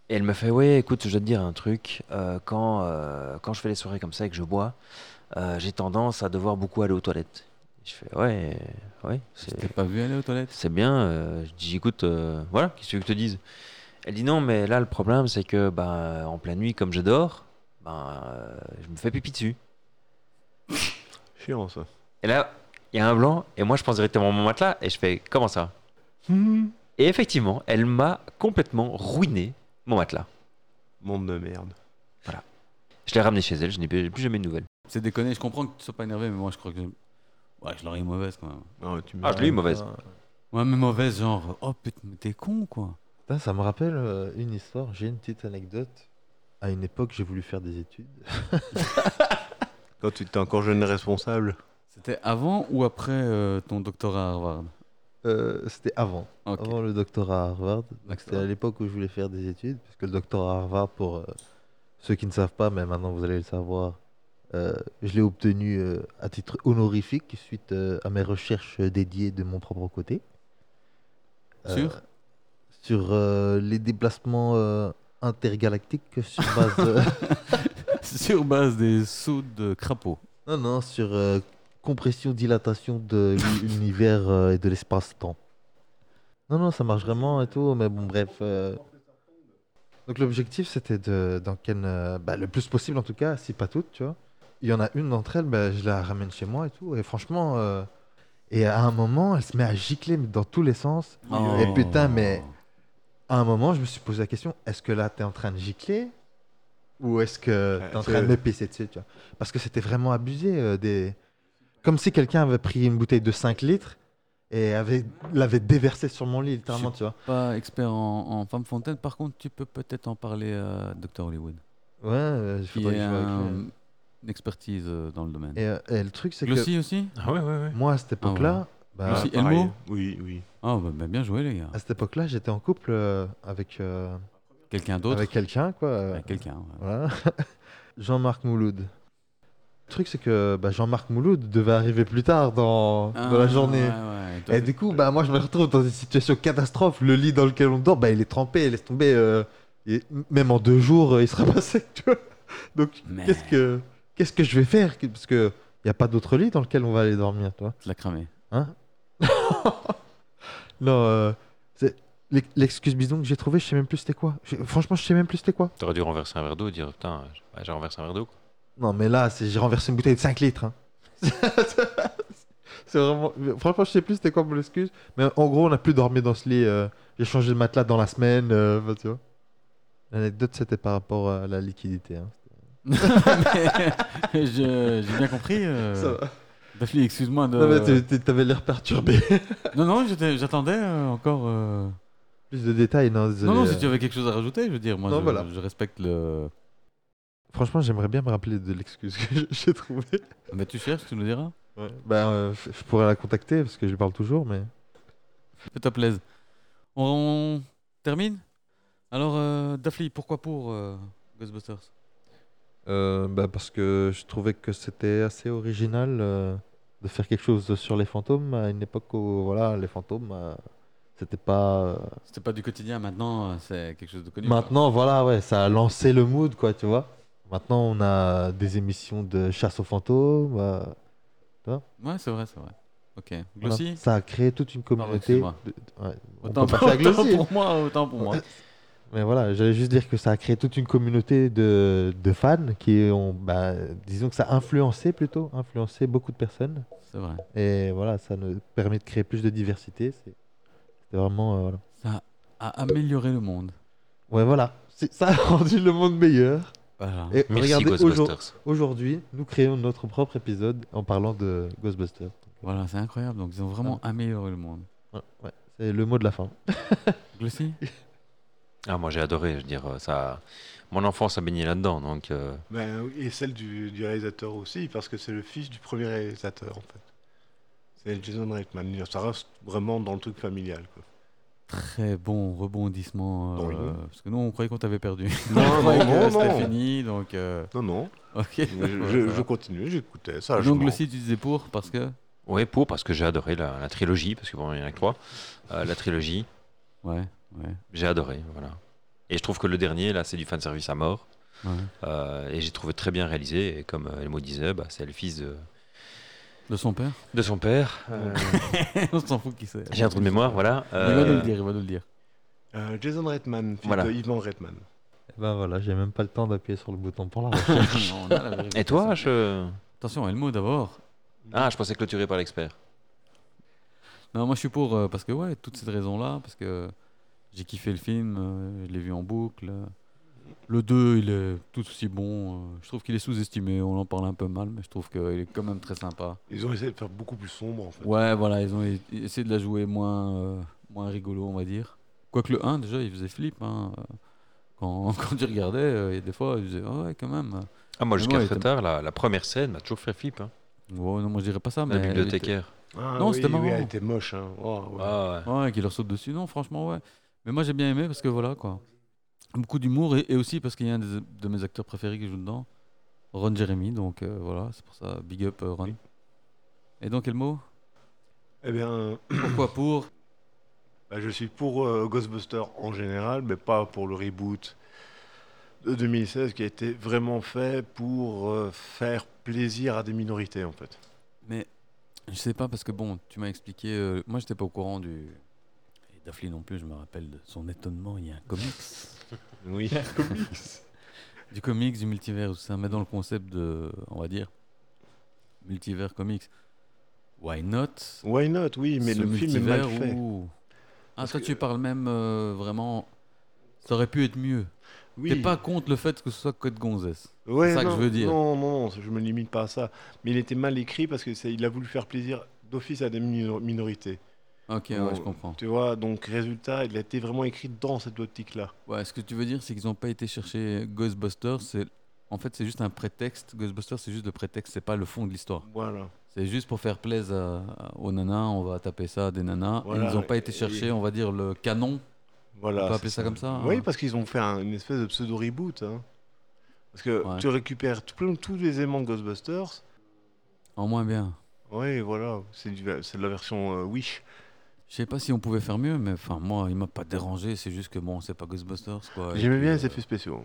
Speaker 3: Et elle me fait, ouais, écoute, je dois te dire un truc, euh, quand, euh, quand je fais les soirées comme ça et que je bois, euh, j'ai tendance à devoir beaucoup aller aux toilettes. Je fais, ouais, euh, ouais, c'est
Speaker 1: Je t'ai pas vu aller aux toilettes.
Speaker 3: c'est bien. euh, je dis, écoute, euh, voilà, qu'est-ce que tu veux que je te dise Elle dit, non, mais là, le problème, c'est que ben, en pleine nuit, comme je dors, ben, euh, je me fais pipi dessus.
Speaker 4: Chiant ça.
Speaker 3: Et là, il y a un blanc, et moi je pense directement à mon matelas, et je fais comment ça
Speaker 2: Hmm.
Speaker 3: Et effectivement, elle m'a complètement ruiné mon matelas.
Speaker 4: Monde de merde.
Speaker 3: Je l'ai ramené chez elle, je n'ai plus plus jamais de nouvelles.
Speaker 1: C'est déconné, je comprends que tu ne sois pas énervé, mais moi, je crois que. Ouais, je l'aurais eu mauvaise quand même.
Speaker 4: Non, tu me-
Speaker 3: Ah, je l'ai eu mauvaise.
Speaker 1: Ouais, mais mauvaise, genre, oh putain, mais t'es con, quoi.
Speaker 2: Putain, ça me rappelle euh, une histoire. J'ai une petite anecdote. À une époque, j'ai voulu faire des études.
Speaker 4: Quand tu étais encore jeune et responsable.
Speaker 1: C'était avant ou après euh, ton doctorat à Harvard
Speaker 2: Euh, c'était avant,
Speaker 1: Ok.
Speaker 2: avant le doctorat à Harvard. Donc, C'était
Speaker 1: D'accord.
Speaker 2: à l'époque où je voulais faire des études, parce que le doctorat à Harvard, pour euh, ceux qui ne savent pas, mais maintenant vous allez le savoir, euh, je l'ai obtenu euh, à titre honorifique suite euh, à mes recherches euh, dédiées de mon propre côté. euh,
Speaker 1: Sur
Speaker 2: Sur euh, les déplacements euh, intergalactiques sur base. euh,
Speaker 1: Sur base des sauts de crapaud.
Speaker 2: Non, non, sur euh, compression, dilatation de l'univers euh, et de l'espace-temps. Non, non, ça marche vraiment et tout, mais bon, bref. euh. Donc l'objectif, c'était de, dans quel, euh, bah, le plus possible en tout cas, si pas toutes, tu vois. Il y en a une d'entre elles, bah, je la ramène chez moi et tout, et franchement, euh, et à un moment, elle se met à gicler mais dans tous les sens.
Speaker 1: Oh.
Speaker 2: Et putain, mais à un moment, je me suis posé la question, est-ce que là, t'es en train de gicler ou est-ce que
Speaker 4: Ouais,
Speaker 2: t'es en
Speaker 4: c'est-
Speaker 2: train de me pisser dessus, tu vois Parce que c'était vraiment abusé. euh, des... Comme si quelqu'un avait pris une bouteille de 5 litres et avait... l'avait déversée sur mon lit, littéralement, tu vois.
Speaker 1: Pas expert en, en femme fontaine, par contre, tu peux peut-être en parler à Dr. Hollywood.
Speaker 2: Ouais, euh, il
Speaker 1: Qui
Speaker 2: faudrait
Speaker 1: est
Speaker 2: que je vois avec
Speaker 1: un-
Speaker 2: lui.
Speaker 1: une expertise euh, dans le domaine.
Speaker 2: Et, euh, et le truc, c'est que
Speaker 1: Glossy aussi
Speaker 3: Ah ouais, ouais, ouais.
Speaker 2: moi, à cette époque-là, bah,
Speaker 1: Glossy
Speaker 4: Ah,
Speaker 1: Elmo
Speaker 4: pareil. Oui, oui.
Speaker 1: Ah, bah, bah, bien joué, les gars.
Speaker 2: à cette époque-là, j'étais en couple euh, avec, euh,
Speaker 1: Quelqu'un d'autre
Speaker 2: avec quelqu'un, quoi. euh,
Speaker 1: Ouais, Quelqu'un. ouais.
Speaker 2: Voilà. Jean-Marc Mouloud. Le truc, c'est que bah, Jean-Marc Mouloud devait arriver plus tard dans, dans la
Speaker 1: Ah,
Speaker 2: journée.
Speaker 1: ouais, ouais, et toi,
Speaker 2: Et du coup, bah, moi, je me retrouve dans une situation catastrophe. Le lit dans lequel on dort, bah, il est trempé, laisse tomber. euh, et même en deux jours, euh, il sera passé. Tu vois Donc,
Speaker 1: Merde.
Speaker 2: qu'est-ce que qu'est-ce que je vais faire Parce que il n'y a pas d'autre lit dans lequel on va aller dormir, toi.
Speaker 1: Tu l'as cramé.
Speaker 2: Non, euh, c'est- l'ex- l'excuse bidon que j'ai trouvée, je sais même plus c'était quoi. Je- Franchement, je sais même plus c'était quoi.
Speaker 3: T'aurais dû renverser un verre d'eau et dire, putain, ouais, j'ai renversé un verre d'eau. quoi.
Speaker 2: Non, mais là, c'est- j'ai renversé une bouteille de 5 litres. hein. c'est vraiment. Franchement, je sais plus c'était quoi mon excuse. Mais en gros, on n'a plus dormi dans ce lit. euh, J'ai changé de matelas dans la semaine. euh, enfin, tu vois. L'anecdote, c'était par rapport à la liquidité. hein.
Speaker 1: Mais je- J'ai bien compris. euh,
Speaker 2: Ça va.
Speaker 1: Daphne, excuse-moi de.
Speaker 2: Non, mais t'es- t'es- t'avais l'air perturbé.
Speaker 1: Non, non, j'étais- j'attendais euh, encore. euh,
Speaker 2: plus de détails, non, désolé,
Speaker 1: Non, non,
Speaker 2: euh.
Speaker 1: si tu avais quelque chose à rajouter, je veux dire, moi,
Speaker 2: Non,
Speaker 1: je,
Speaker 2: voilà.
Speaker 1: je respecte le.
Speaker 2: Franchement, j'aimerais bien me rappeler de l'excuse que j'ai trouvée.
Speaker 1: Mais Bah, tu cherches, tu nous diras.
Speaker 2: Ben, euh, je je pourrais la contacter parce que je lui parle toujours, mais.
Speaker 1: Fais ta plaise. On, on termine Alors, euh, Daphne, pourquoi pour euh, Ghostbusters
Speaker 2: Euh, bah parce que je trouvais que c'était assez original euh, de faire quelque chose sur les fantômes à une époque où voilà les fantômes euh, c'était pas euh,
Speaker 1: C'était pas du quotidien, maintenant, euh, c'est quelque chose de connu.
Speaker 2: maintenant voilà ouais ça a lancé le mood quoi tu vois maintenant on a des émissions de chasse aux fantômes euh,
Speaker 1: quoi. Ouais, c'est vrai, c'est vrai. Ok.
Speaker 2: voilà.
Speaker 1: Glossy
Speaker 2: ça a créé toute une
Speaker 1: Pardon,
Speaker 2: communauté
Speaker 1: excuse-moi.
Speaker 2: de- de- ouais, on
Speaker 1: Autant,
Speaker 2: peut passer à
Speaker 1: autant
Speaker 2: Glossy.
Speaker 1: pour moi, autant pour moi.
Speaker 2: Mais voilà, j'allais juste dire que ça a créé toute une communauté de, de fans qui ont, bah, disons que ça a influencé plutôt, influencé beaucoup de personnes.
Speaker 1: C'est vrai.
Speaker 2: Et voilà, ça nous permet de créer plus de diversité. C'est c'est vraiment. euh, voilà.
Speaker 1: Ça a amélioré le monde.
Speaker 2: Ouais, voilà. C'est- Ça a rendu le monde meilleur.
Speaker 1: Voilà.
Speaker 2: Et
Speaker 3: Merci
Speaker 2: regardez, aujourd-
Speaker 3: Ghostbusters.
Speaker 2: aujourd'hui, nous créons notre propre épisode en parlant de Ghostbusters.
Speaker 1: Voilà, c'est incroyable. Donc, ils ont vraiment
Speaker 4: Ah.
Speaker 1: amélioré le monde.
Speaker 2: Voilà, ouais, c'est le mot de la fin.
Speaker 1: Glossy
Speaker 3: Ah, moi j'ai adoré, je veux dire, euh, ça. Mon enfance a baigné là-dedans, donc. euh,
Speaker 4: Ben, oui, et celle du, du réalisateur aussi, parce que c'est le fils du premier réalisateur en fait. C'est Jason Reitman. Ça reste vraiment dans le truc familial. Quoi.
Speaker 1: Très bon rebondissement.
Speaker 4: Bon,
Speaker 1: euh,
Speaker 4: rigole.
Speaker 1: parce que nous, on croyait qu'on t'avait perdu.
Speaker 4: Non,
Speaker 1: on croyait
Speaker 4: non,
Speaker 1: que
Speaker 4: non,
Speaker 1: c'était
Speaker 4: non.
Speaker 1: fini, donc. euh,
Speaker 4: Non, non,
Speaker 1: ok.
Speaker 4: je, je- je continuais, j'écoutais ça.
Speaker 1: donc le site, tu disais pour, parce que.
Speaker 3: Ouais, pour, parce que j'ai adoré la, la trilogie, parce que bon, il y en a que trois. Euh, la trilogie,
Speaker 1: Ouais, ouais.
Speaker 3: j'ai adoré, voilà. Et je trouve que le dernier, là, c'est du fanservice à mort.
Speaker 1: ouais.
Speaker 3: Euh, et j'ai trouvé très bien réalisé. Et comme euh, Elmo disait, bah, c'est le fils de,
Speaker 1: De son père
Speaker 3: de son père. Euh,
Speaker 1: On s'en fout qui c'est.
Speaker 3: j'ai un trou de mémoire, voilà.
Speaker 1: Il va nous le
Speaker 3: Euh,
Speaker 1: dire, il va nous le dire.
Speaker 4: Euh, Jason Redman, film
Speaker 3: Voilà.
Speaker 4: de Ivan Redman.
Speaker 2: Ben voilà, j'ai même pas le temps d'appuyer sur le bouton pour la
Speaker 1: Non, on a la vérité,
Speaker 3: et toi,
Speaker 1: ça.
Speaker 3: je...
Speaker 1: Attention, Elmo d'abord.
Speaker 3: Ah, je pensais clôturé par l'expert.
Speaker 1: Non, moi je suis pour, euh, parce que ouais, toutes ces raisons-là, parce que j'ai kiffé le film, euh, je l'ai vu en boucle. Le 2, il est tout aussi bon. euh, Je trouve qu'il est sous-estimé, on en parle un peu mal, mais je trouve qu'il est quand même très sympa.
Speaker 4: Ils ont essayé de faire beaucoup plus sombre en fait.
Speaker 1: Ouais, voilà, ils ont e- essayé de la jouer moins, euh, moins rigolo, on va dire. Quoique le 1, déjà, il faisait flip. hein, euh, Quand, quand tu regardais, euh, et des fois, il faisait Ah ouais, quand même.
Speaker 3: Ah, moi,
Speaker 1: Mais
Speaker 3: jusqu'à
Speaker 1: moi,
Speaker 3: très
Speaker 1: t'aimes-
Speaker 3: tard, la, la première scène m'a toujours fait flip. Hein.
Speaker 1: Ouais, non, moi je dirais pas ça, mais.
Speaker 3: La
Speaker 1: elle était-
Speaker 3: bibliothécaire.
Speaker 4: Ah,
Speaker 1: Non,
Speaker 4: oui,
Speaker 1: c'était
Speaker 4: Oui,
Speaker 1: marrant.
Speaker 4: elle était moche. Hein. Oh, ouais.
Speaker 3: Ah, ouais.
Speaker 1: Ouais, qui leur saute dessus. Non, franchement, ouais. Mais moi, j'ai bien aimé parce que voilà, quoi. Beaucoup d'humour et, et aussi parce qu'il y a un des- de mes acteurs préférés qui joue dedans, Ron Jeremy. Donc euh, voilà, c'est pour ça, big up euh, Ron. Et donc, Elmo,
Speaker 4: Eh bien,
Speaker 1: pourquoi pour
Speaker 4: bah, je suis pour euh, Ghostbusters en général, mais pas pour le reboot de 2016 qui a été vraiment fait pour euh, faire plaisir à des minorités en fait.
Speaker 1: Mais je sais pas parce que bon, tu m'as expliqué. euh, moi, j'étais pas au courant du. Et Daphne non plus, je me rappelle de son étonnement. Il y a un comics.
Speaker 4: Oui.
Speaker 1: du comics, du multivers, tout ça. Mais dans le concept de, on va dire, multivers comics, why not
Speaker 4: Why not Oui, mais
Speaker 1: Ce
Speaker 4: le film est mal
Speaker 1: multivers
Speaker 4: fait.
Speaker 1: où- Ah,
Speaker 4: Parce
Speaker 1: toi,
Speaker 4: que-
Speaker 1: tu parles même euh, vraiment. Ça aurait pu être mieux.
Speaker 4: Oui.
Speaker 1: T'es pas contre le fait que ce soit Code Gonzès.
Speaker 4: Ouais,
Speaker 1: C'est ça que
Speaker 4: non,
Speaker 1: je veux dire.
Speaker 4: Non, non, je me limite pas à ça. Mais il était mal écrit parce que c'est- il a voulu faire plaisir d'office à des minor- minorités.
Speaker 1: Ok, ouais,
Speaker 4: Non.
Speaker 1: je comprends.
Speaker 4: Tu vois, donc résultat, il a été vraiment écrit dans cette optique-là.
Speaker 1: Ouais, ce que tu veux dire, c'est qu'ils n'ont pas été chercher Ghostbusters. C'est... En fait, c'est juste un prétexte. Ghostbusters, c'est juste le prétexte, c'est pas le fond de l'histoire.
Speaker 4: Voilà.
Speaker 1: C'est juste pour faire plaisir à- aux nanas, on va taper ça à des nanas. Et
Speaker 4: Voilà,
Speaker 1: ils n'ont pas été
Speaker 4: et-
Speaker 1: chercher, on va dire, le canon.
Speaker 4: voilà
Speaker 1: On peut
Speaker 4: c'est
Speaker 1: appeler ça comme ça,
Speaker 4: Oui,
Speaker 1: hein.
Speaker 4: parce qu'ils ont fait un- une espèce de pseudo-reboot. hein. Parce que
Speaker 1: Ouais.
Speaker 4: tu récupères tout- plein- tous les éléments de Ghostbusters.
Speaker 1: En moins bien.
Speaker 4: Oui, voilà. C'est du- c'est de la version euh, Wish.
Speaker 1: Je sais pas si on pouvait faire mieux, mais enfin, moi, il m'a pas dérangé. C'est juste que bon, c'est pas Ghostbusters, quoi. Et
Speaker 4: J'aimais
Speaker 1: puis,
Speaker 4: bien
Speaker 1: euh,
Speaker 4: les effets spéciaux.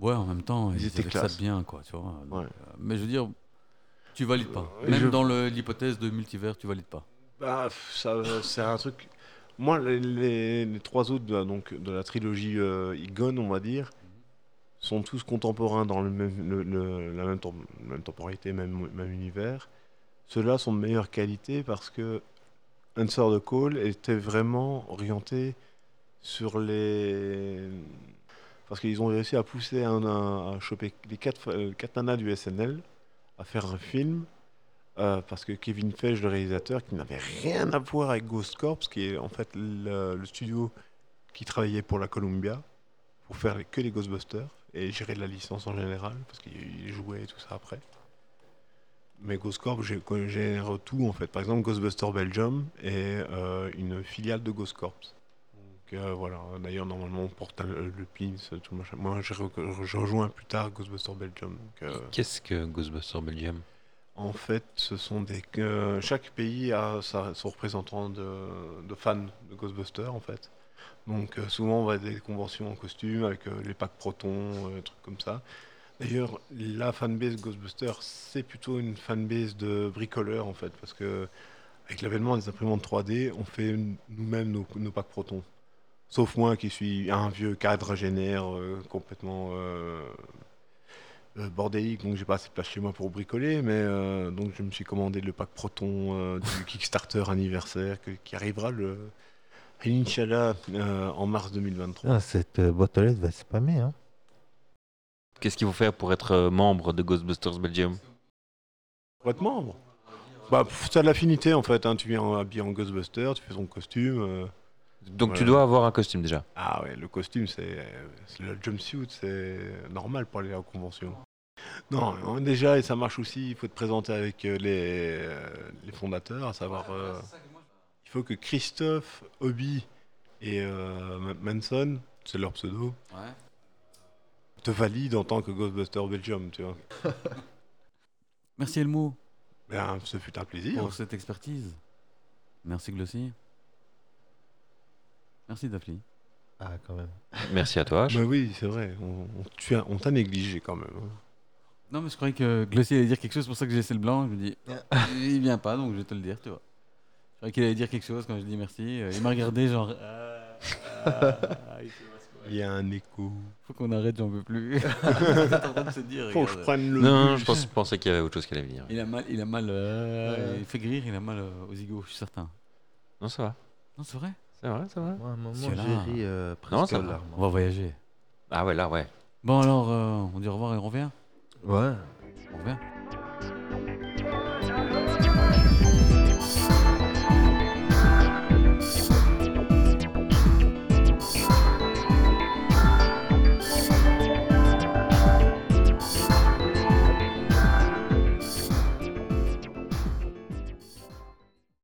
Speaker 1: Ouais, en même temps,
Speaker 4: Ils
Speaker 1: ils,
Speaker 4: étaient
Speaker 1: étaient
Speaker 4: classe.
Speaker 1: ça de bien, quoi, tu vois. donc,
Speaker 4: Ouais.
Speaker 1: euh, mais je veux dire, tu valides pas.
Speaker 4: Euh,
Speaker 1: Même
Speaker 4: je-
Speaker 1: dans le- l'hypothèse de multivers, tu valides pas.
Speaker 4: Bah, pff, ça, c'est un truc. Moi, les, les- les trois autres de la, donc, de la trilogie euh, Egon, on va dire, sont tous contemporains dans le même, le- le- la même, tem- même temporalité, même, même univers. Ceux-là sont de meilleure qualité parce que Answer the Call était vraiment orienté sur les. Parce qu'ils ont réussi à pousser, un, un- à choper les quatre, euh, quatre nanas du SNL, à faire un film. Euh, parce que Kevin Feige, le réalisateur, qui n'avait rien à voir avec Ghost Corps, qui est en fait le, le studio qui travaillait pour la Columbia, pour faire les- que les Ghostbusters, et gérer la licence en général, parce qu'il jouait et tout ça après. Mais Ghost Corp gé- co- génère tout en fait. Par exemple, Ghostbusters Belgium est euh, une filiale de Ghost Corps. Donc euh, voilà, d'ailleurs normalement on porte euh, le pins, tout le machin. Moi je, re- je rejoins plus tard Ghostbusters Belgium. donc, euh,
Speaker 3: Qu'est-ce que Ghostbusters Belgium
Speaker 4: en fait, ce sont des. euh, chaque pays a sa- son représentant de, de fans de Ghostbusters, en fait. Donc, euh, souvent, on va à des conventions en costume avec euh, les packs protons, euh, des trucs comme ça. D'ailleurs, la fanbase Ghostbusters, c'est plutôt une fanbase de bricoleurs, en fait, parce que avec l'avènement des imprimantes 3D, on fait n- nous-mêmes nos, nos packs protons. Sauf moi qui suis un vieux cadre génère complètement euh, euh, bordélique, donc j'ai pas assez de place chez moi pour bricoler, mais euh, donc je me suis commandé le pack Proton euh, du Kickstarter anniversaire que- qui arrivera le Inch'Allah euh, en mars 2023.
Speaker 2: cette euh, boîte aux lettres va spammer. Hein.
Speaker 3: Qu'est-ce qu'il faut faire pour être euh, membre de Ghostbusters Belgium
Speaker 4: Pour être membre Bah, pff, t'as de l'affinité en fait, hein, tu viens en- habillé en Ghostbuster, tu fais ton costume. euh.
Speaker 3: Donc, tu
Speaker 4: Voilà.
Speaker 3: dois avoir un costume déjà.
Speaker 4: Ah ouais, le costume, c'est c'est le jumpsuit, c'est normal pour aller aux conventions. Non, non, déjà, et ça marche aussi, il faut te présenter avec euh, les, euh, les fondateurs, à savoir... euh, il faut que Christophe, Obi et Et euh, M- Manson, c'est leur pseudo, te valide en tant que Ghostbuster Belgium, tu vois.
Speaker 1: Merci Elmo
Speaker 4: Ben, ce fut un plaisir.
Speaker 1: pour cette expertise. Merci Glossy. Merci Daphne.
Speaker 2: Ah, quand même.
Speaker 3: Merci à toi.
Speaker 4: Ben oui, c'est vrai, on, on tu as- on t'a négligé quand même. hein.
Speaker 1: Non mais je croyais que Glossy allait dire quelque chose, c'est pour ça que j'ai laissé le blanc. Je me dis, Ah, il vient pas, donc je vais te le dire, tu vois. Je croyais qu'il allait dire quelque chose quand je dis merci. euh, Il m'a regardé genre... Ah, ah, il sait pas ce qu'on
Speaker 4: Il
Speaker 1: va-
Speaker 4: y a un écho.
Speaker 1: Faut qu'on arrête, j'en veux plus. Il est en train de se dire,
Speaker 4: Faut que je
Speaker 1: regarde.
Speaker 4: prenne le.
Speaker 3: Non,
Speaker 4: bus.
Speaker 3: je pense- pensais qu'il y avait autre chose qui allait venir.
Speaker 1: Il a mal, il a mal, euh,
Speaker 2: Ouais.
Speaker 1: il fait grir, il a mal euh, aux zigots, je suis certain.
Speaker 3: Non, ça va.
Speaker 1: Non, c'est vrai
Speaker 3: C'est vrai, ça va.
Speaker 2: Moi, à un moment, j'ai
Speaker 1: Celui-là.
Speaker 2: ri euh, presque
Speaker 3: ça
Speaker 2: aux
Speaker 3: va.
Speaker 2: larmes.
Speaker 1: On va voyager.
Speaker 3: Ah ouais, là, ouais.
Speaker 1: Bon alors, euh, on dit au revoir et on revient
Speaker 2: Ouais.
Speaker 1: On revient